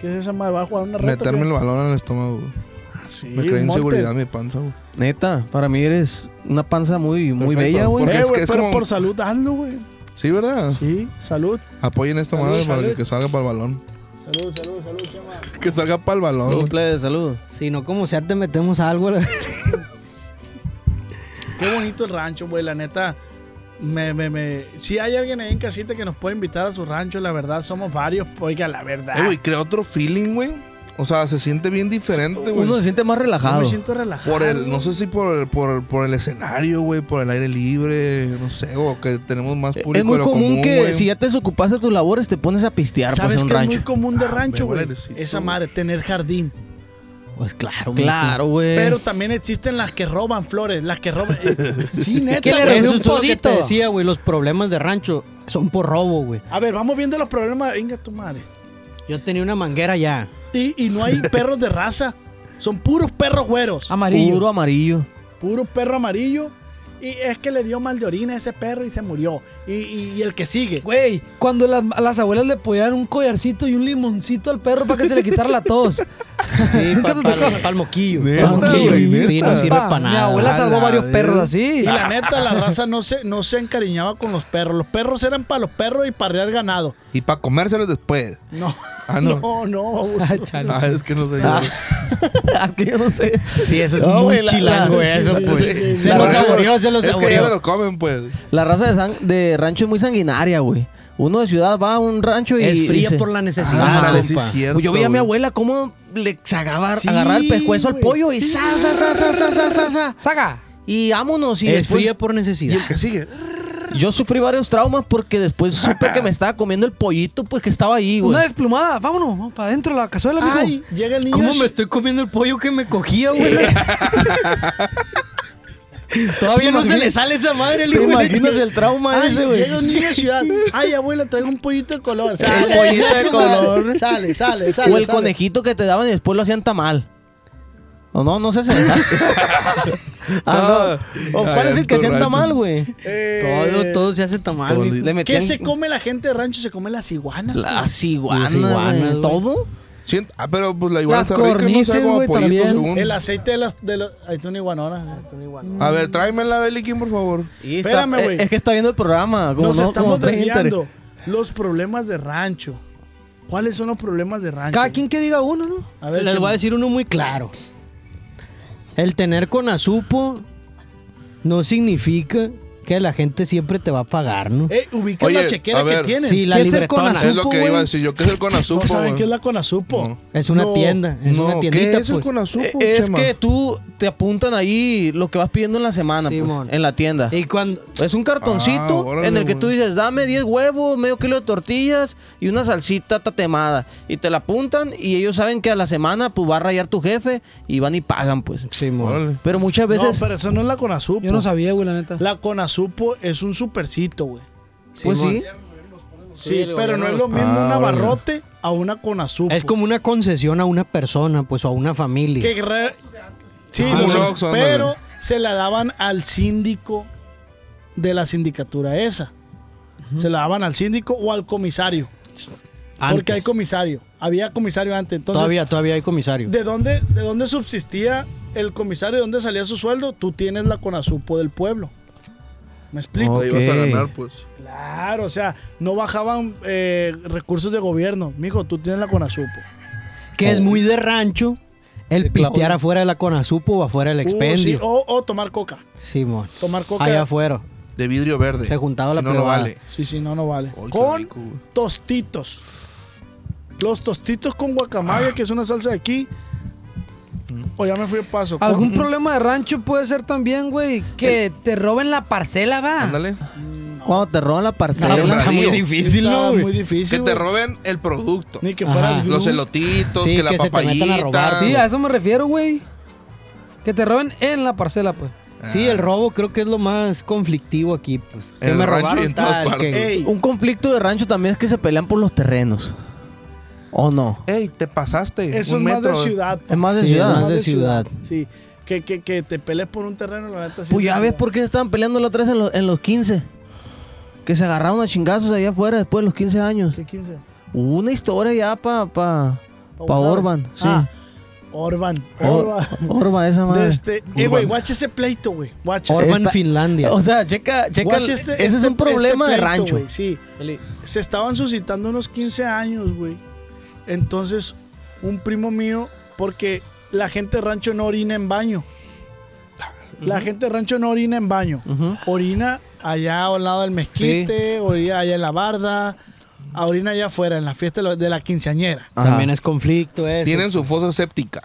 S2: ¿Qué es esa madre? ¿Va a jugar una rata?
S6: Meterme el balón en el estómago, güey.
S2: Sí,
S6: Me creé
S2: un monte.
S6: inseguridad en mi panza, güey.
S8: Neta, para mí eres una panza muy, muy
S6: Perfecto.
S8: bella, güey.
S6: Porque
S2: Eh,
S6: es que
S2: güey,
S6: es
S2: pero
S6: como- Ah.
S2: por salud, hazlo, güey.
S6: Sí, ¿verdad?
S2: Sí, salud.
S6: Apoyen esta
S3: Salud,
S6: madre para
S3: salud.
S6: que salga para el balón.
S2: Salud, salud, salud, chama.
S6: Que salga para el balón. güey.
S8: Duple de salud.
S4: Si no, como sea, te metemos algo. a la-
S2: Qué bonito el rancho, güey, la neta. Me, me, me. Si hay alguien ahí en casita que nos puede invitar a su rancho, la verdad, somos varios. Oiga, la verdad.
S6: Eh, güey, crea otro feeling, güey. O sea, se siente bien diferente,
S8: Uno
S6: güey.
S8: se siente más
S2: Yo
S8: relajado.
S2: me siento relajado.
S6: Por el, no sé si por el, por, por el escenario, güey, por el aire libre, no sé, o que tenemos más público.
S8: Es muy
S6: de lo
S8: común, que
S6: güey.
S8: si ya te desocupaste de tus labores te pones a pistear pues,
S2: ¿Sabes
S8: en un
S2: qué es
S8: rancho.
S2: muy común de rancho,
S6: Ah, huele
S2: güey?
S6: airecito,
S2: Esa
S6: güey.
S2: madre, tener jardín.
S4: Pues claro, mijo.
S8: Claro, güey.
S2: Pero también existen las que roban flores, las que roban.
S6: [LAUGHS]
S2: eh, sí, neta.
S4: ¿Qué le
S2: güey.
S4: robé
S2: Eso
S4: un
S2: es lo que te
S4: podito? Te
S2: decía.
S4: decía, güey, los problemas de rancho son por robo, güey.
S2: A ver, vamos viendo los problemas. Venga, tu madre.
S4: Yo tenía una manguera [LAUGHS] ya.
S2: Y, y no hay perros de raza. Son puros perros güeros.
S3: Amarillo.
S8: Puro amarillo.
S2: Puro perro amarillo. Y es que le dio mal de orina a ese perro y se murió. Y, y- y el que sigue.
S3: Güey, cuando las, a las abuelas le ponían un collarcito y un limoncito al perro para que se le quitara la tos.
S4: Sí,
S3: [LAUGHS] Nunca
S4: para
S3: te tocó.
S4: el moquillo.
S3: Neta,
S4: Pa'l moquillo.
S3: güey, neta.
S4: Sí, no sirve
S3: Pa,
S4: para
S3: mi
S4: nada.
S3: abuela salvó
S4: A la
S3: varios perros
S4: verga.
S3: así.
S2: Y
S6: [LAUGHS]
S2: la neta, la raza no se, no se encariñaba con los perros. Los perros eran para los perros y para rear ganado.
S6: Y para comérselos después.
S2: No.
S6: Ah, no.
S2: [LAUGHS] No, no.
S6: Ah, es que no sé.
S8: Aquí yo no sé.
S4: Sí, eso es
S8: No,
S4: muy
S8: güey, la-
S4: chilango,
S6: eh,
S8: la-
S4: eso,
S8: sí,
S4: pues.
S8: sí, sí,
S4: se
S8: sí.
S4: lo
S8: La-
S4: saboreó, se lo
S6: Es que ya
S4: saboreó.
S6: me lo comen, pues.
S8: La raza de, san- de rancho es muy sanguinaria, güey. Uno de ciudad va a un rancho y.
S4: Es fría
S8: y se-
S4: por la
S6: Ah,
S4: necesidad,
S8: Ándale,
S6: compa.
S8: sí es cierto,
S6: Yo
S8: Yo
S6: vi
S8: veía
S6: a
S8: a
S6: mi
S8: mi abuela cómo le sagaba
S2: Sí,
S8: agarrar el pescuezo al
S2: güey.
S8: pollo y sa, sa, sa, sa, sa, sa, sa, sa.
S3: Saga.
S8: Y vámonos. Y
S4: es
S8: después-
S4: fría por
S6: Y
S4: necesidad.
S6: el que sigue.
S8: Yo sufrí varios traumas porque después supe que me estaba comiendo el pollito, pues que estaba ahí, güey.
S3: Una desplumada, vámonos, vamos para adentro la cazuela, mijo.
S2: Ay, llega el niño.
S4: ¿Cómo
S2: de-
S4: me estoy comiendo el pollo que me cogía, güey? Todavía no se le sale esa madre al
S8: ¿Te
S4: hijo de
S8: imaginas el trauma
S2: Ay,
S8: ese, güey?
S2: llega un niño de ciudad. Ay, abuela, traigo un pollito de color. Sale,
S8: pollito de
S2: su madre.
S8: color.
S2: Sale, sale, sale.
S8: O el
S2: sale.
S8: conejito que te daban y después lo hacían tamal. O no, no sé si.
S2: [LAUGHS]
S8: ah, no. ¿O
S6: Ah,
S8: cuál es el que
S6: en tu
S8: hacían
S6: rancho.
S8: tamal, güey?
S2: Eh,
S4: Todo, todo se hace tamal.
S6: todo
S4: mijo.
S6: li-
S4: Le
S2: ¿Qué
S4: metían
S2: se come la gente de rancho? ¿Se come las iguanas? güey?
S8: Las iguanas,
S4: Las iguanas,
S8: güey.
S4: güey.
S8: ¿Todo?
S6: Sí, ah, pero pues la iguana
S3: Las
S6: está rica, no
S3: cornices,
S6: sabe como
S3: güey,
S6: a pollito,
S3: también.
S6: según.
S2: El aceite de las... De los, ahí está una iguanona. ahí está una iguanona.
S6: A ver, tráeme la Beliquín, por favor.
S8: Y está-
S2: Espérame,
S8: eh,
S2: güey.
S8: Es que está viendo el programa. Como
S2: Nos
S8: no, como
S2: estamos
S8: tres
S2: desviando. Los problemas de rancho. ¿Cuáles son los problemas de rancho?
S3: Cada quien que diga uno, ¿no?
S2: A ver,
S4: Les
S2: Chema.
S4: voy a decir uno muy claro. El tener con
S8: Supo.
S4: no significa que la gente siempre te va a pagar, ¿no?
S2: Eh, ubica
S6: Oye,
S2: la chequera
S6: a
S2: que
S6: ver.
S2: tienen.
S4: Sí, la
S3: ¿Qué es el
S4: libretona.
S3: Conazupo,
S6: Es lo que iba a
S3: güey?
S6: decir yo. ¿Qué es el
S2: No
S6: conazupo?
S2: saben
S6: güey?
S2: qué es la Conasupo.
S6: No.
S4: Es una
S2: No.
S4: tienda, es
S6: No,
S4: una
S6: ¿qué
S4: tiendita,
S6: es el
S4: pues.
S6: conazupo,
S8: Eh, es
S6: Chema?
S8: que tú te apuntan ahí lo que vas pidiendo en la semana, pues,
S4: Simón.
S8: en la tienda.
S4: Y cuando...
S8: Es un cartoncito
S6: Ah, órale,
S8: en el que
S6: güey.
S8: tú dices, dame 10 huevos, medio kilo de tortillas y una salsita tatemada. Y te la apuntan y ellos saben que a la semana pues va a rayar tu jefe y van y pagan pues.
S6: Órale.
S8: Pero muchas
S2: No,
S8: veces...
S2: pero eso no es la Conasupo.
S3: Yo no sabía, güey, la neta.
S2: La Conasupo es un supercito, güey.
S8: pues sí.
S2: Sí, pero no es lo mismo
S6: Ah,
S2: un
S6: órale.
S2: abarrote a una Conasupo.
S4: Es como una concesión a una persona, pues, o a una familia.
S2: Que re- Sí,
S6: Ah,
S2: lo
S6: un
S2: sé,
S6: Oxxo,
S2: pero
S6: ándale.
S2: se la daban al síndico de la sindicatura esa. Se la daban al síndico o al comisario.
S4: Antes.
S2: Porque hay comisario. Había comisario antes. Entonces,
S4: todavía, todavía hay comisario.
S2: ¿de dónde, ¿de dónde subsistía el comisario? ¿De dónde salía su sueldo? Tú tienes la Conasupo del pueblo. ¿Me explico?
S6: Ahí vas a
S8: Ok.
S6: ganar, pues.
S2: Claro, o sea, no bajaban eh, recursos de gobierno. Mijo, tú tienes la Conasupo.
S4: Que
S2: Oh.
S4: es muy de rancho el pistear afuera de la Conasupo o afuera del
S2: Uh, sí,
S4: expendio.
S2: o, o tomar coca.
S4: Simón.
S2: Tomar coca.
S4: Allá afuera.
S6: De vidrio verde.
S4: Se juntaba la
S6: Si no, no
S4: privada.
S6: vale.
S2: Sí, sí, no, no vale.
S6: Ay, qué
S2: con
S6: rico, güey.
S2: tostitos. Los tostitos con guacamaya,
S6: Ah.
S2: que es una salsa de aquí.
S6: Mm.
S2: O ya me fui el paso. Con-
S3: Algún problema de rancho puede ser también, güey, que te roben la parcela, va.
S6: Ándale.
S8: Cuando te roban la parcela.
S6: No,
S4: está muy
S6: Ladrillo.
S4: difícil,
S2: Está
S4: ¿no? güey?
S2: muy difícil.
S6: Que te
S2: güey.
S6: roben el producto.
S2: Ni que fueras
S4: Ajá.
S2: gru.
S6: Los elotitos,
S4: Sí,
S6: que la
S4: que se te metan a robar.
S6: papayita.
S3: Sí, a eso me refiero, güey. Que te roben en la parcela, pues.
S2: Ah.
S4: Sí, el robo creo que es lo más conflictivo aquí, pues.
S6: En
S4: Que
S6: el
S4: me
S6: rancho y
S4: robaron
S6: en todas
S4: tal,
S6: partes.
S4: que-
S2: Ey,
S8: Un conflicto de rancho también es que se pelean por los terrenos. ¿O no?
S6: Ey, te pasaste.
S2: eso es
S6: un
S2: más de
S6: metro.
S2: ciudad.
S8: Es más de
S4: Sí,
S8: ciudad.
S4: más de ciudad.
S2: Sí. Que, que, que te pelees por un terreno, la neta. sí
S8: Pues ya
S2: está
S8: ves
S2: bien.
S8: por qué estaban peleando la otra vez en, los- en los 15. Que se agarraron a chingazos allá afuera después de los 15 años.
S2: ¿Qué 15?
S8: Hubo una historia ya pa, pa,
S2: ¿Pa
S8: pa
S2: Orban?
S8: Orban. Sí.
S2: Ah, Orban.
S8: Or-
S2: Orban.
S8: Orban, esa
S2: [LAUGHS]
S8: madre.
S2: De este, eh, güey,
S6: Urban.
S2: watch ese pleito, güey. Watch.
S4: Orban
S8: Esta-
S4: Finlandia.
S8: O sea, checa, checa.
S2: Guacha, este-
S8: ese es
S2: este-
S8: un problema
S2: este pleito,
S8: de rancho.
S2: güey, sí. Se estaban suscitando unos 15 años, güey. Entonces, un primo mío, porque la gente de rancho no orina en baño. La gente de rancho no orina en baño.
S8: Ujú.
S2: Orina allá al lado del mezquite, orina allá en la barda, ah, orina allá afuera, en la fiesta de la- de la quinceañera.
S4: También
S8: Ajá.
S4: es conflicto eso.
S6: Tienen su fosa séptica.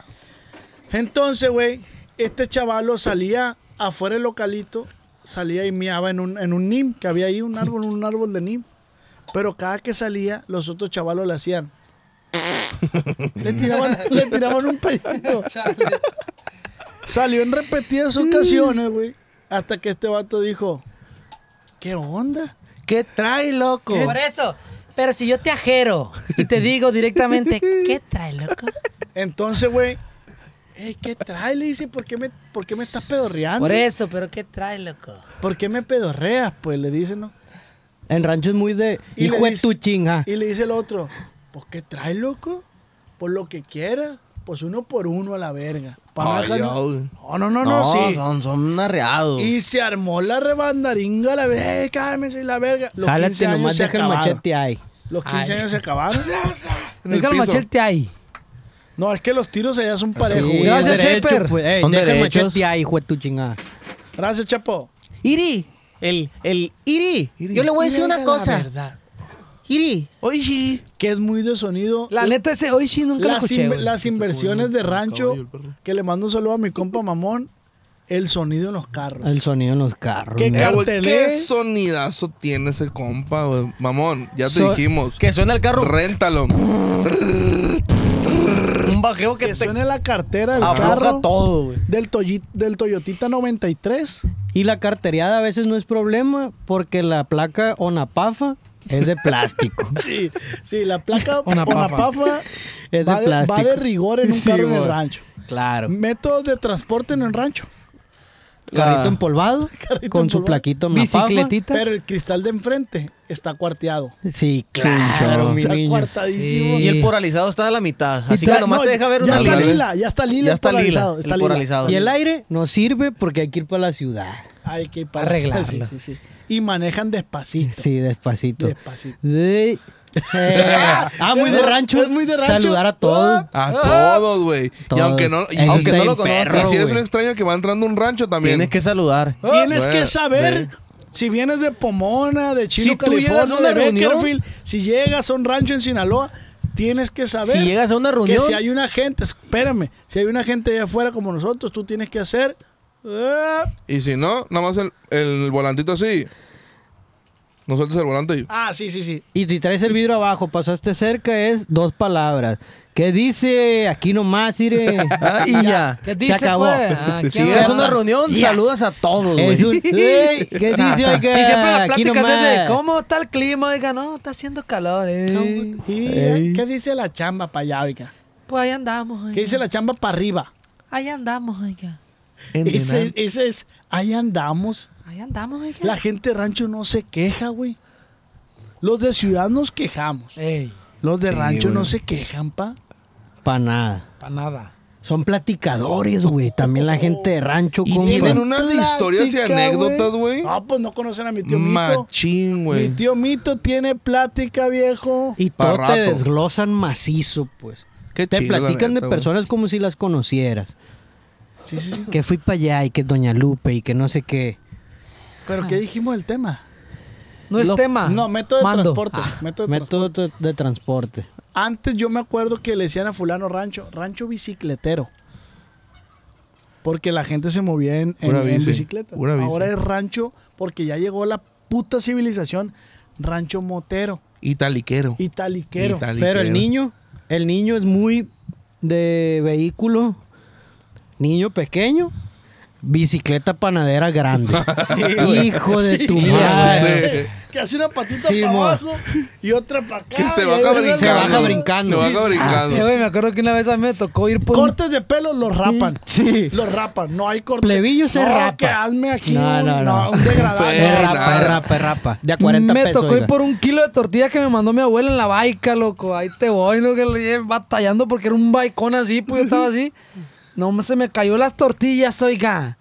S2: Entonces, güey, este chavalo salía afuera del localito, salía y miaba en un, en un nim, que había ahí un árbol, un árbol de nim. Pero cada que salía, los otros chavalos le hacían. le, tiraban, le tiraban un pedito. Salió en repetidas ocasiones, güey. Hasta que este vato dijo, ¿qué onda?
S6: ¿Qué trae, loco?
S10: Por eso. Pero si yo te ajero y te digo directamente, ¿qué trae, loco?
S2: Entonces, güey, Ey, ¿qué trae? Le dice, ¿por qué me, por qué me estás pedorreando?
S10: Por eso, pero ¿qué trae, loco?
S2: ¿Por qué me pedorreas? Pues le dice, ¿no?
S4: En rancho es muy de.
S2: Y le
S4: Hijo de
S2: dice-
S4: tu chinga.
S2: Y le dice el otro, ¿por qué trae, loco? Por lo que quiera, pues uno por uno a la verga. Pa'
S8: Ay,
S2: nada, no,
S8: ay.
S2: no, no, no, no, sí.
S8: Son, son arreados.
S2: Y se armó la rebandaringa, la verga, "Ey, cálmese la verga. Los
S4: Jálate
S2: 15 años
S4: nomás,
S2: se
S4: deja el
S2: acabaron.
S4: machete ahí.
S2: Los 15
S4: Ay.
S2: años se acabaron.
S4: En el Deja el piso. machete
S3: ahí.
S2: No, es que los tiros allá son parejos.
S4: Sí,
S2: güey.
S4: son derechos, pues. Ey,
S8: Son
S4: deja el
S8: derechos.
S4: machete ahí, hijo de tu chingada.
S2: Gracias, Chapo.
S8: Iri, el, el Iri,
S2: Iri,
S8: yo le voy a decir
S2: Iri,
S8: una
S2: diga la
S8: cosa.
S2: verdad,
S8: Iri, oye, sí.
S2: Que es muy de sonido.
S3: La neta, ese hoy sí
S2: las,
S3: nunca lo escuché.
S2: in-
S3: güey.
S2: las inversiones de rancho,
S6: caballo, el perro.
S2: que le mando un saludo a mi compa Mamón, el sonido en los carros.
S4: El sonido en los carros.
S2: ¿Qué
S4: ¿no?
S6: Eh, güey,
S2: cartelé?
S6: ¿Qué sonidazo tiene ese compa, güey? Mamón, ya te
S4: So-
S6: dijimos.
S8: Que suena el carro,
S6: Réntalo.
S8: un bajeo que,
S2: que
S8: te
S2: suene la cartera del
S8: afloja
S2: carro
S8: todo, güey.
S2: del, Toyi- del Toyotita 93.
S4: Y la cartereada a veces no es problema porque la placa Onapafa es de
S2: [LAUGHS]
S4: plástico.
S2: Sí, sí, la placa
S3: Onapafa.
S2: Onapafa
S4: Es de
S2: va, de, va
S4: plástico.
S2: de rigor en un
S4: Sí,
S2: carro en el
S4: güey.
S2: rancho.
S4: claro.
S2: Métodos de transporte en el rancho.
S4: Carrito
S8: La-
S4: empolvado
S2: [LAUGHS] Carrito
S4: con su
S2: empolvado.
S4: plaquito Onapafa.
S3: Bicicletita.
S2: Pero el cristal de enfrente está cuarteado.
S4: Sí, claro, mi
S2: está
S4: niño.
S2: cuartadísimo.
S3: Sí.
S8: Y el poralizado está a la mitad, así
S2: Ya-
S8: que nomás
S2: no,
S8: te deja ver
S2: ya
S8: una
S2: está
S8: lila.
S2: lila, ya está lila,
S8: Ya
S2: el
S8: está lila,
S2: polarizado,
S8: el
S2: está lila.
S8: polarizado.
S4: Y el aire nos sirve porque hay que ir para la ciudad.
S2: Hay que ir para
S4: Arreglarlo.
S2: Sí, sí, sí. Y manejan despacito.
S4: Sí, despacito.
S2: Despacito.
S4: Sí.
S2: [LAUGHS]
S4: Eh, ah, muy de rancho.
S2: Es muy de rancho.
S4: Saludar a todos.
S6: A todos, güey. Y
S4: Ah. Todos.
S6: aunque no, y
S4: Eso
S6: aunque
S4: está
S6: no
S4: bien
S6: lo conozcas,
S4: perro,
S6: si eres un
S4: güey.
S6: extraño que va entrando a un rancho también.
S8: Tienes que saludar.
S2: Tienes
S6: Bueno,
S2: que saber si vienes de Pomona, de Chino,
S8: Si tú llegas
S2: California,
S8: a una
S2: de
S8: reunión-
S2: Beckerfield, si llegas a un rancho en Sinaloa, tienes que saber
S8: Si llegas a una
S2: que
S8: reunión,
S2: si hay una gente, espérame, si hay una gente de afuera como nosotros, tú tienes que hacer eh,
S6: Y si no, nada más el, el volantito así. No sueltes el volante y...
S2: ah, sí, sí, sí.
S4: Y si traes el vidrio abajo, pasaste cerca, es dos palabras. ¿Qué dice? Aquí nomás, Ire.
S6: [LAUGHS]
S8: ah, y ya.
S3: ¿Qué
S4: Se
S3: dice,
S4: acabó.
S3: pues? Ah, [LAUGHS] ¿qué
S8: Si llegas a
S3: onda?
S8: una reunión, saludas a todos,
S4: Es un,
S8: güey.
S4: "Ey,
S6: [LAUGHS]
S4: ¿Qué
S8: Ah,
S4: dice? Oiga,
S3: Y siempre la
S4: aquí
S3: plática es de
S4: nomás".
S3: cómo está el clima, oiga, no, está haciendo calor, eh.
S2: Y, ¿Qué dice la chamba para allá, oiga?
S10: Pues ahí andamos, oiga.
S2: ¿Qué dice la chamba para arriba?
S10: Ahí andamos, oiga.
S2: Ese, ese es, ahí andamos.
S10: Ahí andamos, oiga.
S2: La gente de rancho no se queja, güey. Los de ciudad nos quejamos.
S3: Ey,
S2: Los de
S6: Sí,
S2: rancho no
S6: güey.
S2: se quejan, pa.
S4: Pa' nada.
S3: para nada.
S4: Son platicadores, güey. También la gente de rancho.
S6: Y
S4: compa.
S6: tienen unas historias y
S2: Plática,
S6: anécdotas, güey.
S2: Ah, pues no conocen a mi tío Mito.
S6: Machín, güey.
S2: Mi tío Mito tiene plática, viejo.
S4: Y
S6: Pa'
S4: todo te
S6: rato.
S4: desglosan macizo, pues.
S6: Qué
S4: Te
S6: chido, la
S4: platican
S6: neta,
S4: de
S6: güey.
S4: personas como si las conocieras.
S2: Sí, sí, sí.
S4: Que fui para allá y que es Doña Lupe y que no sé qué.
S6: Ah.
S2: Pero ¿qué dijimos del tema?
S3: No es
S4: Lo-
S3: tema.
S2: No, método de
S3: Mando.
S2: transporte.
S3: Ah.
S2: método de transporte.
S4: Método de- de transporte.
S2: Antes yo me acuerdo que le decían a fulano rancho, rancho bicicletero. Porque la gente se movía en, en-
S6: Pura
S2: en
S6: bici,
S2: bicicleta.
S6: pura bici.
S2: Ahora es rancho porque ya llegó la puta civilización, rancho motero
S6: Y taliquero.
S2: y taliquero.
S6: Itali-
S4: Pero el
S6: ligero.
S4: niño, el niño es muy de vehículo, niño pequeño, bicicleta panadera grande.
S2: [LAUGHS]
S4: Hijo de tu
S6: güey.
S4: madre.
S6: Sí.
S2: que hace una patita
S4: Sí,
S2: para
S4: mo.
S2: abajo y otra para acá.
S6: [LAUGHS] Que se
S2: y
S6: baja
S2: ahí
S6: brincando.
S4: Se baja brincando.
S6: Se baja
S3: Eh,
S6: brincando.
S3: güey, me acuerdo que una vez a mí me tocó ir por un-
S2: Cortes de pelo los rapan.
S4: Sí.
S2: Los rapan. No hay cortes.
S4: Plebillo se
S2: no,
S4: rapa.
S2: que hazme aquí
S4: No,
S2: un,
S4: no, no.
S2: un degradado.
S6: Feo.
S4: Es rapa,
S6: nada.
S4: es rapa, es rapa. De a 40
S3: me
S4: pesos.
S3: tocó
S4: oiga.
S3: ir por un kilo de tortilla que me mandó mi abuela en la baica, loco. Ahí te voy, ¿no? Que le lleve batallando porque era un baicón así, pues yo estaba así. No, me- se me cayó las tortillas, oiga.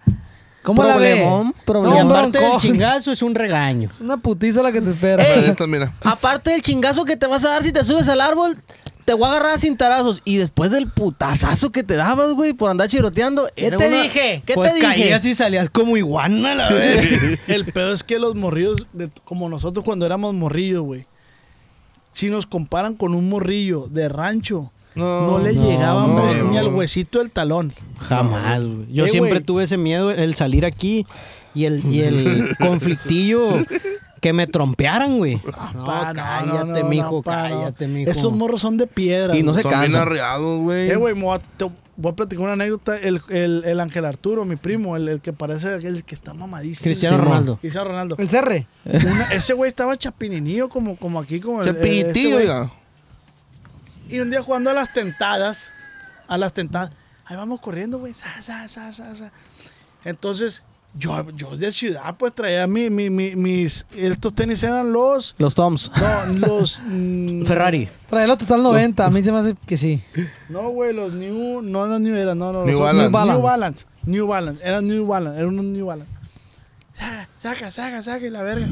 S3: ¿Cómo
S4: Problemón,
S3: la ve?
S4: Y
S3: No,
S4: aparte del
S3: broncón.
S4: chingazo es un regaño.
S3: Es una putiza la que te espera.
S6: Pero esta, mira.
S8: Aparte del chingazo que te vas a dar si te subes al árbol, te voy a agarrar a cintarazos. Y después del putazazo que te dabas, güey, por andar chiroteando.
S10: ¿Qué
S8: era
S10: te
S8: una-
S10: dije?
S8: ¿Qué
S4: pues
S8: te
S4: caías
S8: dije?
S4: y salías como iguana, la verdad.
S2: El pedo es que los morrillos, de- como nosotros cuando éramos morrillos, güey, si nos comparan con un morrillo de rancho, no, le
S4: no,
S2: llegábamos
S6: no,
S2: ni
S6: no.
S2: al huesito del talón.
S4: Jamás, güey. Yo
S2: Eh,
S4: siempre
S2: güey.
S4: tuve ese miedo, el salir aquí y el, y
S2: [LAUGHS]
S4: el conflictillo que me trompearan, güey. No,
S2: Ah, Pa, no,
S4: cállate,
S2: no, no, no,
S4: mijo,
S2: pa, no.
S4: cállate, mijo.
S2: Esos morros son de piedra.
S8: Y no
S2: güey.
S8: se
S6: Son bien
S8: cansan.
S6: arreados, güey.
S2: Eh, güey, me voy a- te voy a platicar una anécdota. El, el- el Ángel Arturo, mi primo, el, el que parece el que está mamadísimo.
S4: Cristiano Ronaldo.
S2: Cristiano Ronaldo.
S3: El cerre.
S2: Una- ese güey estaba chapininillo como, como aquí, como el- el, este
S6: Chapitín,
S2: güey.
S6: oiga.
S2: Y un día jugando a las tentadas, a las tentadas, Ahí vamos corriendo, güey. sa, sa, sa, sa, sa. Entonces, yo, yo de ciudad, pues traía mi, mi- mi- mis. Estos tenis eran los.
S4: Los Toms.
S2: No, [LAUGHS] los. mm,
S4: [LAUGHS] Ferrari.
S3: Tráelo total 90, a mí se me hace que sí.
S2: No, güey, los New. No, no, New eran. No, no,
S3: New
S2: los
S3: Balance.
S2: New Balance. New Balance. New Balance. Eran New Balance. Eran unos New Balance. Saca, saca, saca, saca y la verga.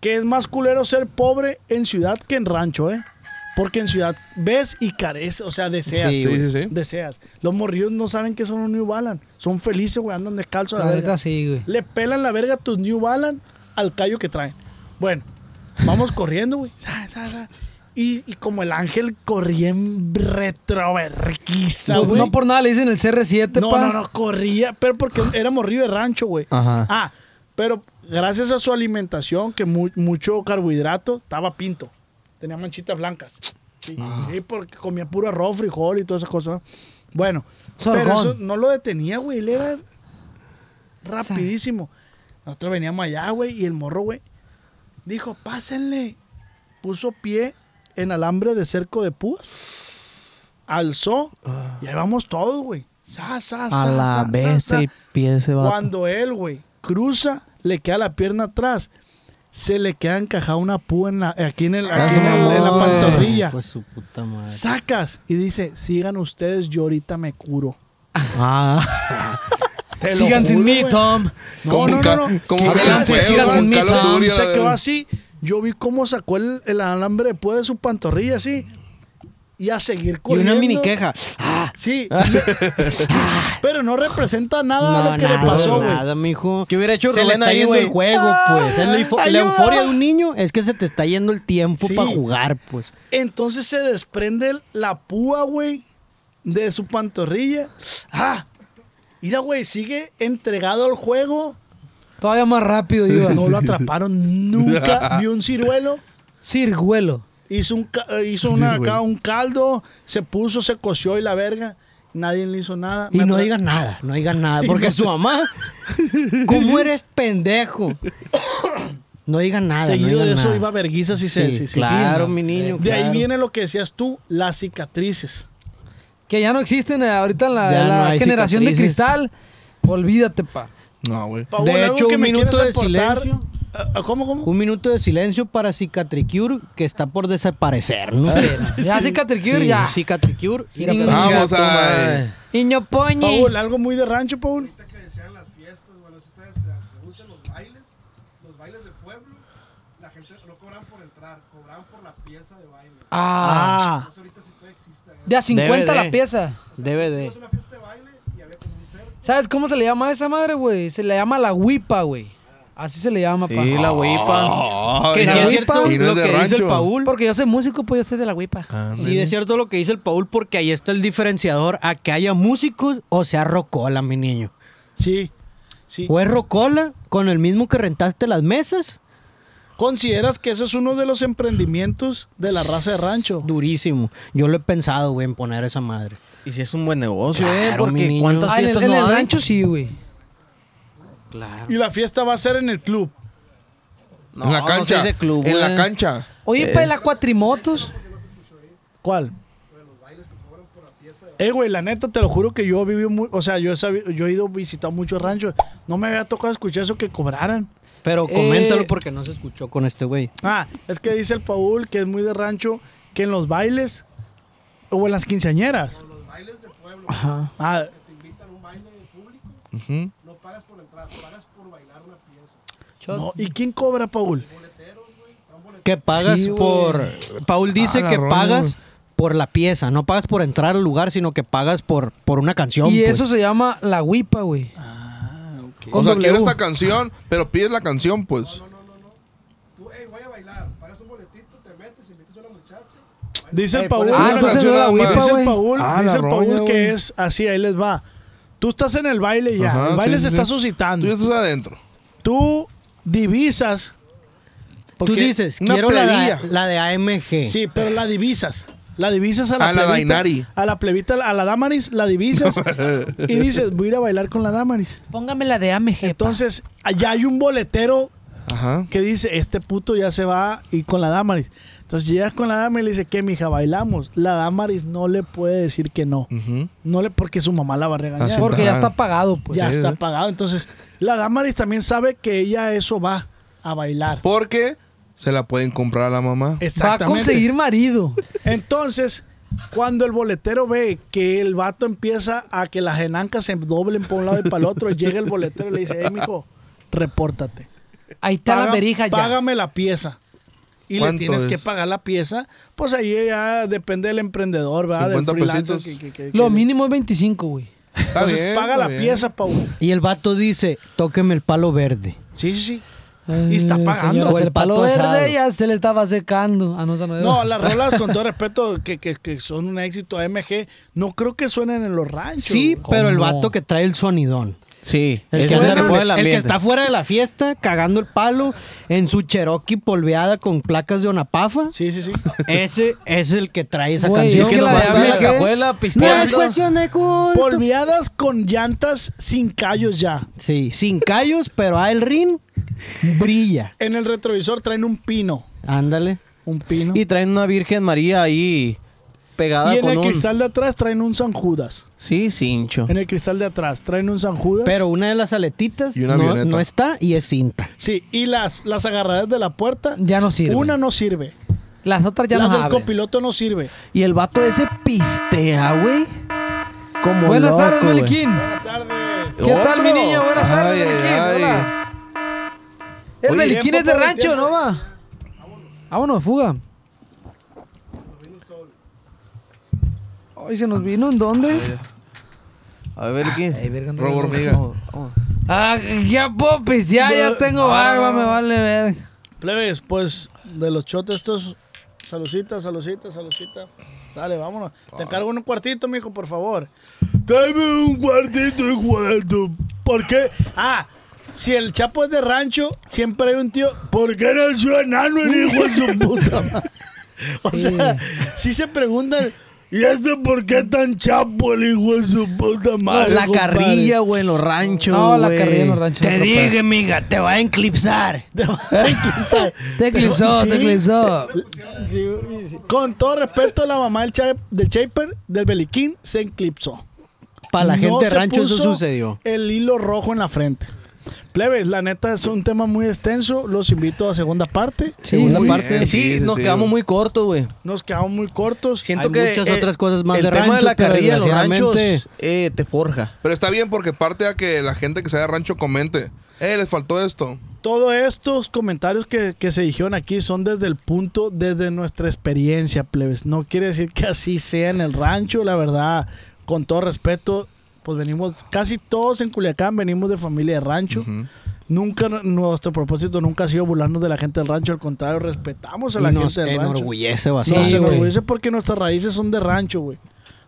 S2: que es más culero ser pobre en ciudad que en rancho, ¿eh? Porque en ciudad ves y careces, o sea, deseas.
S6: Sí,
S2: güey,
S6: sí, sí.
S2: Deseas. Los morrillos no saben que son un New Balance. Son felices, güey, andan descalzos a la,
S3: La
S2: verga.
S3: verga sí, güey.
S2: Le pelan la verga tus New Balance al callo que traen. Bueno, vamos [LAUGHS] corriendo, güey. Sa, sa, sa. Y, y como el ángel corría en retroverquiza,
S3: No,
S2: güey.
S3: no por nada le dicen el CR7,
S2: No,
S3: pa.
S2: no, no, corría, pero porque era morrillo de rancho, güey.
S3: Ajá.
S2: Ah, pero gracias a su alimentación, que mu- mucho carbohidrato, estaba pinto. Tenía manchitas blancas. Sí,
S4: Ah.
S2: sí, porque comía puro arroz, frijol y todas esas cosas. ¿no? Bueno, pero
S3: Sorgón.
S2: eso no lo detenía, güey. Él era rapidísimo. Nosotros veníamos allá, güey, y el morro, güey, dijo, pásenle. Puso pie en alambre de cerco de púas. Alzó. Y ahí vamos todos, güey. Sa, sa, sa,
S4: Ah. A la
S2: sa, sa,
S4: vez
S2: sa.
S4: el pie se va.
S2: Cuando él, güey, cruza, le queda la pierna atrás. Se le queda encajada una púa en la, aquí en, el, aquí en, el- en la pantorrilla.
S4: Ah, Pues su puta madre.
S2: Sacas y dice, sigan ustedes, yo ahorita me curo.
S4: Ah.
S2: Te lo
S3: Sigan sin
S2: juro,
S3: mí,
S2: güey.
S3: Tom.
S2: No, no, no, no.
S6: como
S3: Adelante,
S6: Call of
S3: sigan
S6: Duty,
S3: sin mí,
S6: Call of
S3: Sam.
S6: Duty, la
S2: Se quedó
S6: verga.
S2: así. Yo vi cómo sacó el, el alambre después de su pantorrilla así. Y a seguir
S4: Y
S2: corriendo.
S4: una mini queja. Ah. [LAUGHS]
S2: Sí. pero no representa nada
S4: No,
S2: Ah, lo que
S4: nada,
S2: le pasó, güey.
S4: nada, mijo.
S8: ¿Qué hubiera hecho
S4: Se le
S8: Rubén
S4: está
S8: ahí,
S4: yendo
S8: güey?
S4: el juego, pues. Es la, eufo- la
S2: ¡Ayuda!
S4: euforia de un niño es que se te está yendo el tiempo
S2: Sí.
S4: para jugar, pues.
S2: Entonces se desprende la púa, güey, de su pantorrilla. Ah, mira, güey, sigue entregado al juego.
S3: Todavía más rápido iba.
S2: No lo atraparon nunca. Vio un ciruelo,
S3: Cirguelo.
S2: hizo un, ca- eh, hizo una,
S6: Ciruelo.
S2: acá un caldo, se puso, se coció y la verga. Nadie le hizo nada.
S4: Y
S2: Me
S4: no
S2: atra-
S4: digas nada, no digas nada.
S2: Sí,
S4: porque
S2: no.
S4: su mamá, ¿cómo eres pendejo? No digas nada. no
S2: Seguido
S4: digas
S2: de eso
S4: nada.
S2: iba verguiza si se.
S4: Sí,
S2: sí, sí, sí.
S4: claro,
S3: sí,
S4: mi niño.
S2: De ahí
S4: claro.
S2: viene lo que decías tú, las cicatrices.
S3: Que ya no existen eh, ahorita en la,
S4: Ya
S3: la
S4: no hay
S3: generación de
S4: cicatrices.
S3: cristal.
S2: [LAUGHS]
S3: Olvídate, pa.
S6: No, güey.
S2: Paul,
S4: De
S2: ¿algo
S4: hecho,
S2: que
S4: un
S2: me
S4: minuto
S2: quieras
S4: de
S2: aportar?
S4: silencio.
S2: Ah, ¿Cómo, cómo?
S4: Un minuto de silencio para Cicatricure, que está por desaparecer, ¿no?
S8: Ah.
S3: Eh, Ya cicatricure,
S4: Sí,
S3: ya.
S4: Cicatricure.
S8: Mira,
S4: Inga
S8: pero-
S6: Vamos
S8: tu
S6: a...
S8: madre.
S10: Niño poñi.
S2: Paul, algo muy de rancho, Paul.
S11: ahorita que desean las fiestas, bueno, si ustedes se, se usan los bailes, los bailes de pueblo, la gente no cobran por entrar, cobran por la pieza de baile.
S3: Ah.
S2: Ah.
S11: Entonces ahorita si todavía existe. ¿eh?
S3: De a 50
S4: DVD.
S3: la pieza.
S11: O sea,
S4: DVD.
S11: Es una fiesta de baile y había como un cerco.
S3: ¿Sabes cómo se le llama a esa madre, güey? Se le llama la huipa, güey. Así se le llama, pa.
S8: Sí, la huipa.
S4: Que
S8: que
S3: la
S4: si es
S3: güey,
S4: cierto
S3: pa.
S6: Y no
S4: lo
S6: es de
S4: que dice el
S6: rancho.
S4: Paul.
S3: Porque yo soy músico, pues yo soy de la huipa.
S2: Ah,
S4: Sí, es cierto lo que dice el Paul, porque ahí está el diferenciador a que haya músicos o sea rocola, mi niño.
S2: Sí. Sí.
S4: O es rocola con el mismo que rentaste las mesas.
S2: ¿Consideras que eso es uno de los emprendimientos de la raza de rancho?
S4: Durísimo. Yo lo he pensado, güey, en poner esa madre.
S8: Y si es un buen negocio, ¿eh?
S4: Claro, mi
S8: Porque
S4: niño.
S8: cuántas
S3: Ah, en el,
S8: fiestas
S3: en
S8: no
S3: el
S8: hay.
S3: rancho sí, güey.
S8: Claro.
S2: Y la fiesta va a ser en el club.
S6: en la cancha.
S8: se dice club,
S6: en la
S8: güey.
S6: cancha.
S2: Eh.
S3: Oye, pa, ¿y la cuatrimotos?
S2: ¿Cuál? Eh, güey, la neta, te lo juro que yo viví muy... O sea, yo he, sabi- yo he ido visitar muchos ranchos. No me había tocado escuchar eso que cobraran.
S4: Pero
S3: Eh,
S4: coméntalo porque no se escuchó con este güey.
S2: Ah, es que dice el Paul, que es muy de rancho, que en los bailes o en las quinceañeras.
S11: Los bailes de pueblo,
S3: Ajá.
S2: Ah,
S11: que te invitan a un baile público,
S6: Ujú.
S11: no pagas por entrar, pagas por bailar una pieza.
S2: no, ¿Y quién cobra, Paul?
S4: Que pagas
S6: Sí, güey.
S4: por. Paul dice
S6: Ah,
S4: que
S6: la
S4: pagas
S6: rola.
S4: por la pieza. No pagas por entrar al lugar, sino que pagas por, por una canción.
S3: Y
S4: pues.
S3: eso se llama la huipa, güey.
S2: Ah,
S6: O sea,
S3: W.
S6: quieres esta canción, pero pides la canción, pues.
S11: No, no, no, no. Tú, hey, voy a bailar, pagas un boletito, te metes, invitas a una muchacha.
S2: Dice el
S6: Eh,
S2: Paul,
S6: ponle
S3: Ah,
S6: una
S3: entonces
S6: canción
S3: no era
S6: nada más.
S3: huipa,
S2: dice el
S3: güey.
S2: Paul,
S6: Ah,
S2: dice
S6: la
S2: el Paul
S6: roña,
S2: que
S6: güey.
S2: es así, ahí les va. Tú estás en el baile ya,
S6: Ajá,
S2: el baile
S6: sí,
S2: se
S6: sí,
S2: está
S6: sí. Tú
S2: suscitando.
S6: ya estás adentro.
S2: tú divisas.
S4: Tú
S2: porque-
S4: dices,
S6: una
S4: quiero la de,
S6: pladilla.
S4: la de AMG.
S2: Sí, pero la divisas. La divisas a la
S6: A la
S2: plebita.
S6: Dainari.
S2: a la plebita, a la Damaris, la divisas. y dices, voy a ir a bailar con la Damaris.
S10: Póngame la de AMG. pa.
S2: Entonces, allá hay un boletero que dice, este puto ya se va y con la Damaris. Entonces llegas con la Damaris y le dice, ¿qué, mija? Bailamos. La Damaris no le puede decir que no.
S6: Mm.
S2: No le, porque su mamá la va a regañar.
S3: Así Porque ya está. está pagado, Ah, pues.
S2: Ya
S3: Sí,
S2: está
S3: sí.
S2: pagado. Entonces, la Damaris también sabe que ella a eso va a bailar.
S6: Porque se la pueden comprar a la mamá.
S3: marido.
S2: Entonces, cuando el boletero ve que el vato empieza a que las enancas se doblen por un lado y para el otro, llega el boletero y le dice, eh, mijo, repórtate.
S3: Ahí está la verija ya.
S2: Págame la pieza. Y le
S3: ¿Cuánto
S2: tienes
S3: es?
S2: que pagar la pieza. Pues ahí ya depende del emprendedor, ¿verdad? Del
S4: 50
S2: freelancer.
S4: pesitos.
S2: que- que- que-
S3: Lo mínimo es 25, güey.
S2: Entonces paga la pieza, Pau.
S4: Y el vato dice, tóqueme el palo verde.
S2: Sí, sí, sí. Y está pagando.
S3: Señoras,
S4: O el
S3: el palo
S4: pato
S3: verde
S4: asado.
S3: ya se le estaba secando. Ah, no, esa no, era.
S2: No, las rolas, con todo respeto, que, que- que son un éxito AMG, no creo que suenen en los ranchos.
S4: Sí,
S2: güey.
S4: pero el vato que trae el sonidón.
S8: Sí,
S4: el,
S8: es
S4: que,
S8: el
S4: anda-
S8: que pone el
S4: el que
S8: ambiente.
S4: está fuera de la fiesta, cagando el palo en su Cherokee polveada con placas de Onapafa.
S2: Sí, sí, sí.
S4: Ese es el que trae esa
S3: Güey,
S4: canción.
S3: es que la
S4: nomás
S3: de
S4: va a
S3: AMG
S4: pisteando.
S2: de culto. Polviadas con llantas sin callos ya.
S4: Sí, sin callos, pero a el ring brilla.
S2: En el retrovisor traen un pino.
S4: Ándale.
S2: Un pino.
S8: Y traen una Virgen María ahí pegada
S2: Y en
S8: con
S2: el
S8: un...
S2: cristal de atrás traen un San Judas.
S8: Sí, cincho.
S2: En el cristal de atrás traen un San Judas.
S4: Pero una de las aletitas
S8: Y una
S4: no,
S8: avioneta.
S4: no está y es cinta.
S2: Sí, y las, las agarradas de la puerta.
S3: Ya no sirve.
S2: Una no sirve.
S3: Las otras ya
S2: las
S3: no
S2: del
S3: abren.
S2: copiloto no sirve.
S8: Y el vato ese pistea, güey. Como
S3: Buenas
S8: loco,
S3: tardes,
S8: güey.
S3: Meliquín. Buenas tardes. ¿Qué tal, mi niño? Buenas tardes, Meliquín. Hola. El
S8: Oye,
S3: Meliquín
S8: tiempo,
S3: es de
S8: pobre
S3: rancho,
S8: tiempo.
S3: ¿no va? Vámonos, fuga. Hoy se nos vino, ¿en dónde?
S8: A ver, ¿qué?
S3: Robo hormiga. Ah, ya popis, ya, ya tengo
S2: Ah.
S3: barba, me vale ver.
S2: Plebes, pues de los chotes estos. Salucita, salucita, salucita. Dale, vámonos. Te encargo un cuartito, mijo, por favor. Ah. Dame un cuartito, hijo de tu- ¿Por qué? Ah, si el chapo es de rancho, siempre hay un tío. ¿Por qué nació enano el hijo de su puta madre? [LAUGHS] O sea, si se preguntan. ¿Y este por qué tan chapo el hijo de su puta madre?
S8: la
S2: compadre?" [LAUGHS]
S8: carrilla, güey, en los ranchos.
S2: No, la
S8: güey.
S2: carrilla en los ranchos
S8: Te
S2: es otra
S8: dije,
S2: pedo.
S8: miga, te va a eclipsar.
S3: Te eclipsó, te eclipsó.
S2: Con todo respeto, la mamá del, Cha- del Chaper, del Beliquín, se eclipsó.
S4: Para la gente de
S2: se
S4: rancho eso
S2: puso
S4: sucedió.
S2: El hilo rojo en la frente. Plebes, la neta es un tema muy extenso. Los invito a segunda parte.
S8: Segunda parte. sí, nos quedamos muy cortos, güey.
S2: Nos quedamos muy cortos.
S8: Siento que eh, el tema de la carrilla en los ranchos eh, te forja.
S6: Pero está bien porque parte a que la gente que sea de rancho comente. Eh, les faltó esto.
S2: Todos estos comentarios que, que se dijeron aquí son desde el punto, desde nuestra experiencia, plebes. No quiere decir que así sea en el rancho, la verdad. Con todo respeto, pues venimos, casi todos en Culiacán venimos de familia de rancho. Nunca, nuestro propósito nunca ha sido burlarnos de la gente del rancho, al contrario, respetamos a la
S4: Y nos
S2: gente del rancho.
S4: enorgullece
S2: Nos
S4: bastante. Sí, güey.
S2: enorgullece porque nuestras raíces son de rancho, güey.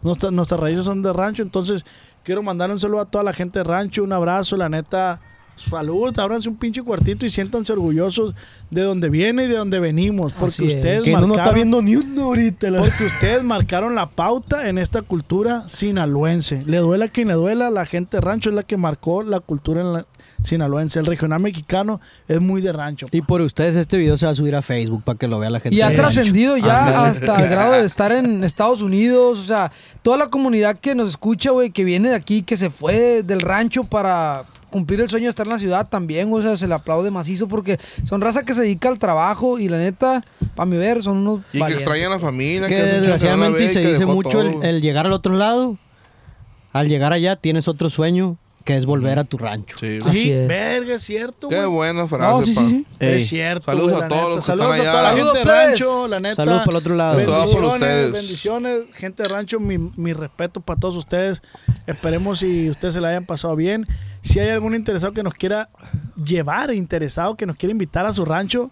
S2: Nuestra- nuestras raíces son de rancho, entonces quiero mandar un saludo a toda la gente de rancho, un abrazo, la neta, salud, ábranse un pinche cuartito y siéntanse orgullosos de donde viene y de donde venimos, porque
S4: Así es.
S2: ustedes
S4: Que no nos está viendo
S2: ni uno ahorita. Porque ustedes marcaron la pauta en esta cultura sinaloense. Le duela a quien le duela, la gente de rancho es la que marcó la cultura en la- sinaloense. El regional mexicano es muy de rancho.
S4: Y por ustedes este video se va a subir a Facebook para que lo vea la gente.
S3: Y ha
S4: Sí.
S3: trascendido ya
S4: Ándale.
S3: hasta
S4: [LAUGHS]
S3: el grado de estar en Estados Unidos. O sea, toda la comunidad que nos escucha, güey, que viene de aquí, que se fue del rancho para cumplir el sueño de estar en la ciudad también. O sea, se le aplaude macizo porque son raza que se dedica al trabajo y la neta, para mi ver, son unos.
S6: Y que
S3: valientes.
S6: extrañan a la familia.
S4: Que
S6: hace mucho que no la ve
S4: desgraciadamente
S6: y
S4: se
S6: que
S4: dice
S6: dejó
S4: mucho el,
S6: todo.
S4: el llegar al otro lado. Al llegar allá tienes otro sueño que es volver a tu rancho.
S6: Sí,
S2: Sí, verga, es cierto.
S6: Qué
S2: güey.
S6: buena frase, No, sí, sí, pa. sí. Ey.
S2: Es cierto.
S6: Saludos
S2: güey,
S6: a
S2: la
S6: todos
S2: neta.
S6: los que
S2: Saludos
S6: están
S2: a toda la
S6: allá.
S2: gente de
S6: Saludos,
S2: rancho,
S6: pues.
S2: la neta.
S6: Saludos por el otro lado. Saludos por
S2: Bendiciones,
S6: ustedes.
S2: bendiciones, gente de rancho. Mi, mi respeto para todos ustedes. Esperemos si ustedes se la hayan pasado bien. Si hay algún interesado que nos quiera llevar, interesado que nos quiera invitar a su rancho.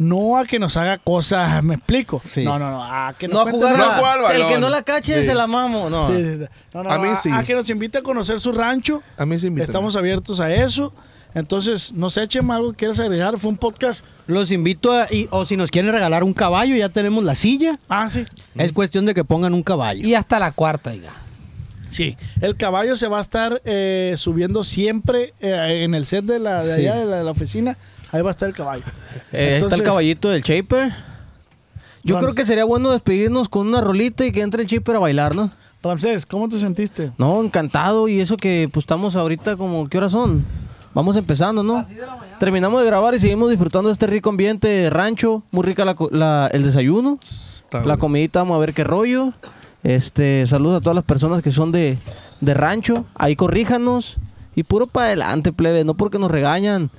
S2: No a que nos haga cosas, [LAUGHS] me explico. No, no, no, a que nos
S8: No a
S2: cuente
S8: jugar
S2: nada.
S8: a- No a jugar al el balón. que no la cache, se la mamo, no.
S2: Sí, sí, sí. No, no,
S8: A
S2: no,
S8: mí
S2: a-
S8: sí.
S2: a que nos invite a conocer su rancho.
S6: A mí sí invitan.
S2: Estamos abiertos a eso. Entonces, no sé, Chema, algo que quieras agregar. Fue un podcast.
S4: Los invito a. y- o si nos quieren regalar un caballo, ya tenemos la silla.
S2: Ah, sí.
S4: Es cuestión de que pongan un caballo.
S3: Y hasta la cuarta, diga.
S2: Sí, el caballo se va a estar eh, subiendo siempre eh, en el set de, la, de allá
S4: Sí.
S2: de la, de la oficina. Ahí va a estar el caballo.
S4: [LAUGHS] Eh, ahí está el
S2: Entonces,
S4: caballito del Shaper. Yo
S2: Rams-
S4: creo que sería bueno despedirnos con una rolita y que entre el Shaper a bailar, ¿no?
S2: Ramsés, ¿cómo te sentiste?
S4: No, encantado. Y eso que pues estamos ahorita como, ¿qué horas son? Vamos empezando, ¿no? Terminamos de grabar y seguimos disfrutando de este rico ambiente de rancho. Muy rica la co- la- el desayuno. la comidita, vamos a ver qué rollo. Este, saludos a todas las personas que son de, de rancho. Ahí corríjanos. Y puro para adelante, plebe. No porque nos regañan.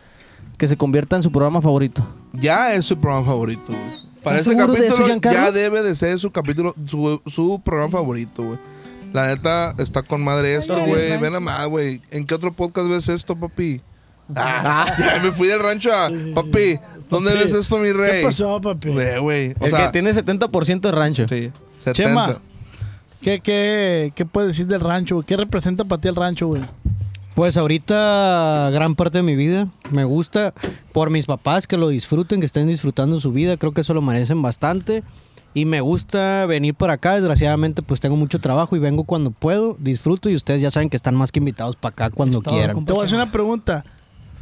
S4: Que se convierta en su programa favorito.
S6: Ya es su programa favorito, güey. Para
S4: ¿Estás
S6: este
S4: seguro de eso,
S6: capítulo
S4: Giancarlo?
S6: ya debe de ser su capítulo, su, su programa favorito, güey. La neta, está con madre esto, güey. Ven a más, güey. ¿En qué otro podcast ves esto, papi? [LAUGHS]
S4: [LAUGHS]
S6: Ah, ya me fui del rancho a... Papi, ¿dónde
S2: Papi,
S6: ves esto, mi
S2: ¿qué
S6: rey?
S2: pasó, papi?
S6: Güey, güey. O
S4: El
S6: sea,
S4: que tiene 70% de rancho.
S6: Sí.
S2: Chema, ¿qué, qué, ¿qué puedes decir del rancho? güey? ¿Qué representa para ti el rancho, güey?
S12: Pues ahorita gran parte de mi vida me gusta por mis papás que lo disfruten, que estén disfrutando su vida, creo que eso lo merecen bastante y me gusta venir por acá, desgraciadamente pues tengo mucho trabajo y vengo cuando puedo, disfruto y ustedes ya saben que están más que invitados para acá cuando quieran.
S2: Te voy a hacer una pregunta.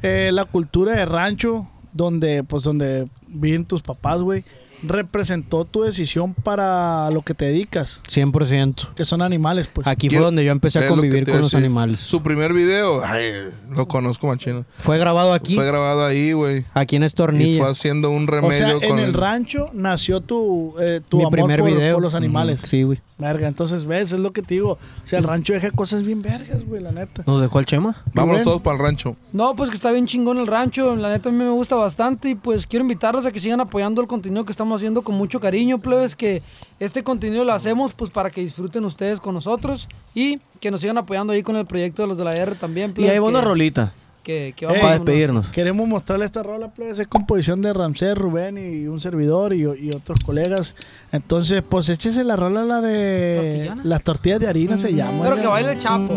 S2: Eh, la cultura de rancho, donde, pues, donde viven tus papás, güey, ¿representó tu decisión para lo que te dedicas?
S12: 100%.
S2: Que son animales, pues.
S12: Aquí fue donde yo empecé a
S6: Es lo que
S12: convivir
S6: te
S12: con
S6: iba a
S12: los
S6: decir.
S12: animales.
S6: Su primer video, ay, lo conozco machino.
S12: Fue grabado aquí.
S6: Fue grabado ahí, güey.
S12: Aquí en
S6: Y
S12: Estornilla.
S6: fue haciendo un remedio
S2: O sea, en
S6: con
S2: el rancho nació tu, eh, tu
S12: Mi
S2: amor
S12: primer
S2: por,
S12: video.
S2: por los animales.
S12: Ujú, sí, güey.
S2: Verga, entonces ves, es lo que te digo. O sea, el rancho deja cosas bien vergas, güey, la neta.
S4: ¿Nos dejó el Chema?
S6: Vámonos
S2: Rubén.
S6: todos para el rancho.
S3: No, pues que está bien chingón el rancho. La neta a mí me gusta bastante y pues quiero invitarlos a que sigan apoyando el contenido que estamos haciendo con mucho cariño, plebes, que este contenido lo hacemos pues para que disfruten ustedes con nosotros y que nos sigan apoyando ahí con el proyecto de los de la R también,
S4: Y
S3: plebes.
S4: ahí va una
S3: que-
S4: rolita.
S3: Que, que
S4: Para
S3: vamos a
S4: despedirnos.
S2: Queremos mostrarle esta rola, plebes. Es composición de Ramsés, Rubén y un servidor y, y otros colegas. Entonces, pues échese la rola, la de. Las tortillas de harina se llama.
S3: Mm, Pero que
S2: oiga.
S3: baile el chapo.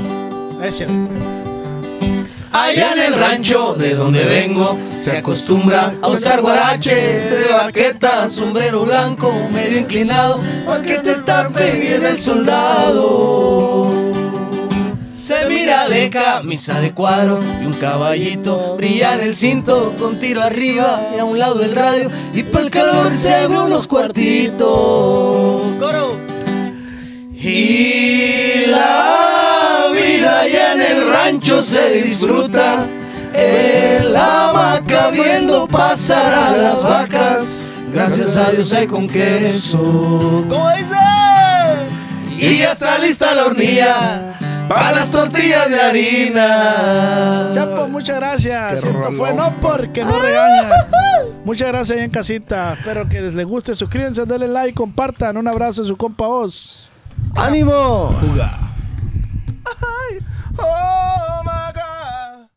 S2: Es cierto.
S8: Allá en el rancho de donde vengo se acostumbra a usar guarache de baqueta, sombrero blanco medio inclinado, pa' que te tape bien el soldado. Se mira de camisa de cuadro y un caballito brilla en el cinto con tiro arriba y a un lado el radio y para el calor se abre unos cuartitos. Coro. Y la vida allá en el rancho se disfruta. En la hamaca viendo pasar a las vacas. Gracias a Dios hay con queso. ¿Cómo dice? Y ya está lista la hornilla para las tortillas de harina.
S2: Chapo, muchas gracias.
S8: Qué
S2: Esto fue
S8: rolón,
S2: no porque no regaña. Muchas gracias ahí en casita. Espero que les guste. Suscríbanse, denle like, compartan. Un abrazo de su compa Oz.
S4: ¡Ánimo!
S8: Oh my god.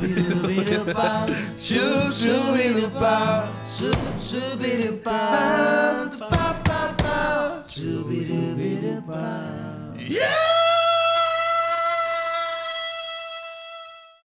S8: Shoo, shoo, be the pow. Shoo, shoo, be the pow. Pa, pa, pa. Shoo, be the, be the pow.